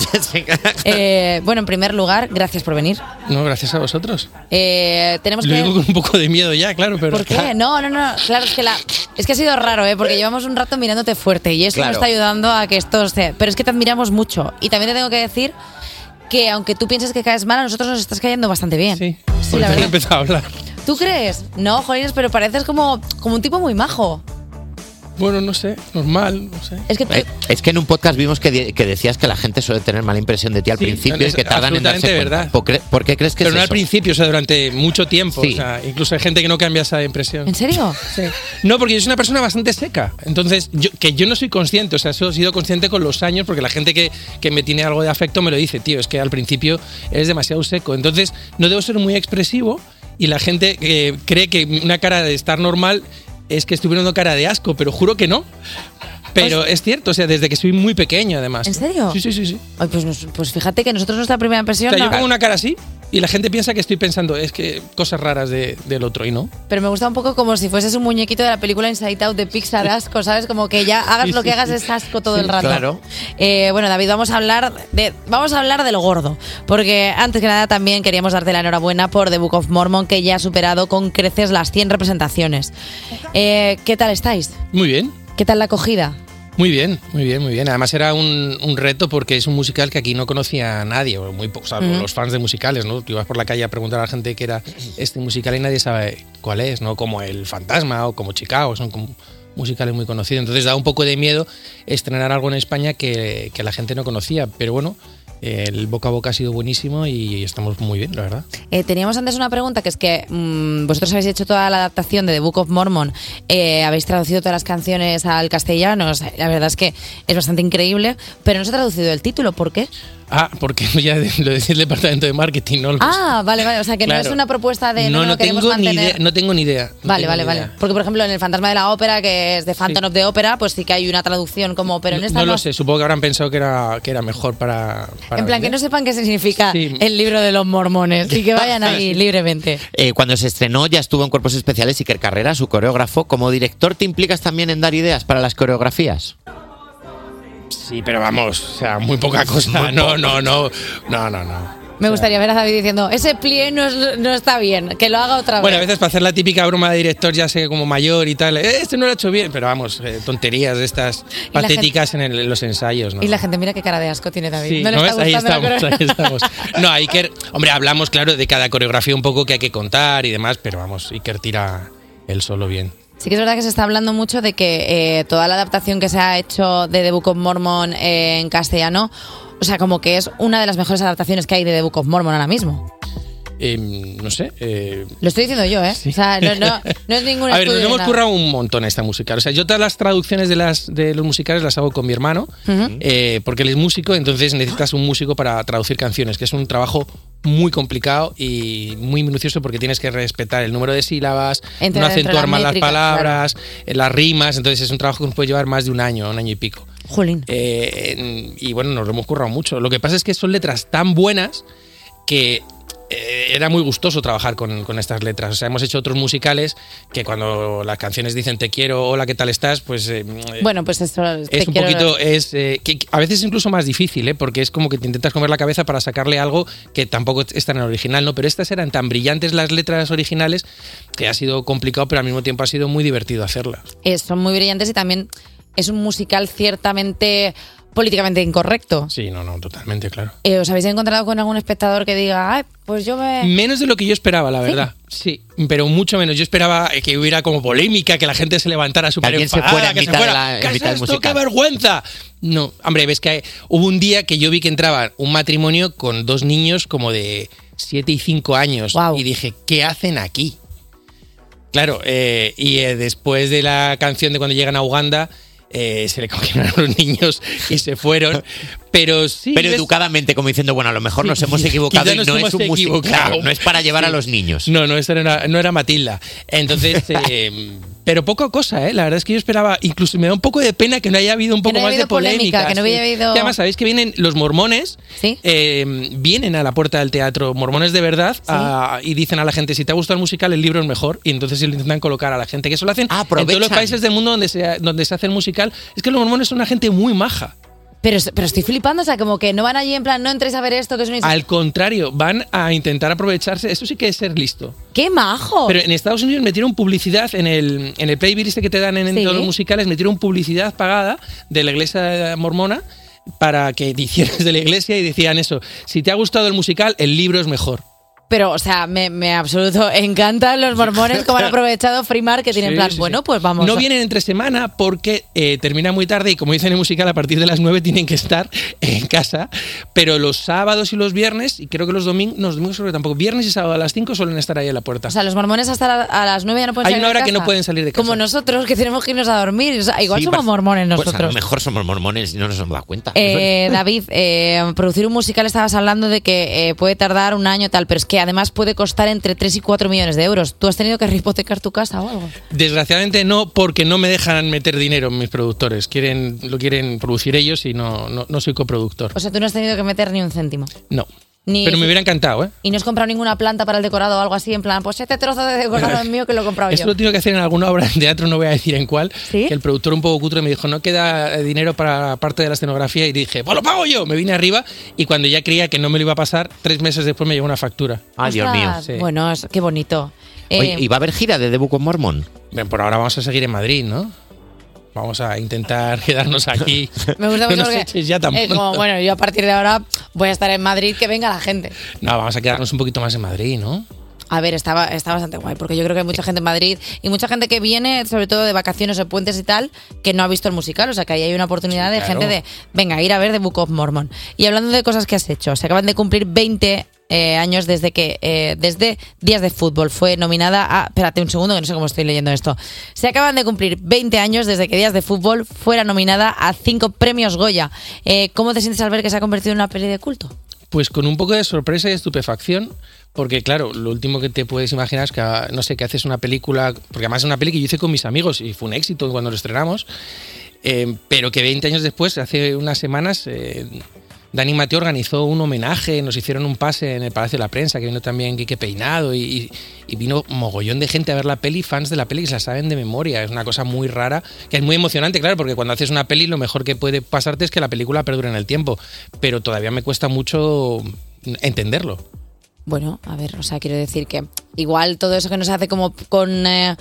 S1: Eh, bueno, en primer lugar, gracias por venir.
S9: No, gracias a vosotros.
S1: Eh, tenemos
S9: Lo
S1: que...
S9: digo con un poco de miedo ya, claro, pero.
S1: ¿Por qué? No, no, no. Claro, es que, la, es que ha sido raro, ¿eh? Porque llevamos un rato mirándote fuerte y eso
S9: Claro.
S1: nos está ayudando a que esto esté. Pero es que te admiramos mucho. Y también te tengo que decir que, aunque tú pienses que caes mal, a nosotros nos estás cayendo bastante bien. Sí,
S9: Porque
S1: la
S9: han
S1: verdad.
S9: empezado a hablar.
S1: ¿Tú crees? No, Jolines, pero pareces como, como un tipo muy majo.
S9: Bueno, no sé, normal, no sé.
S1: Es que tú-
S5: Eh, Es que en un podcast vimos que, di- que decías que la gente suele tener mala impresión de ti al
S9: Sí,
S5: principio y
S9: es
S5: que tardan en darse
S9: absolutamente
S5: cuenta.
S9: verdad.
S5: ¿Por, cre- por qué crees que
S9: Pero
S5: es
S9: no al
S5: eso?
S9: principio, o sea, durante mucho tiempo.
S5: Sí.
S9: O sea, incluso hay gente que no cambia esa impresión.
S1: ¿En serio?
S9: No, porque yo soy una persona bastante seca. Entonces, yo, que yo no soy consciente, o sea, eso he sido consciente con los años, porque la gente que, que me tiene algo de afecto me lo dice, tío, es que al principio eres demasiado seco. Entonces, no debo ser muy expresivo y la gente eh, cree que una cara de estar normal es que estoy poniendo cara de asco, pero juro que no. Pero es cierto, o sea, desde que soy muy pequeño, además.
S1: Pues ¿En serio?
S9: Sí, sí, sí. sí.
S1: Ay, pues, nos- pues fíjate que nosotros nuestra primera
S9: O
S1: impresión...
S9: sea, yo
S1: no-
S9: pongo una cara así y la gente piensa que estoy pensando, es que cosas raras de- del otro y no.
S1: Pero me gusta un poco como si fueses un muñequito de la película Inside Out de Pixar Asco, ¿sabes? Como que ya hagas
S9: Sí,
S1: lo que
S9: sí,
S1: hagas
S9: sí.
S1: es asco todo el
S9: Sí,
S1: rato.
S9: claro.
S1: Eh, bueno, David, vamos a hablar de vamos a hablar de lo gordo, porque antes que nada también queríamos darte la enhorabuena por The Book of Mormon que ya ha superado con creces las 100 representaciones. Eh, ¿qué tal estáis?
S9: Muy bien.
S1: ¿Qué tal la acogida?
S9: Muy bien, muy bien, muy bien. Además era un, un reto porque es un musical que aquí no conocía nadie, o muy pocos, salvo
S1: Ujú.
S9: los fans de musicales, ¿no? Tú ibas por la calle a preguntar a la gente qué era este musical y nadie sabe cuál es, ¿no? Como El Fantasma o como Chicago, son como musicales muy conocidos. Entonces da un poco de miedo estrenar algo en España que, que la gente no conocía, pero bueno, el boca a boca ha sido buenísimo y estamos muy bien, la verdad.
S1: Eh, teníamos antes una pregunta que es que mm, vosotros habéis hecho toda la adaptación de The Book of Mormon, eh, habéis traducido todas las canciones al castellano, o sea, la verdad es que es bastante increíble, pero no se ha traducido el título, ¿por qué?
S9: Ah, porque ya lo decía el departamento de marketing, ¿no? Los-
S1: Ah, vale, vale, o sea que
S9: Claro.
S1: no es una propuesta de no, no, lo queremos
S9: tengo ni
S1: mantener.
S9: idea, no tengo ni idea. no
S1: Vale,
S9: tengo
S1: vale,
S9: ni
S1: vale.
S9: idea.
S1: Porque, por ejemplo, en El Fantasma de la Ópera, que es de Phantom of the Opera, pues sí que hay una traducción como, pero en
S9: No,
S1: esta
S9: lo sé, supongo que habrán pensado que era, que era mejor para, para
S1: En plan, que no
S9: vender.
S1: sepan qué significa
S9: Sí.
S1: el libro de los mormones y que vayan ahí libremente.
S5: Eh, cuando se estrenó ya estuvo en Cuerpos Especiales Iker Carrera, su coreógrafo. Como director, ¿te implicas también en dar ideas para las coreografías?
S9: Sí, pero vamos, o sea, muy poca cosa. no, no, no, no, no, no.
S1: Me gustaría ver a David diciendo, ese plie no, es- no está bien, que lo haga otra
S9: Bueno, a
S1: vez.
S9: veces para hacer la típica broma de director, ya sé, como mayor y tal, "Eh, este no lo ha hecho bien, pero vamos, eh, tonterías de estas
S1: la
S9: patéticas en, el- en los ensayos, ¿no?
S1: Y la gente, mira qué cara de asco tiene David.
S9: Sí,
S1: no le
S9: ¿no
S1: está
S9: ves? Ahí
S1: gustando la
S9: estamos, ahí
S1: coreo-
S9: estamos. No, a Iker, hombre, hablamos, claro, de cada coreografía un poco que hay que contar y demás, pero vamos, Iker tira él solo bien.
S1: Sí que es verdad que se está hablando mucho de que eh, toda la adaptación que se ha hecho de The Book of Mormon eh, en castellano, o sea, como que es una de las mejores adaptaciones que hay de The Book of Mormon ahora mismo.
S9: Eh, no sé. eh,
S1: Lo estoy diciendo yo, ¿eh? O sea, no, no- no es ningún
S9: A ver, nos
S1: estudio ni
S9: hemos
S1: nada.
S9: currado un montón esta musical. O sea, yo todas las traducciones de, las, de los musicales las hago con mi hermano,
S1: Ujú.
S9: eh, porque él es músico, entonces necesitas un músico para traducir canciones, que es un trabajo muy complicado y muy minucioso porque tienes que respetar el número de sílabas,
S1: Entrar
S9: no
S1: dentro de
S9: acentuar
S1: las
S9: mal las
S1: métricas,
S9: palabras, eh, las rimas, entonces es un trabajo que nos puede llevar más de un año, un año y pico.
S1: Jolín.
S9: Eh, en- y bueno, nos lo hemos currado mucho. Lo que pasa es que son letras tan buenas que eh, era muy gustoso trabajar con, con estas letras. O sea, hemos hecho otros musicales que cuando las canciones dicen te quiero, hola, ¿qué tal estás? Pues eh,
S1: Bueno, pues eso. te
S9: es un
S1: quiero-
S9: poquito, es, eh, que, que a veces es incluso más difícil, ¿eh? porque es como que te intentas comer la cabeza para sacarle algo que tampoco está en el original, ¿no? Pero estas eran tan brillantes las letras originales que ha sido complicado, pero al mismo tiempo ha sido muy divertido hacerlas.
S1: Eh, son muy brillantes y también es un musical ciertamente políticamente incorrecto.
S9: Sí, no, no, totalmente, claro.
S1: Eh, ¿Os habéis encontrado con algún espectador que diga, ay, pues yo me...
S9: Menos de lo que yo esperaba, la verdad. Sí, pero mucho menos. Yo esperaba eh, que hubiera como polémica, que la gente se levantara súper
S5: alguien se
S9: enfadada,
S5: fuera en
S9: que
S5: mitad de la- en
S9: ¿Qué es
S5: mitad del
S9: esto? ¡Qué
S5: musical".
S9: vergüenza! No, hombre, ves que eh, hubo un día que yo vi que entraba un matrimonio con dos niños como de 7 y 5 años y dije, ¿qué hacen aquí? Claro, eh, y eh, después de la canción de cuando llegan a Uganda, eh, se le cogieron a los niños y se fueron. Pero sí.
S5: Pero
S9: ves-
S5: educadamente, como diciendo, bueno, a lo mejor
S9: Sí,
S5: nos hemos
S9: quizá
S5: equivocado y
S9: nos
S5: no es
S9: hemos
S5: un musical,
S9: equivocado.
S5: no es para llevar a
S9: Sí.
S5: los niños.
S9: No, no, esa era, no era Matilda. Entonces, eh, pero poca cosa, ¿eh? La verdad es que yo esperaba, incluso me da un poco de pena que no haya habido un poco
S1: no haya
S9: más de
S1: habido polémica,
S9: polémica.
S1: que no
S9: sí.
S1: haya habido-
S9: Y además, ¿sabéis que vienen los mormones? Em,
S1: Sí.
S9: vienen a la puerta del teatro, mormones de verdad, a- y dicen a la gente, si te ha gustado el musical, el libro es mejor, y entonces lo intentan colocar a la gente, que eso lo hacen en todos los
S5: aprovechan.
S9: países del mundo donde se, donde se hace el musical. Es que los mormones son una gente muy maja.
S1: Pero, pero estoy flipando, o sea, como que no van allí en plan, no entréis a ver esto, que es un...
S9: Al contrario, van a intentar aprovecharse. Eso sí que es ser listo.
S1: ¡Qué majo!
S9: Pero en Estados Unidos metieron publicidad en el, en el playlist este que te dan en, en
S1: Sí.
S9: todos los musicales, metieron publicidad pagada de la iglesia mormona para que te hicieras de la iglesia y decían eso. Si te ha gustado el musical, el libro es mejor.
S1: Pero, o sea, me, me absoluto encantan los mormones como han aprovechado Frimar, que tienen
S9: Sí,
S1: plan,
S9: sí, sí.
S1: bueno, pues vamos.
S9: No
S1: a-
S9: vienen entre semana porque eh, termina muy tarde y como dicen en musical, a partir de las 9 tienen que estar en casa. Pero los sábados y los viernes, y creo que los domingos, no, los domingos creo que tampoco, viernes y sábado a las 5 suelen estar ahí en la puerta.
S1: O sea, los mormones hasta la- a las nueve ya no pueden
S9: Hay
S1: salir
S9: una
S1: de
S9: hora que no
S1: casa.
S9: pueden salir de casa.
S1: Como nosotros, que tenemos que irnos a dormir. O sea, igual
S5: Sí,
S1: somos
S5: pas-
S1: mormones
S5: Pues a lo
S1: nosotros.
S5: mejor somos mormones y no nos hemos dado cuenta.
S9: Pues
S1: Eh, David, eh, producir un musical estabas hablando de que eh, puede tardar un año tal, pero es que además puede costar entre 3 y 4 millones de euros. ¿Tú has tenido que rehipotecar tu casa o algo?
S9: Desgraciadamente no, porque no me dejan meter dinero mis productores. Quieren, lo quieren producir ellos y no, no, no soy coproductor.
S1: O sea, tú no has tenido que meter ni un céntimo.
S9: No.
S1: Ni-
S9: Pero me hubiera encantado, ¿eh?
S1: Y no has comprado ninguna planta para el decorado o algo así, en plan, pues este trozo de decorado es mío que lo he comprado
S9: Eso
S1: yo.
S9: lo tengo que hacer en alguna obra de teatro, no voy a decir en cuál. Que el productor un poco cutre me dijo, no queda eh, dinero para parte de la escenografía y dije, pues lo pago yo. Me vine arriba y cuando ya creía que no me lo iba a pasar, tres meses después me llegó una factura.
S5: Ah, Dios mío.
S1: Ah, Bueno, es- qué bonito. Eh,
S5: Oye, ¿y va a haber gira de The Book of Mormon?
S9: Bien, por ahora vamos a seguir en Madrid, ¿no? Vamos a intentar quedarnos aquí.
S1: Me gusta
S9: No
S1: mucho
S9: nos
S1: porque
S9: echéis ya tan
S1: es como,
S9: pronto.
S1: bueno, yo a partir de ahora voy a estar en Madrid, que venga la gente.
S9: No, vamos a quedarnos un poquito más en Madrid, ¿no?
S1: A ver, estaba, está bastante guay, porque yo creo que hay mucha gente en Madrid y mucha gente que viene, sobre todo de vacaciones o puentes y tal, que no ha visto el musical. O sea, que ahí hay una oportunidad de
S25: claro.
S1: gente de, venga, ir a ver The Book of Mormon. Y hablando de cosas que has hecho, se acaban de cumplir 20 eh, años desde que, eh, desde Días de Fútbol, fue nominada a, espérate un segundo, que no sé cómo estoy leyendo esto. Se acaban de cumplir 20 años desde que Días de Fútbol fuera nominada a cinco premios Goya. Eh, ¿Cómo te sientes al ver que se ha convertido en una peli de culto?
S9: Pues con un poco de sorpresa y estupefacción, porque claro, lo último que te puedes imaginar es que, ah, no sé, que haces una película, porque además es una peli que yo hice con mis amigos y fue un éxito cuando lo estrenamos, eh, pero que 20 años después, hace unas semanas, eh, Dani Mateo organizó un homenaje, nos hicieron un pase en el Palacio de la Prensa, que vino también Quique Peinado y- y, y vino mogollón de gente a ver la peli, fans de la peli que se la saben de memoria. Es una cosa muy rara, que es muy emocionante, claro, porque cuando haces una peli lo mejor que puede pasarte es que la película perdure en el tiempo, pero todavía me cuesta mucho entenderlo.
S1: Bueno, a ver, o sea, quiero decir que igual todo eso que nos hace como con, eh,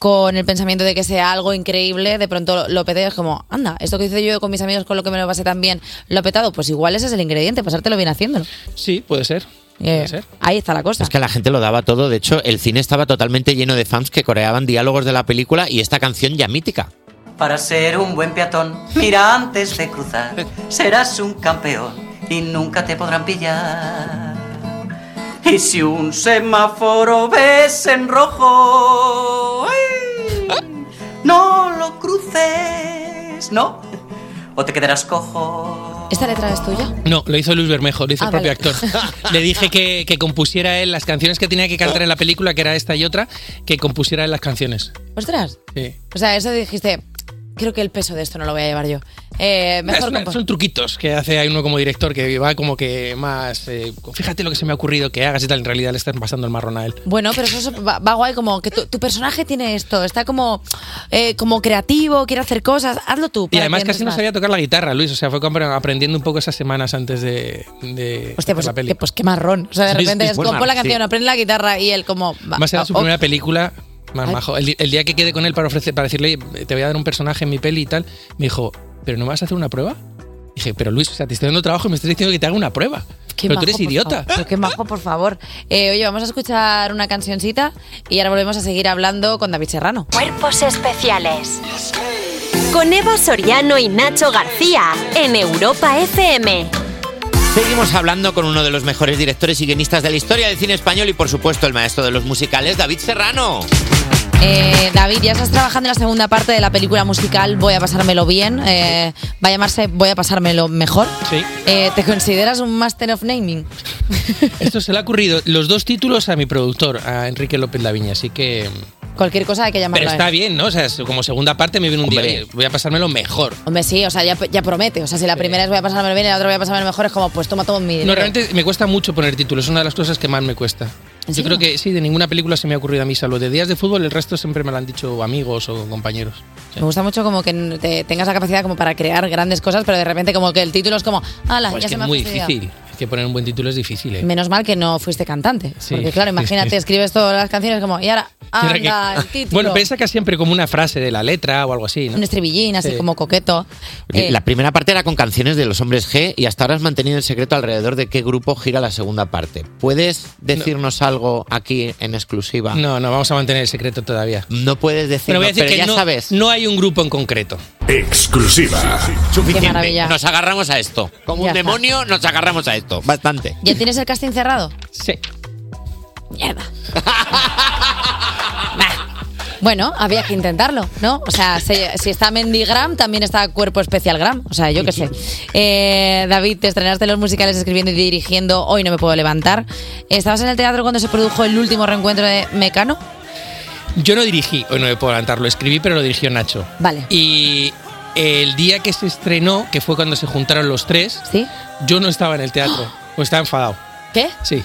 S1: con el pensamiento de que sea algo increíble, de pronto lo peteas como, anda, esto que hice yo con mis amigos con lo que me lo pasé tan bien, lo he petado, pues igual ese es el ingrediente, pasártelo bien haciéndolo.
S9: Sí, puede ser.
S1: Eh, Ahí está la cosa.
S5: Es que la gente lo daba todo. De hecho, el cine estaba totalmente lleno de fans que coreaban diálogos de la película y esta canción ya mítica.
S16: Para ser un buen peatón, mira antes de cruzar. Serás un campeón y nunca te podrán pillar. Y si un semáforo ves en rojo, ¡ay! no lo cruces, ¿no? O te quedarás cojo.
S1: ¿Esta letra es tuya?
S9: No, lo hizo Luis Bermejo, lo hizo
S1: Ah,
S9: el propio
S1: vale.
S9: actor. Le dije que, que compusiera él las canciones que tenía que cantar en la película, que era esta y otra, que compusiera él las canciones.
S1: Ostras.
S9: Sí.
S1: O sea, eso dijiste, creo que el peso de esto no lo voy a llevar yo. Eh,
S9: Es
S1: mejor
S9: una-
S1: compo-
S9: son truquitos que hace hay uno como director que va como que más eh, fíjate lo que se me ha ocurrido que hagas y tal en realidad le están pasando el marrón a él
S1: Bueno, pero eso es- va, va guay, como que tu, tu personaje tiene esto, está como, eh, como creativo, quiere hacer cosas, hazlo tú.
S9: y
S1: para
S9: además
S1: que
S9: casi
S1: entres
S9: no
S1: más.
S9: sabía tocar la guitarra Luis o sea fue como aprendiendo un poco esas semanas antes de, de
S1: Hostia,
S9: hacer la peli
S1: pues qué marrón o sea de
S9: Sí, sí,
S1: repente
S9: sí,
S1: es
S9: fue
S1: como
S9: marrón,
S1: pon la
S9: sí.
S1: canción aprende la guitarra y él como va,
S9: más era
S1: oh,
S9: su
S1: oh.
S9: primera película más
S1: Ay.
S9: majo el, di- el día que quedé con él para ofrecer para decirle "Oye, te voy a dar un personaje en mi peli y tal me dijo pero no me vas a hacer una prueba dije pero Luis o sea te estoy dando trabajo y me estás diciendo que te haga una prueba
S1: Qué
S9: pero
S1: majo,
S9: tú eres
S1: por
S9: idiota
S1: favor. Pero qué majo, por favor. Eh, oye, vamos a escuchar una cancioncita y ahora volvemos a seguir hablando con David Serrano.
S8: Cuerpos especiales. Con Evo Soriano y Nacho García en Europa FM.
S5: Seguimos hablando con uno de los mejores directores y guionistas de la historia del cine español y, por supuesto, el maestro de los musicales, David Serrano.
S1: Eh, David, ya estás trabajando en la segunda parte de la película musical Voy a pasármelo bien. eh, va a llamarse Voy a pasármelo mejor.
S9: sí
S1: Eh, ¿Te consideras un master of naming?
S9: Esto se le ha ocurrido los dos títulos a mi productor, a Enrique López Laviña, así que.
S1: Cualquier cosa hay que llamarlo. ¿eh?
S9: Pero
S1: a él.
S9: está bien, ¿no? O sea, es como segunda parte me viene un día. "Oye, Voy a pasármelo mejor.
S1: Hombre, sí, o sea, ya, ya promete. O sea, si la primera es voy a pasármelo bien y la otra voy a pasármelo mejor, es como, pues toma todo mi dinero.
S9: No, realmente me cuesta mucho poner títulos, es una de las cosas que más me cuesta. Yo creo que sí, de ninguna película se me ha ocurrido a mí, salvo de días de fútbol, el resto siempre me lo han dicho amigos o compañeros.
S1: Me gusta mucho como que n- te- tengas la capacidad como para crear grandes cosas, pero de repente como que el título es como, ala,
S9: Pues
S1: ya
S9: es que
S1: se me
S9: es
S1: ha
S9: muy
S1: fastidiado".
S9: difícil. Es que poner un buen título es difícil, ¿eh?
S1: Menos mal que no fuiste cantante,
S9: Sí.
S1: porque claro, imagínate, escribes todas las canciones como, y ahora,
S9: Mira que-
S1: anda, Ah, el título.
S9: Bueno, pero esa que siempre como una frase de la letra o algo así, ¿no?
S1: un estribillín así como coqueto. Eh,
S5: La primera parte era con canciones de los hombres G y hasta ahora has mantenido el secreto alrededor de qué grupo gira la segunda parte. ¿Puedes decirnos algo aquí en exclusiva?
S9: No, no, vamos a mantener el secreto todavía.
S5: No puedes decirlo,
S9: voy a decir
S5: pero
S9: que
S5: ya
S9: no,
S5: sabes.
S9: no hay un grupo en concreto.
S5: Exclusiva. Suficiente.
S1: Qué maravilla.
S5: Nos agarramos a esto. Como
S1: Ya
S5: un
S1: está.
S5: demonio, nos agarramos a esto. Bastante.
S1: ¿Ya tienes el casting cerrado?
S9: Sí.
S1: Mierda. Bah. bueno, había que intentarlo, ¿no? O sea, se- si está Mendigram, también está Cuerpo Especial Gram. O sea, yo qué sé. Eh, David, te estrenaste en los musicales escribiendo y dirigiendo Hoy no me puedo levantar. ¿Estabas en el teatro cuando se produjo el último reencuentro de Mecano?
S9: Yo no dirigí, hoy no me puedo adelantar, lo escribí, pero lo dirigió Nacho.
S1: Vale.
S9: Y el día que se estrenó, que fue cuando se juntaron los tres,
S1: ¿Sí?
S9: yo no estaba en el teatro, pues estaba enfadado.
S1: ¿Qué?
S9: Sí.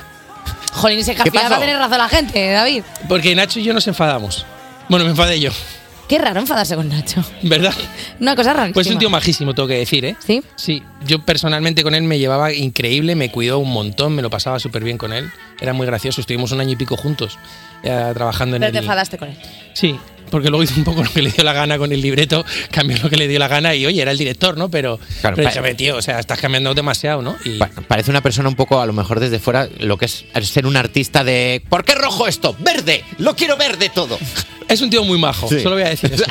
S1: Jolín, ese café va a tener razón la gente, David.
S9: Porque Nacho y yo nos enfadamos. Bueno, me enfadé yo,
S1: Qué raro enfadarse con Nacho.
S9: ¿verdad?
S1: Una cosa rarísima.
S9: Pues es un tío majísimo, tengo que decir, ¿eh?
S1: Sí.
S9: Sí, yo personalmente con él me llevaba increíble, me cuidó un montón, me lo pasaba súper bien con él. Era muy gracioso, estuvimos un año y pico juntos eh, trabajando en
S1: Pero te
S9: el...
S1: enfadaste con él.
S9: Sí, porque luego hizo un poco lo que le dio la gana con el libreto, cambió lo que le dio la gana y oye, era el director, ¿no? Pero,
S5: Claro,
S9: pero
S5: pa-
S9: déjame, tío, o sea, estás cambiando demasiado, ¿no? Y
S5: Pa- Parece una persona un poco, a lo mejor desde fuera, lo que es ser un artista de. ¿Por qué rojo esto? ¡Verde! ¡Lo quiero verde todo!
S9: es un tío muy majo,
S5: Sí.
S9: solo voy a decir eso.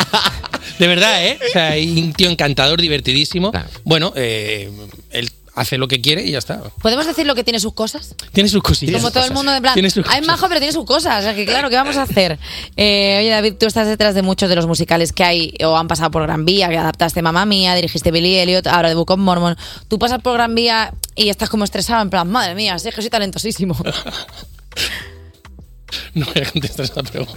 S9: De verdad, ¿eh? O sea, y un tío encantador, divertidísimo. Bueno, eh, él hace lo que quiere y ya está.
S1: ¿Podemos decir lo que tiene sus cosas?
S9: Tiene sus cositas.
S1: Como todo el mundo, de plan,
S9: Tiene sus
S1: hay majo, pero tiene sus cosas. O sea, que claro, ¿qué vamos a hacer? Eh, oye, David, tú estás detrás de muchos de los musicales que hay o han pasado por Gran Vía, que adaptaste Mamá Mía, dirigiste Billy Elliot, ahora de Book of Mormon. Tú pasas por Gran Vía y estás como estresado, en plan, madre mía, si es que soy talentosísimo.
S9: No voy a contestar esa pregunta.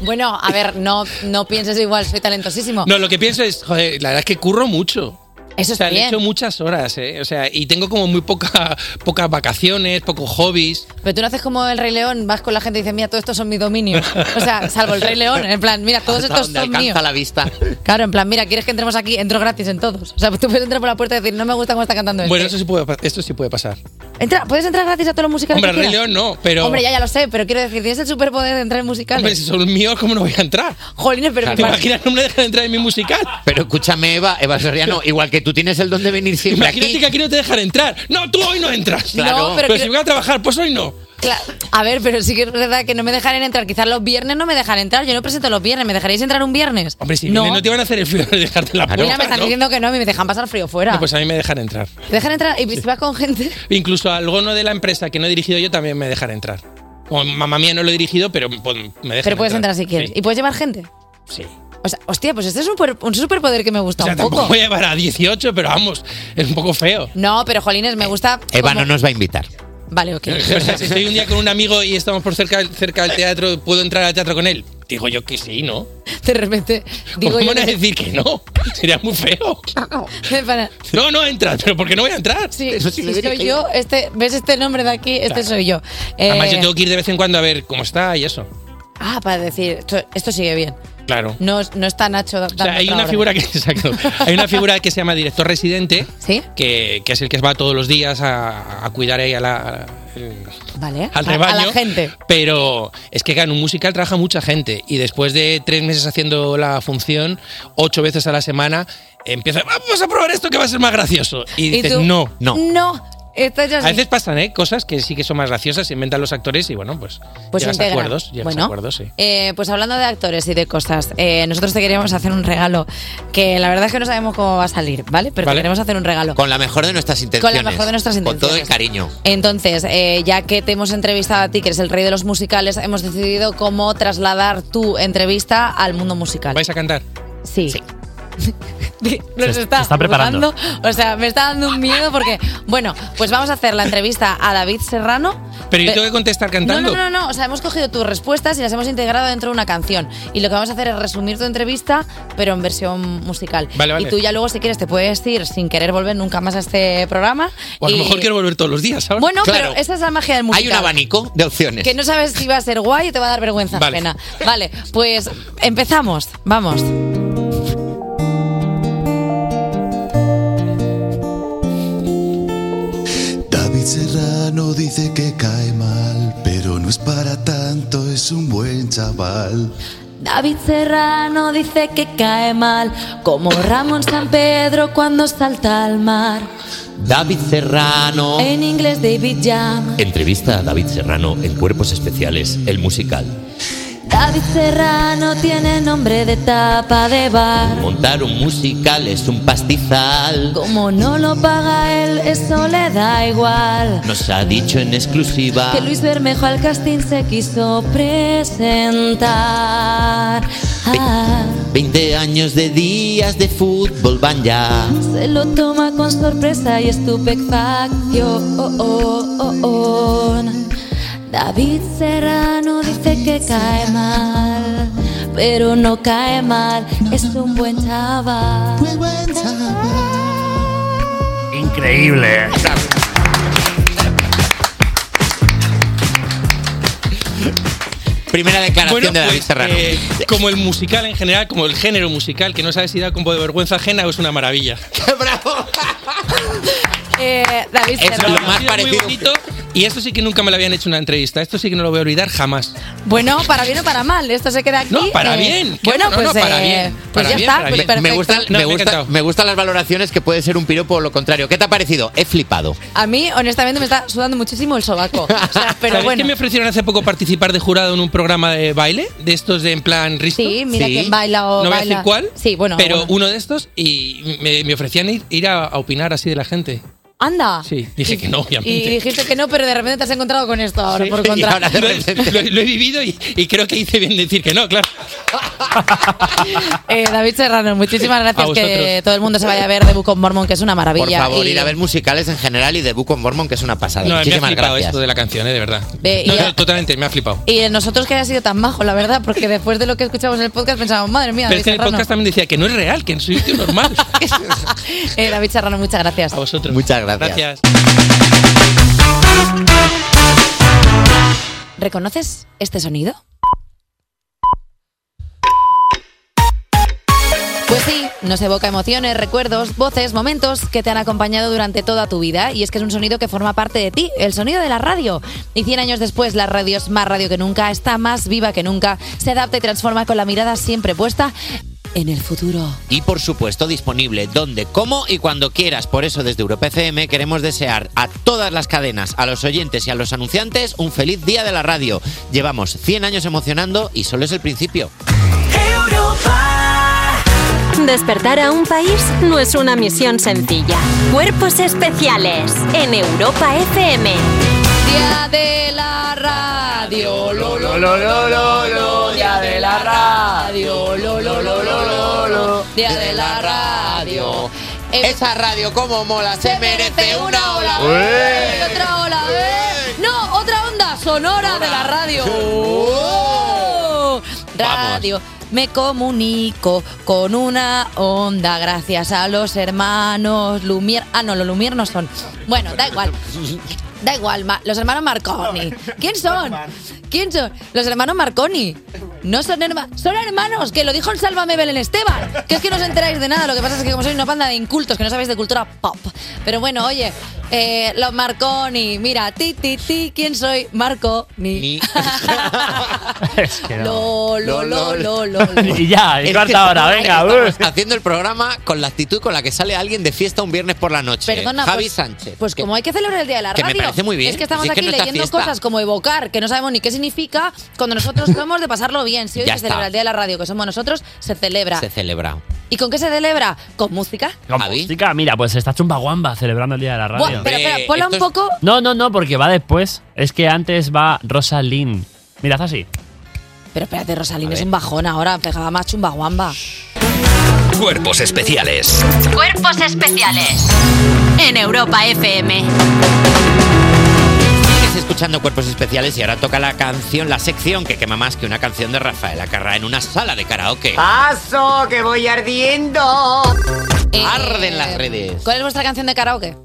S1: bueno, a ver, no, no pienses igual, soy talentosísimo.
S9: No, lo que pienso es, joder, la verdad es que curro mucho.
S1: Oh. Eso
S9: o
S1: está
S9: sea, le
S1: bien.
S9: echo muchas horas, ¿eh? O sea, y tengo como muy poca, pocas vacaciones, pocos hobbies.
S1: Pero tú no haces como el Rey León, vas con la gente y dices, mira, todos estos son mis dominios. O sea, salvo el Rey León, en plan, mira, todos
S5: Hasta
S1: estos
S5: donde
S1: son
S5: alcanza
S1: míos.
S5: la vista.
S1: Claro, en plan, mira, ¿quieres que entremos aquí? Entro gratis en todos. O sea, tú puedes entrar por la puerta y decir, no me gusta cómo está cantando este.
S9: Bueno, eso sí puede, pa- esto sí puede pasar.
S1: Entra- ¿Puedes entrar gratis a todos los musicales
S9: Hombre,
S1: que
S9: al Rey
S1: quieras?
S9: León no, pero.
S1: Hombre, ya, ya lo sé, pero quiero decir, tienes el superpoder de entrar en musicales.
S9: Hombre, si son míos, ¿cómo no voy a entrar?
S1: Jolines, pero me
S9: ¿Te
S1: parece-
S9: imaginas? No me dejan entrar en mi musical.
S5: Pero escúchame, Eva, Eva Soriano, igual que tú tienes el don de venir siempre
S9: Imagínate
S5: aquí.
S9: que aquí no te dejan entrar. No, tú hoy no entras.
S1: Claro. No, pero
S9: si
S1: quiero-
S9: voy a trabajar, pues hoy no.
S1: Cla- a ver, pero sí que es verdad que no me dejarán entrar. Quizás los viernes no me dejan entrar. Yo no presento los viernes. ¿Me dejaréis entrar un viernes?
S9: Hombre, si
S1: no.
S9: vienes, no te van a hacer el frío de dejarte en la puerta.
S1: Mira, me están
S9: ¿no?
S1: diciendo que no, me dejan pasar frío fuera.
S9: No, pues a mí me dejan entrar.
S1: ¿Te dejan entrar? ¿Y si vas con gente?
S9: Incluso al gono de la empresa que no he dirigido yo también me dejan entrar. Como mamá mía no lo he dirigido, pero pues, me dejan
S1: Pero puedes entrar si quieres. ¿Y puedes llevar gente?
S9: Sí. sí.
S1: O sea, hostia, pues este es un, puer- un superpoder que me gusta
S9: O sea,
S1: un poco.
S9: tampoco voy a llevar a 18, pero vamos, es un poco feo.
S1: No, pero Jolines, me gusta.
S9: Eh,
S5: Eva
S1: como-
S5: no nos va a invitar.
S1: Vale, ok.
S9: O sea, si estoy un día con un amigo y estamos por cerca, cerca del teatro, ¿puedo entrar al teatro con él? Digo yo que sí, ¿no?
S1: De repente. Digo
S9: ¿Cómo
S1: yo.
S9: van a decir que no? Sería muy feo.
S1: Para-
S9: No, no entras, pero ¿por qué no voy a entrar?
S1: Sí, si soy yo, este, ¿ves este nombre de aquí? Este
S9: Claro.
S1: soy yo.
S9: Además, yo
S1: Eh,
S9: tengo que ir de vez en cuando a ver cómo está y eso.
S1: Ah, para decir, esto, esto sigue bien.
S9: Claro.
S1: No, no está Nacho dando
S9: O sea, hay
S1: otra
S9: una
S1: orden.
S9: figura que exacto, hay una figura que se llama director residente,
S1: ¿Sí?
S9: que, que es el que va todos los días a, a cuidar ahí a la, a-
S1: Vale.
S9: al
S1: A-
S9: rebaño.
S1: A, la gente.
S9: Pero es que en un musical trabaja mucha gente y después de tres meses haciendo la función, ocho veces a la semana, empieza, vamos a probar esto que va a ser más gracioso. Y dices,
S1: tú,
S9: no, no.
S1: No. Esto ya
S9: A veces pasan ¿eh? cosas que sí que son más graciosas, se inventan los actores y bueno, pues,
S1: Pues
S9: llegas a
S1: integran.
S9: acuerdos. Llegas
S1: Bueno.
S9: a acuerdos, sí.
S1: Eh, pues hablando de actores y de cosas, eh, nosotros te queríamos hacer un regalo que la verdad es que no sabemos cómo va a salir, ¿vale? Pero
S5: Vale.
S1: te queremos hacer un regalo.
S5: Con la mejor de nuestras intenciones.
S1: Con la mejor de nuestras
S5: Con todo el
S1: intenciones.
S5: cariño.
S1: Entonces, eh, ya que te hemos entrevistado a ti, que eres el rey de los musicales, hemos decidido cómo trasladar tu entrevista al mundo musical.
S9: ¿Vais a cantar?
S1: Sí. Nos
S9: Se-
S1: está,
S9: se está preparando.
S1: gustando, O sea, me está dando un miedo porque, bueno, pues vamos a hacer la entrevista a David Serrano.
S9: Pero yo
S1: Pe-
S9: tengo que contestar
S1: No,
S9: cantando.
S1: no, no, no, o sea, hemos cogido tus respuestas y las hemos integrado dentro de una canción. Y lo que vamos a hacer es resumir tu entrevista, pero en versión musical.
S9: Vale, vale.
S1: Y tú ya luego, si quieres, te puedes ir sin querer volver nunca más a este programa.
S9: O a lo
S1: Y-
S9: mejor quiero volver todos los días, ¿sabes?
S1: Bueno, pero esa es la magia del musical.
S5: Hay un abanico de opciones.
S1: Que no sabes si va a ser guay o te va a dar vergüenza
S5: Vale.
S1: ajena. Vale, pues empezamos. Vamos.
S25: David Serrano dice que cae mal, pero no es para tanto, es un buen chaval.
S17: David Serrano dice que cae mal, como Ramón San Pedro cuando salta al mar.
S5: David Serrano.
S17: En inglés David Jam.
S5: Entrevista a David Serrano en Cuerpos Especiales, el musical.
S17: David Serrano tiene nombre de tapa de bar.
S5: Montar un musical es un pastizal.
S17: Como no lo paga él, eso le da igual.
S5: Nos ha dicho en exclusiva.
S17: Que Luis Bermejo al casting se quiso presentar. Ah.
S5: 20 años de días de fútbol van ya.
S17: Se lo toma con sorpresa y Oh, estupefacción. oh. David Serrano dice que cae mal, pero no cae mal, es un buen chaval.
S25: Muy buen chaval.
S7: En
S12: Increíble.
S5: Primera declaración
S9: Bueno,
S5: de David
S9: pues,
S5: Serrano.
S9: eh, como el musical en general, como el género musical, que no sabes si da como de vergüenza ajena o es una maravilla.
S1: Eh, David
S9: Es
S1: Serrano.
S9: lo más parecido. y esto sí que nunca me lo habían hecho en una entrevista. Esto sí que no lo voy a olvidar jamás.
S1: Bueno, para bien o para mal, esto se queda aquí.
S9: No, para
S1: eh,
S9: bien.
S1: Bueno,
S9: No, no,
S1: pues,
S9: para
S1: eh,
S9: bien,
S1: pues
S9: para
S1: ya
S9: bien,
S1: está,
S9: para
S5: Me,
S1: pues
S9: bien.
S1: perfecto.
S5: me gustan, me, gusta- me gustan las valoraciones que puede ser un piropo o lo contrario. ¿Qué te ha parecido? He flipado.
S1: A mí, honestamente, me está sudando muchísimo el sobaco. O sea, pero
S9: ¿Sabéis
S1: bueno.
S9: que me ofrecieron hace poco participar de jurado en un programa de baile? De estos de en plan risto.
S1: Sí, mira quién baila o
S9: No voy a
S1: baila.
S9: decir cuál,
S1: Sí, bueno.
S9: pero
S1: bueno.
S9: uno de estos y me, me ofrecían ir, ir a, a opinar así de la gente.
S1: Anda.
S9: Sí, dije que no, obviamente.
S1: Ah. Y dijiste que no, pero de repente te has encontrado con esto ahora,
S9: Sí,
S1: por
S9: y
S1: contra.
S9: ahora de repente- lo, lo he vivido y, y creo que hice bien decir que no, claro.
S1: Eh, David Serrano, muchísimas
S5: A
S1: gracias.
S5: vosotros.
S1: Que todo el mundo se vaya a ver de Book of Mormon, que es una
S5: Por
S1: maravilla.
S5: favor,
S1: Y-
S5: ir a ver musicales en general y de Book of Mormon, que es una pasada.
S9: No, me ha
S5: Muchísimas
S9: flipado
S5: gracias.
S9: esto de la canción, eh, de verdad.
S1: Ve,
S9: No,
S1: y a-
S9: no, totalmente, me ha flipado.
S1: Y en nosotros que haya sido tan majo, la verdad, porque después de lo que escuchamos en el podcast pensábamos, madre mía,
S9: Pero
S1: David
S9: es que en el
S1: Serrano.
S9: podcast también decía que no es real, que soy un tío normal.
S1: Eh, David Serrano, muchas gracias.
S9: A vosotros.
S5: Muchas gracias.
S9: Gracias.
S1: ¿Reconoces este sonido? Pues sí, nos evoca emociones, recuerdos, voces, momentos que te han acompañado durante toda tu vida y es que es un sonido que forma parte de ti, el sonido de la radio. Y 100 años después, la radio es más radio que nunca, está más viva que nunca, se adapta y transforma con la mirada siempre puesta en el futuro.
S5: Y por supuesto disponible donde, cómo y cuando quieras. Por eso desde Europa FM queremos desear a todas las cadenas, a los oyentes y a los anunciantes un feliz día de la radio. Llevamos 100 años emocionando y solo es el principio.
S8: Despertar a un país no es una misión sencilla. Cuerpos especiales en Europa FM.
S1: Día de la radio, lo, lo,
S8: lo,
S1: lo, lo, lo, día de la radio, lo, lo, lo, lo, lo, lo, día de la radio. Esa radio como mola, se merece una ola.
S5: ¡Eh!
S1: ¡Eh! Otra ola, ¡eh! No, otra onda sonora de la radio. ¡Oh! Radio. Me comunico con una onda gracias a los hermanos Lumier. Ah, no, los Lumier no son. Bueno, da igual. Da igual, ma- los hermanos Marconi. ¿Quién son? ¿Quién son? Los hermanos Marconi. No son hermanos. Son hermanos, que lo dijo el Sálvame Belén Esteban. Que es que no os enteráis de nada. Lo que pasa es que como sois una banda de incultos que no sabéis de cultura pop. Pero bueno, oye, eh, los Marconi. Mira, ti, ti, ti, ¿quién soy? Marconi. Lo, lo, lo, lo, lo, lo.
S5: Y
S4: ya, y cuarta hora, venga,
S1: uh.
S5: Haciendo el programa con la actitud con la que sale alguien de fiesta un viernes por la noche.
S1: Perdona,
S5: Javi
S1: pues-
S5: Sánchez.
S1: Pues como hay que celebrar el Día de la
S5: que me
S1: Radio.
S5: parece muy bien.
S1: Es que estamos
S5: Si es que
S1: aquí
S5: no está
S1: leyendo
S5: fiesta.
S1: cosas como evocar, que no sabemos ni qué significa, cuando nosotros somos de pasarlo bien. Si hoy
S5: Ya
S1: se
S5: está.
S1: celebra el Día de la Radio, que somos nosotros, se celebra.
S5: Se celebra.
S1: ¿Y con qué se celebra? Con música.
S4: Chica, mira, pues está chumba guamba celebrando el Día de la
S1: Buah,
S4: Radio.
S1: pero,
S5: Eh,
S1: pero ponla un poco.
S4: No, no, no, porque va después. Es que antes va Rosalind. Mira, haz así.
S1: Pero espérate, Rosalina, es un bajón ahora, pegaba más chumbaguamba.
S7: Cuerpos especiales.
S8: Cuerpos especiales en Europa FM.
S5: Sigues escuchando Cuerpos Especiales y ahora toca la canción, la sección que quema más que una canción de Rafael Acarra en una sala de karaoke.
S1: Ah.
S18: ¡Paso, que voy ardiendo!
S5: Arden las redes.
S1: Eh, ¿Cuál es vuestra canción de karaoke?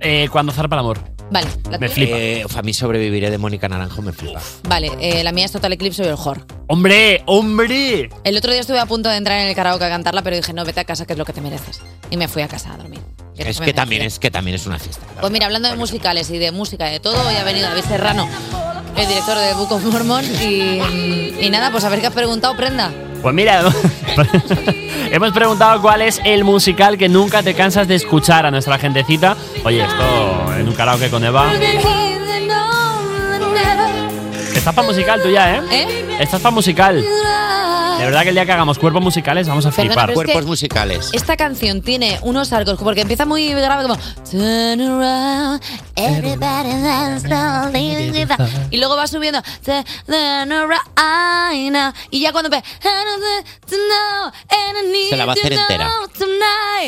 S4: Eh, cuando zarpa el amor.
S1: Vale, la tuya.
S5: Eh, uf, a mí sobreviviré de Mónica Naranjo, me flipa.
S1: Vale, eh, la mía es Total Eclipse y el Jor.
S4: ¡Hombre! ¡Hombre!
S1: El otro día estuve a punto de entrar en el karaoke a cantarla, pero dije, no, vete a casa, que es lo que te mereces. Y me fui a casa a dormir.
S5: Es
S1: me
S5: que también es que también es una fiesta.
S1: Pues mira, hablando de musicales y de música y de todo, hoy ha venido David Serrano, el director de Book of Mormon. Y, y nada, pues a ver qué has preguntado, prenda.
S4: Pues mira, hemos preguntado cuál es el musical que nunca te cansas de escuchar a nuestra gentecita. Oye, esto en un karaoke con Eva. Estás para musical tú ya, ¿eh?
S1: ¿Eh?
S4: Estás para musical. De verdad que el día que hagamos cuerpos musicales vamos a
S1: Perdona,
S4: flipar.
S1: pero es Cuerpos que-
S5: musicales.
S1: Esta canción tiene unos arcos, porque empieza muy grave como Turn around, everybody dance, don't leave me back". Y luego va subiendo Turn around, now". Y ya cuando empieza
S5: Se la va a hacer entera.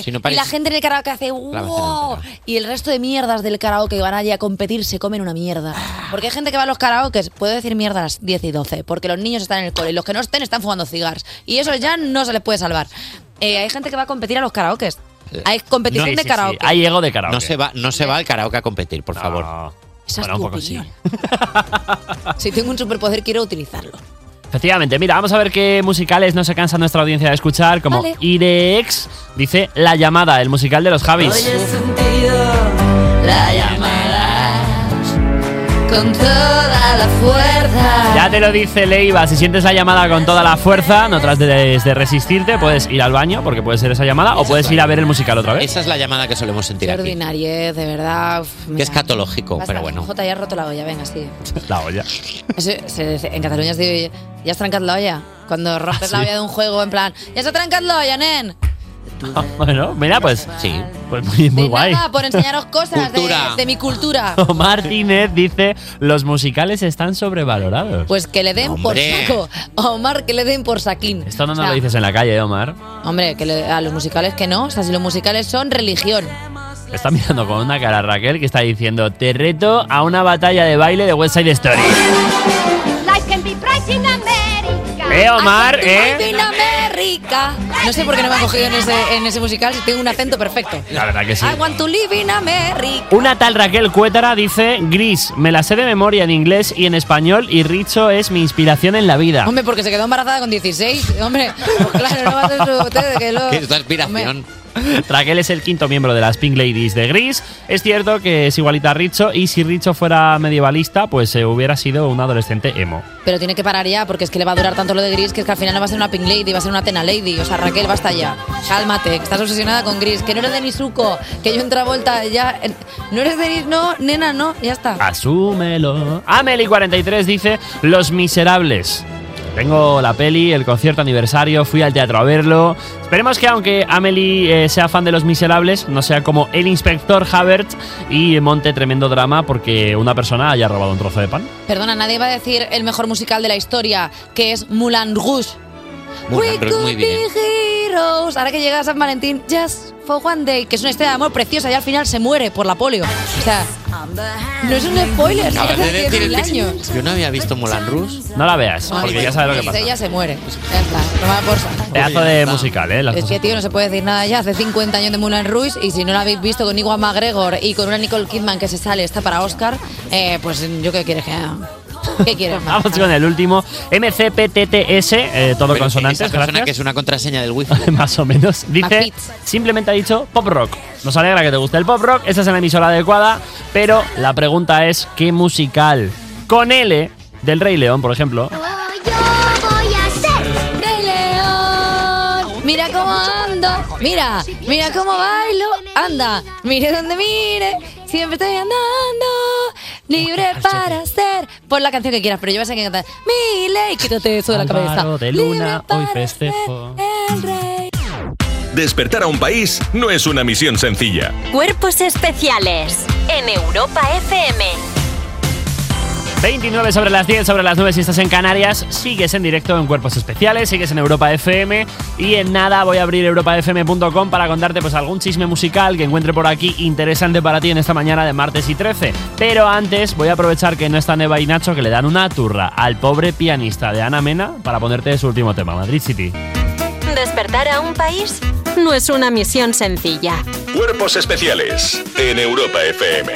S5: Si no
S1: y
S5: parece-
S1: la gente en el karaoke hace
S5: va a hacer
S1: wow. ¡Oh! Y el resto de mierdas del karaoke que van allí a competir se comen una mierda. Porque hay gente que va a los karaokes, puedo decir mierda a las 10 y 12, porque los niños están en el cole y los que no estén están fumando cigars. Y eso ya no se les puede salvar. Eh, hay gente que va a competir a los karaokes. Hay competición de karaoke.
S5: Hay ego de karaoke. No se va, no se va al karaoke a competir, por favor.
S1: Esa es tu opinión. si tengo un superpoder, quiero utilizarlo.
S4: Efectivamente, mira, vamos a ver qué musicales no se cansa nuestra audiencia de escuchar, como
S1: Vale.
S4: Irex dice La llamada, el musical de los
S17: Hoy
S4: Javis.
S17: he sentido la llamada con toda la fuerza.
S4: Ya te lo dice Leiva, si sientes la llamada con toda la fuerza, no trates de, de resistirte, puedes ir al baño, porque puede ser esa llamada, o puedes ir a ver el musical otra vez.
S5: Esa es la llamada que solemos sentir aquí.
S1: Ordinariez, de verdad. uf,
S5: Que
S1: mira.
S5: es catológico,
S1: Basta,
S5: Oh, pero bueno.
S1: J ya ha roto la olla, venga, sigue.
S4: La olla.
S1: Eso se dice- en Cataluña se dice, ya has trancado la olla. Cuando rompes
S4: Ah,
S1: la
S4: sí.
S1: olla de un juego, en plan, ya se ha trancado la olla, nen.
S4: bueno, mira, pues. Sí. Pues muy, muy guay.
S1: Nada, por enseñaros cosas de,
S4: Cultura.
S1: de mi cultura.
S4: Martínez dice: Los musicales están sobrevalorados.
S1: Pues que le den
S4: Hombre.
S1: por saco. Omar, que le den por saquín.
S4: Esto no
S1: O
S4: nos
S1: sea,
S4: lo dices en la calle, ¿eh, Omar.
S1: Hombre, que le- a los musicales que no. O sea, si los musicales son religión.
S4: Está mirando con una cara a Raquel que está diciendo: Te reto a una batalla de baile de West Side Story.
S2: Life can be bright in America.
S4: Eh, Omar,
S1: I
S4: eh.
S1: want to live in America. No sé por qué no me han cogido en ese, en ese musical si tengo un acento perfecto.
S4: La verdad que sí.
S1: I want to live in America.
S4: Una tal Raquel Cuétara dice: Gris, me la sé de memoria en inglés y en español, y Richo es mi inspiración en la vida.
S1: Hombre, porque se quedó embarazada con 16. Hombre, pues claro, no va a ser su usted que lo...
S4: aspiración. Raquel es el quinto miembro de las Pink Ladies de Gris. Es cierto que es igualita a Richo y si Richo fuera medievalista, pues eh, hubiera sido un adolescente emo.
S1: Pero tiene que parar ya, porque es que le va a durar tanto lo de Gris que es que al final no va a ser una Pink Lady, va a ser una Tena Lady. O sea, Raquel, basta ya. Cálmate, que estás obsesionada con Gris. Que no eres de Nisuko, que yo entra vuelta ya... eh, No eres de Gris, no, nena, no, ya está.
S4: Asúmelo. Amelie43 dice Los Miserables. Tengo la peli, el concierto aniversario, fui al teatro a verlo. Esperemos que aunque Amelie eh, sea fan de Los Miserables, no sea como el inspector Habert y monte tremendo drama porque una persona haya robado un trozo de pan.
S1: Perdona, nadie va a decir el mejor musical de la historia, que es Moulin Rouge.
S4: Moulin Rouge, muy bien.
S1: Be heroes. Ahora que llega San Valentín, just for one day, que es una historia de amor preciosa y al final se muere por la polio. O sea, no es un spoiler,
S5: Acabas
S1: es
S5: de
S1: hace
S5: decir el
S1: 10.000 años.
S5: que- Yo no había visto Mulan Rouge.
S4: No la veas,
S1: Ay,
S4: porque ya sabes lo que pasa.
S1: Ella se muere. Ya está, toma por saco.
S4: Pedazo
S5: Pues
S4: de musical, ¿eh? Las
S1: Es que, tío, no se puede decir nada ya. Hace 50 años de Moulin Rouge y si no la habéis visto con Iwan McGregor y con una Nicole Kidman que se sale, está para Oscar, eh, pues yo qué quieres que haga? ¿Qué quieres? más?
S4: Vamos con el último. MCPTTS, eh, todo
S5: Pero
S4: consonantes,
S5: esa persona
S4: gracias.
S5: que es una contraseña del wifi.
S4: Más o menos. Dice, simplemente ha dicho pop rock. Nos alegra que te guste el pop rock, esa es la emisora adecuada, pero la pregunta es, ¿qué musical? Con L, del Rey León, por ejemplo.
S1: voy a ser Rey León. Mira cómo ando, mira, mira cómo bailo, anda, mire donde mire, siempre estoy andando, libre para ser. Pon la canción que quieras, pero yo vas a que cantar Mile y quítate eso de la cabeza.
S4: Álvaro de luna, hoy festejo.
S10: Despertar a un país no es una misión sencilla.
S8: Cuerpos especiales en Europa FM.
S4: 29 sobre las 10, sobre las 9 si estás en Canarias, sigues en directo en Cuerpos Especiales, sigues en Europa FM y en nada voy a abrir europafm.com para contarte pues algún chisme musical que encuentre por aquí interesante para ti en esta mañana de martes y 13. Pero antes voy a aprovechar que no está Neva y Nacho que le dan una turra al pobre pianista de Ana Mena para ponerte su último tema, Madrid City.
S8: Despertar a un país no es una misión sencilla.
S10: Cuerpos especiales en Europa FM.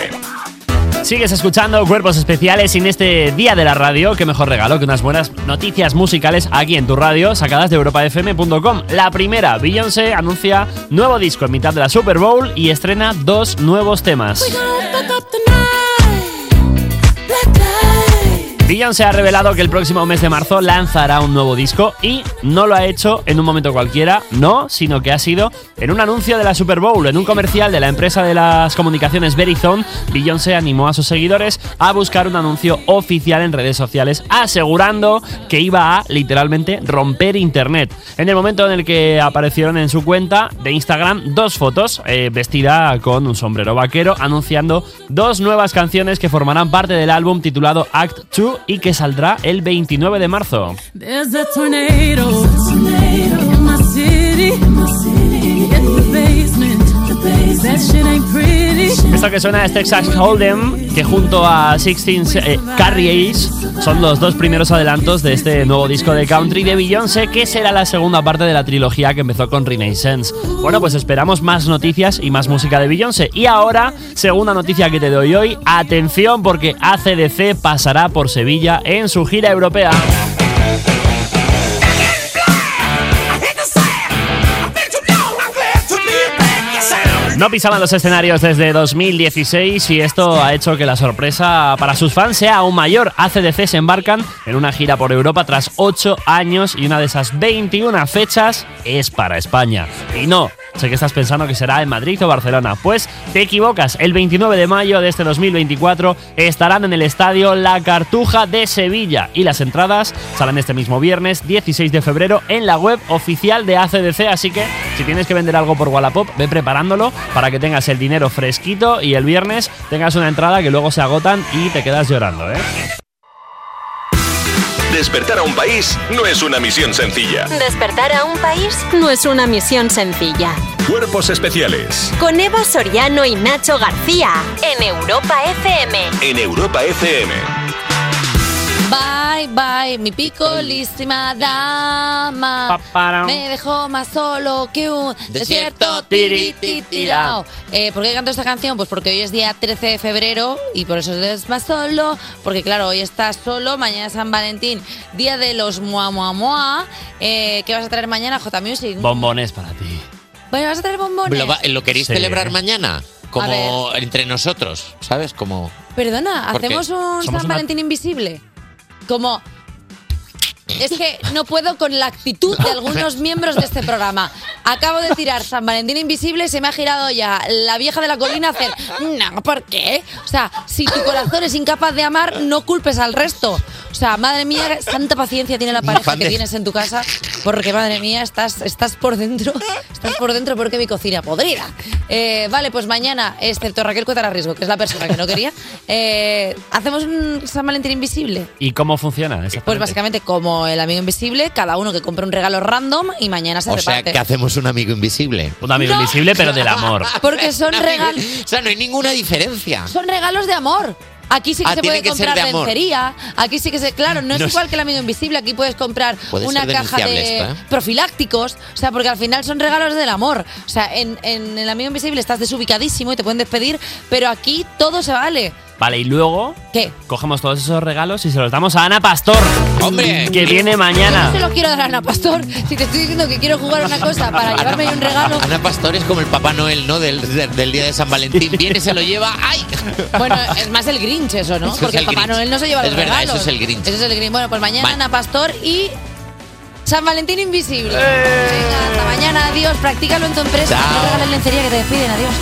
S4: Sigues escuchando Cuerpos Especiales y en este Día de la Radio, qué mejor regalo que unas buenas noticias musicales aquí en tu radio, sacadas de europafm.com. La primera, Beyoncé anuncia nuevo disco en mitad de la Super Bowl y estrena dos nuevos temas. Beyoncé ha revelado que el próximo mes de marzo lanzará un nuevo disco y no lo ha hecho en un momento cualquiera, no, sino que ha sido en un anuncio de la Super Bowl, en un comercial de la empresa de las comunicaciones Verizon. Beyoncé animó a sus seguidores a buscar un anuncio oficial en redes sociales, asegurando que iba a literalmente romper internet. En el momento en el que aparecieron en su cuenta de Instagram dos fotos, eh, vestida con un sombrero vaquero, anunciando dos nuevas canciones que formarán parte del álbum titulado Act 2 y que saldrá el 29 de marzo.
S12: There's a tornado, in my city, in the basement. That shit ain't pretty.
S4: Esto que suena es Texas Hold'em, que junto a Sixteen eh, Carrie Ace son los dos primeros adelantos de este nuevo disco de country de Beyoncé, que será la segunda parte de la trilogía que empezó con Renaissance. Bueno, pues esperamos más noticias y más música de Beyoncé. Y ahora, segunda noticia que te doy hoy, atención porque ACDC pasará por Sevilla en su gira europea. No pisaban los escenarios desde 2016 y esto ha hecho que la sorpresa para sus fans sea aún mayor. ACDC se embarcan en una gira por Europa tras 8 años y una de esas 21 fechas es para España. Y no, sé que estás pensando que será en Madrid o Barcelona. Pues te equivocas, el 29 de mayo de este 2024 estarán en el estadio La Cartuja de Sevilla y las entradas salen este mismo viernes 16 de febrero en la web oficial de ACDC, así que si tienes que vender algo por Wallapop, ve preparándolo para que tengas el dinero fresquito y el viernes tengas una entrada que luego se agotan y te quedas llorando, ¿eh?
S10: Despertar a un país no es una misión sencilla.
S8: Despertar a un país no es una misión sencilla.
S10: Cuerpos especiales
S8: Con Eva Soriano y Nacho García en Europa FM.
S10: en Europa FM.
S1: Bye, bye, mi picolísima dama.
S4: Paparán.
S1: Me dejó más solo que un desierto
S4: Desierto tiritirao.
S1: tirao. Eh, ¿Por qué canto esta canción? Pues porque hoy es día 13 de febrero y por eso es más solo. Porque claro, hoy estás solo, mañana es San Valentín, día de los mua mua mua. Eh, ¿Qué vas a traer mañana, J Music?
S4: Bombones para ti.
S1: Bueno, ¿vas a traer bombones?
S5: ¿Lo, va- lo queréis
S4: Sí.
S5: celebrar mañana? Como entre nosotros, ¿sabes? Como...
S1: Perdona,
S5: ¿Por qué?
S1: hacemos un
S5: Somos
S1: San
S5: una-
S1: Valentín invisible. Como. Es que no puedo con la actitud de algunos miembros de este programa. Acabo de tirar San Valentín invisible y se me ha girado ya la vieja de la colina a hacer. No, ¿por qué? O sea, si tu corazón es incapaz de amar, no culpes al resto. O sea, madre mía, santa paciencia tiene la pareja
S5: fan
S1: que
S5: de-
S1: tienes en tu casa, porque madre mía, estás, estás por dentro, estás por dentro porque mi cocina podrida. Eh, vale, pues mañana, excepto Raquel Cuétara Riesgo, que es la persona que no quería, eh, hacemos un San Valentín invisible.
S4: ¿Y cómo funciona? esa
S1: Pues básicamente como el amigo invisible, cada uno que compra un regalo random y mañana se
S5: O sea,
S1: reparte.
S5: que hacemos un amigo invisible.
S4: Un amigo invisible, pero del amor.
S1: Porque son regalos.
S5: O sea, no hay ninguna diferencia.
S1: Son regalos de amor. Aquí sí que
S5: Ah,
S1: se
S5: tiene
S1: puede
S5: que ser
S1: comprar
S5: de amor.
S1: lencería. Aquí sí que se. Claro, no es
S5: No es-
S1: igual que el amigo invisible. Aquí puedes comprar
S5: Puede
S1: una
S5: ser
S1: caja
S5: denunciable
S1: de
S5: esto, ¿eh?
S1: profilácticos. O sea, porque al final son regalos del amor. O sea, en, en el amigo invisible estás desubicadísimo y te pueden despedir, pero aquí todo se vale.
S4: Vale, y luego
S1: ¿Qué?
S4: cogemos todos esos regalos y se los damos a Ana Pastor. ¡Hombre! Que viene
S1: No se
S4: mañana.
S1: los quiero dar a Ana Pastor. Si te estoy diciendo que quiero jugar a una cosa
S5: Ah,
S1: para llevarme yo un regalo.
S5: Ana Pastor es como el Papá Noel, ¿no? Del, del- del día de San Valentín. Viene, se lo lleva. ¡Ay!
S1: Bueno, es más el Grinch eso, ¿no?
S5: Eso es
S1: Porque
S5: el
S1: el Papá
S5: Grinch.
S1: Noel no se lleva
S5: Es
S1: los
S5: verdad,
S1: regalos.
S5: eso es el Grinch.
S1: Eso es el Grinch. Bueno, pues mañana
S5: Vale.
S1: Ana Pastor y San Valentín Invisible. Venga, hasta mañana. Adiós. Practícalo en tu empresa.
S5: Eh. Chao.
S1: No regales lencería que te despiden. Adiós.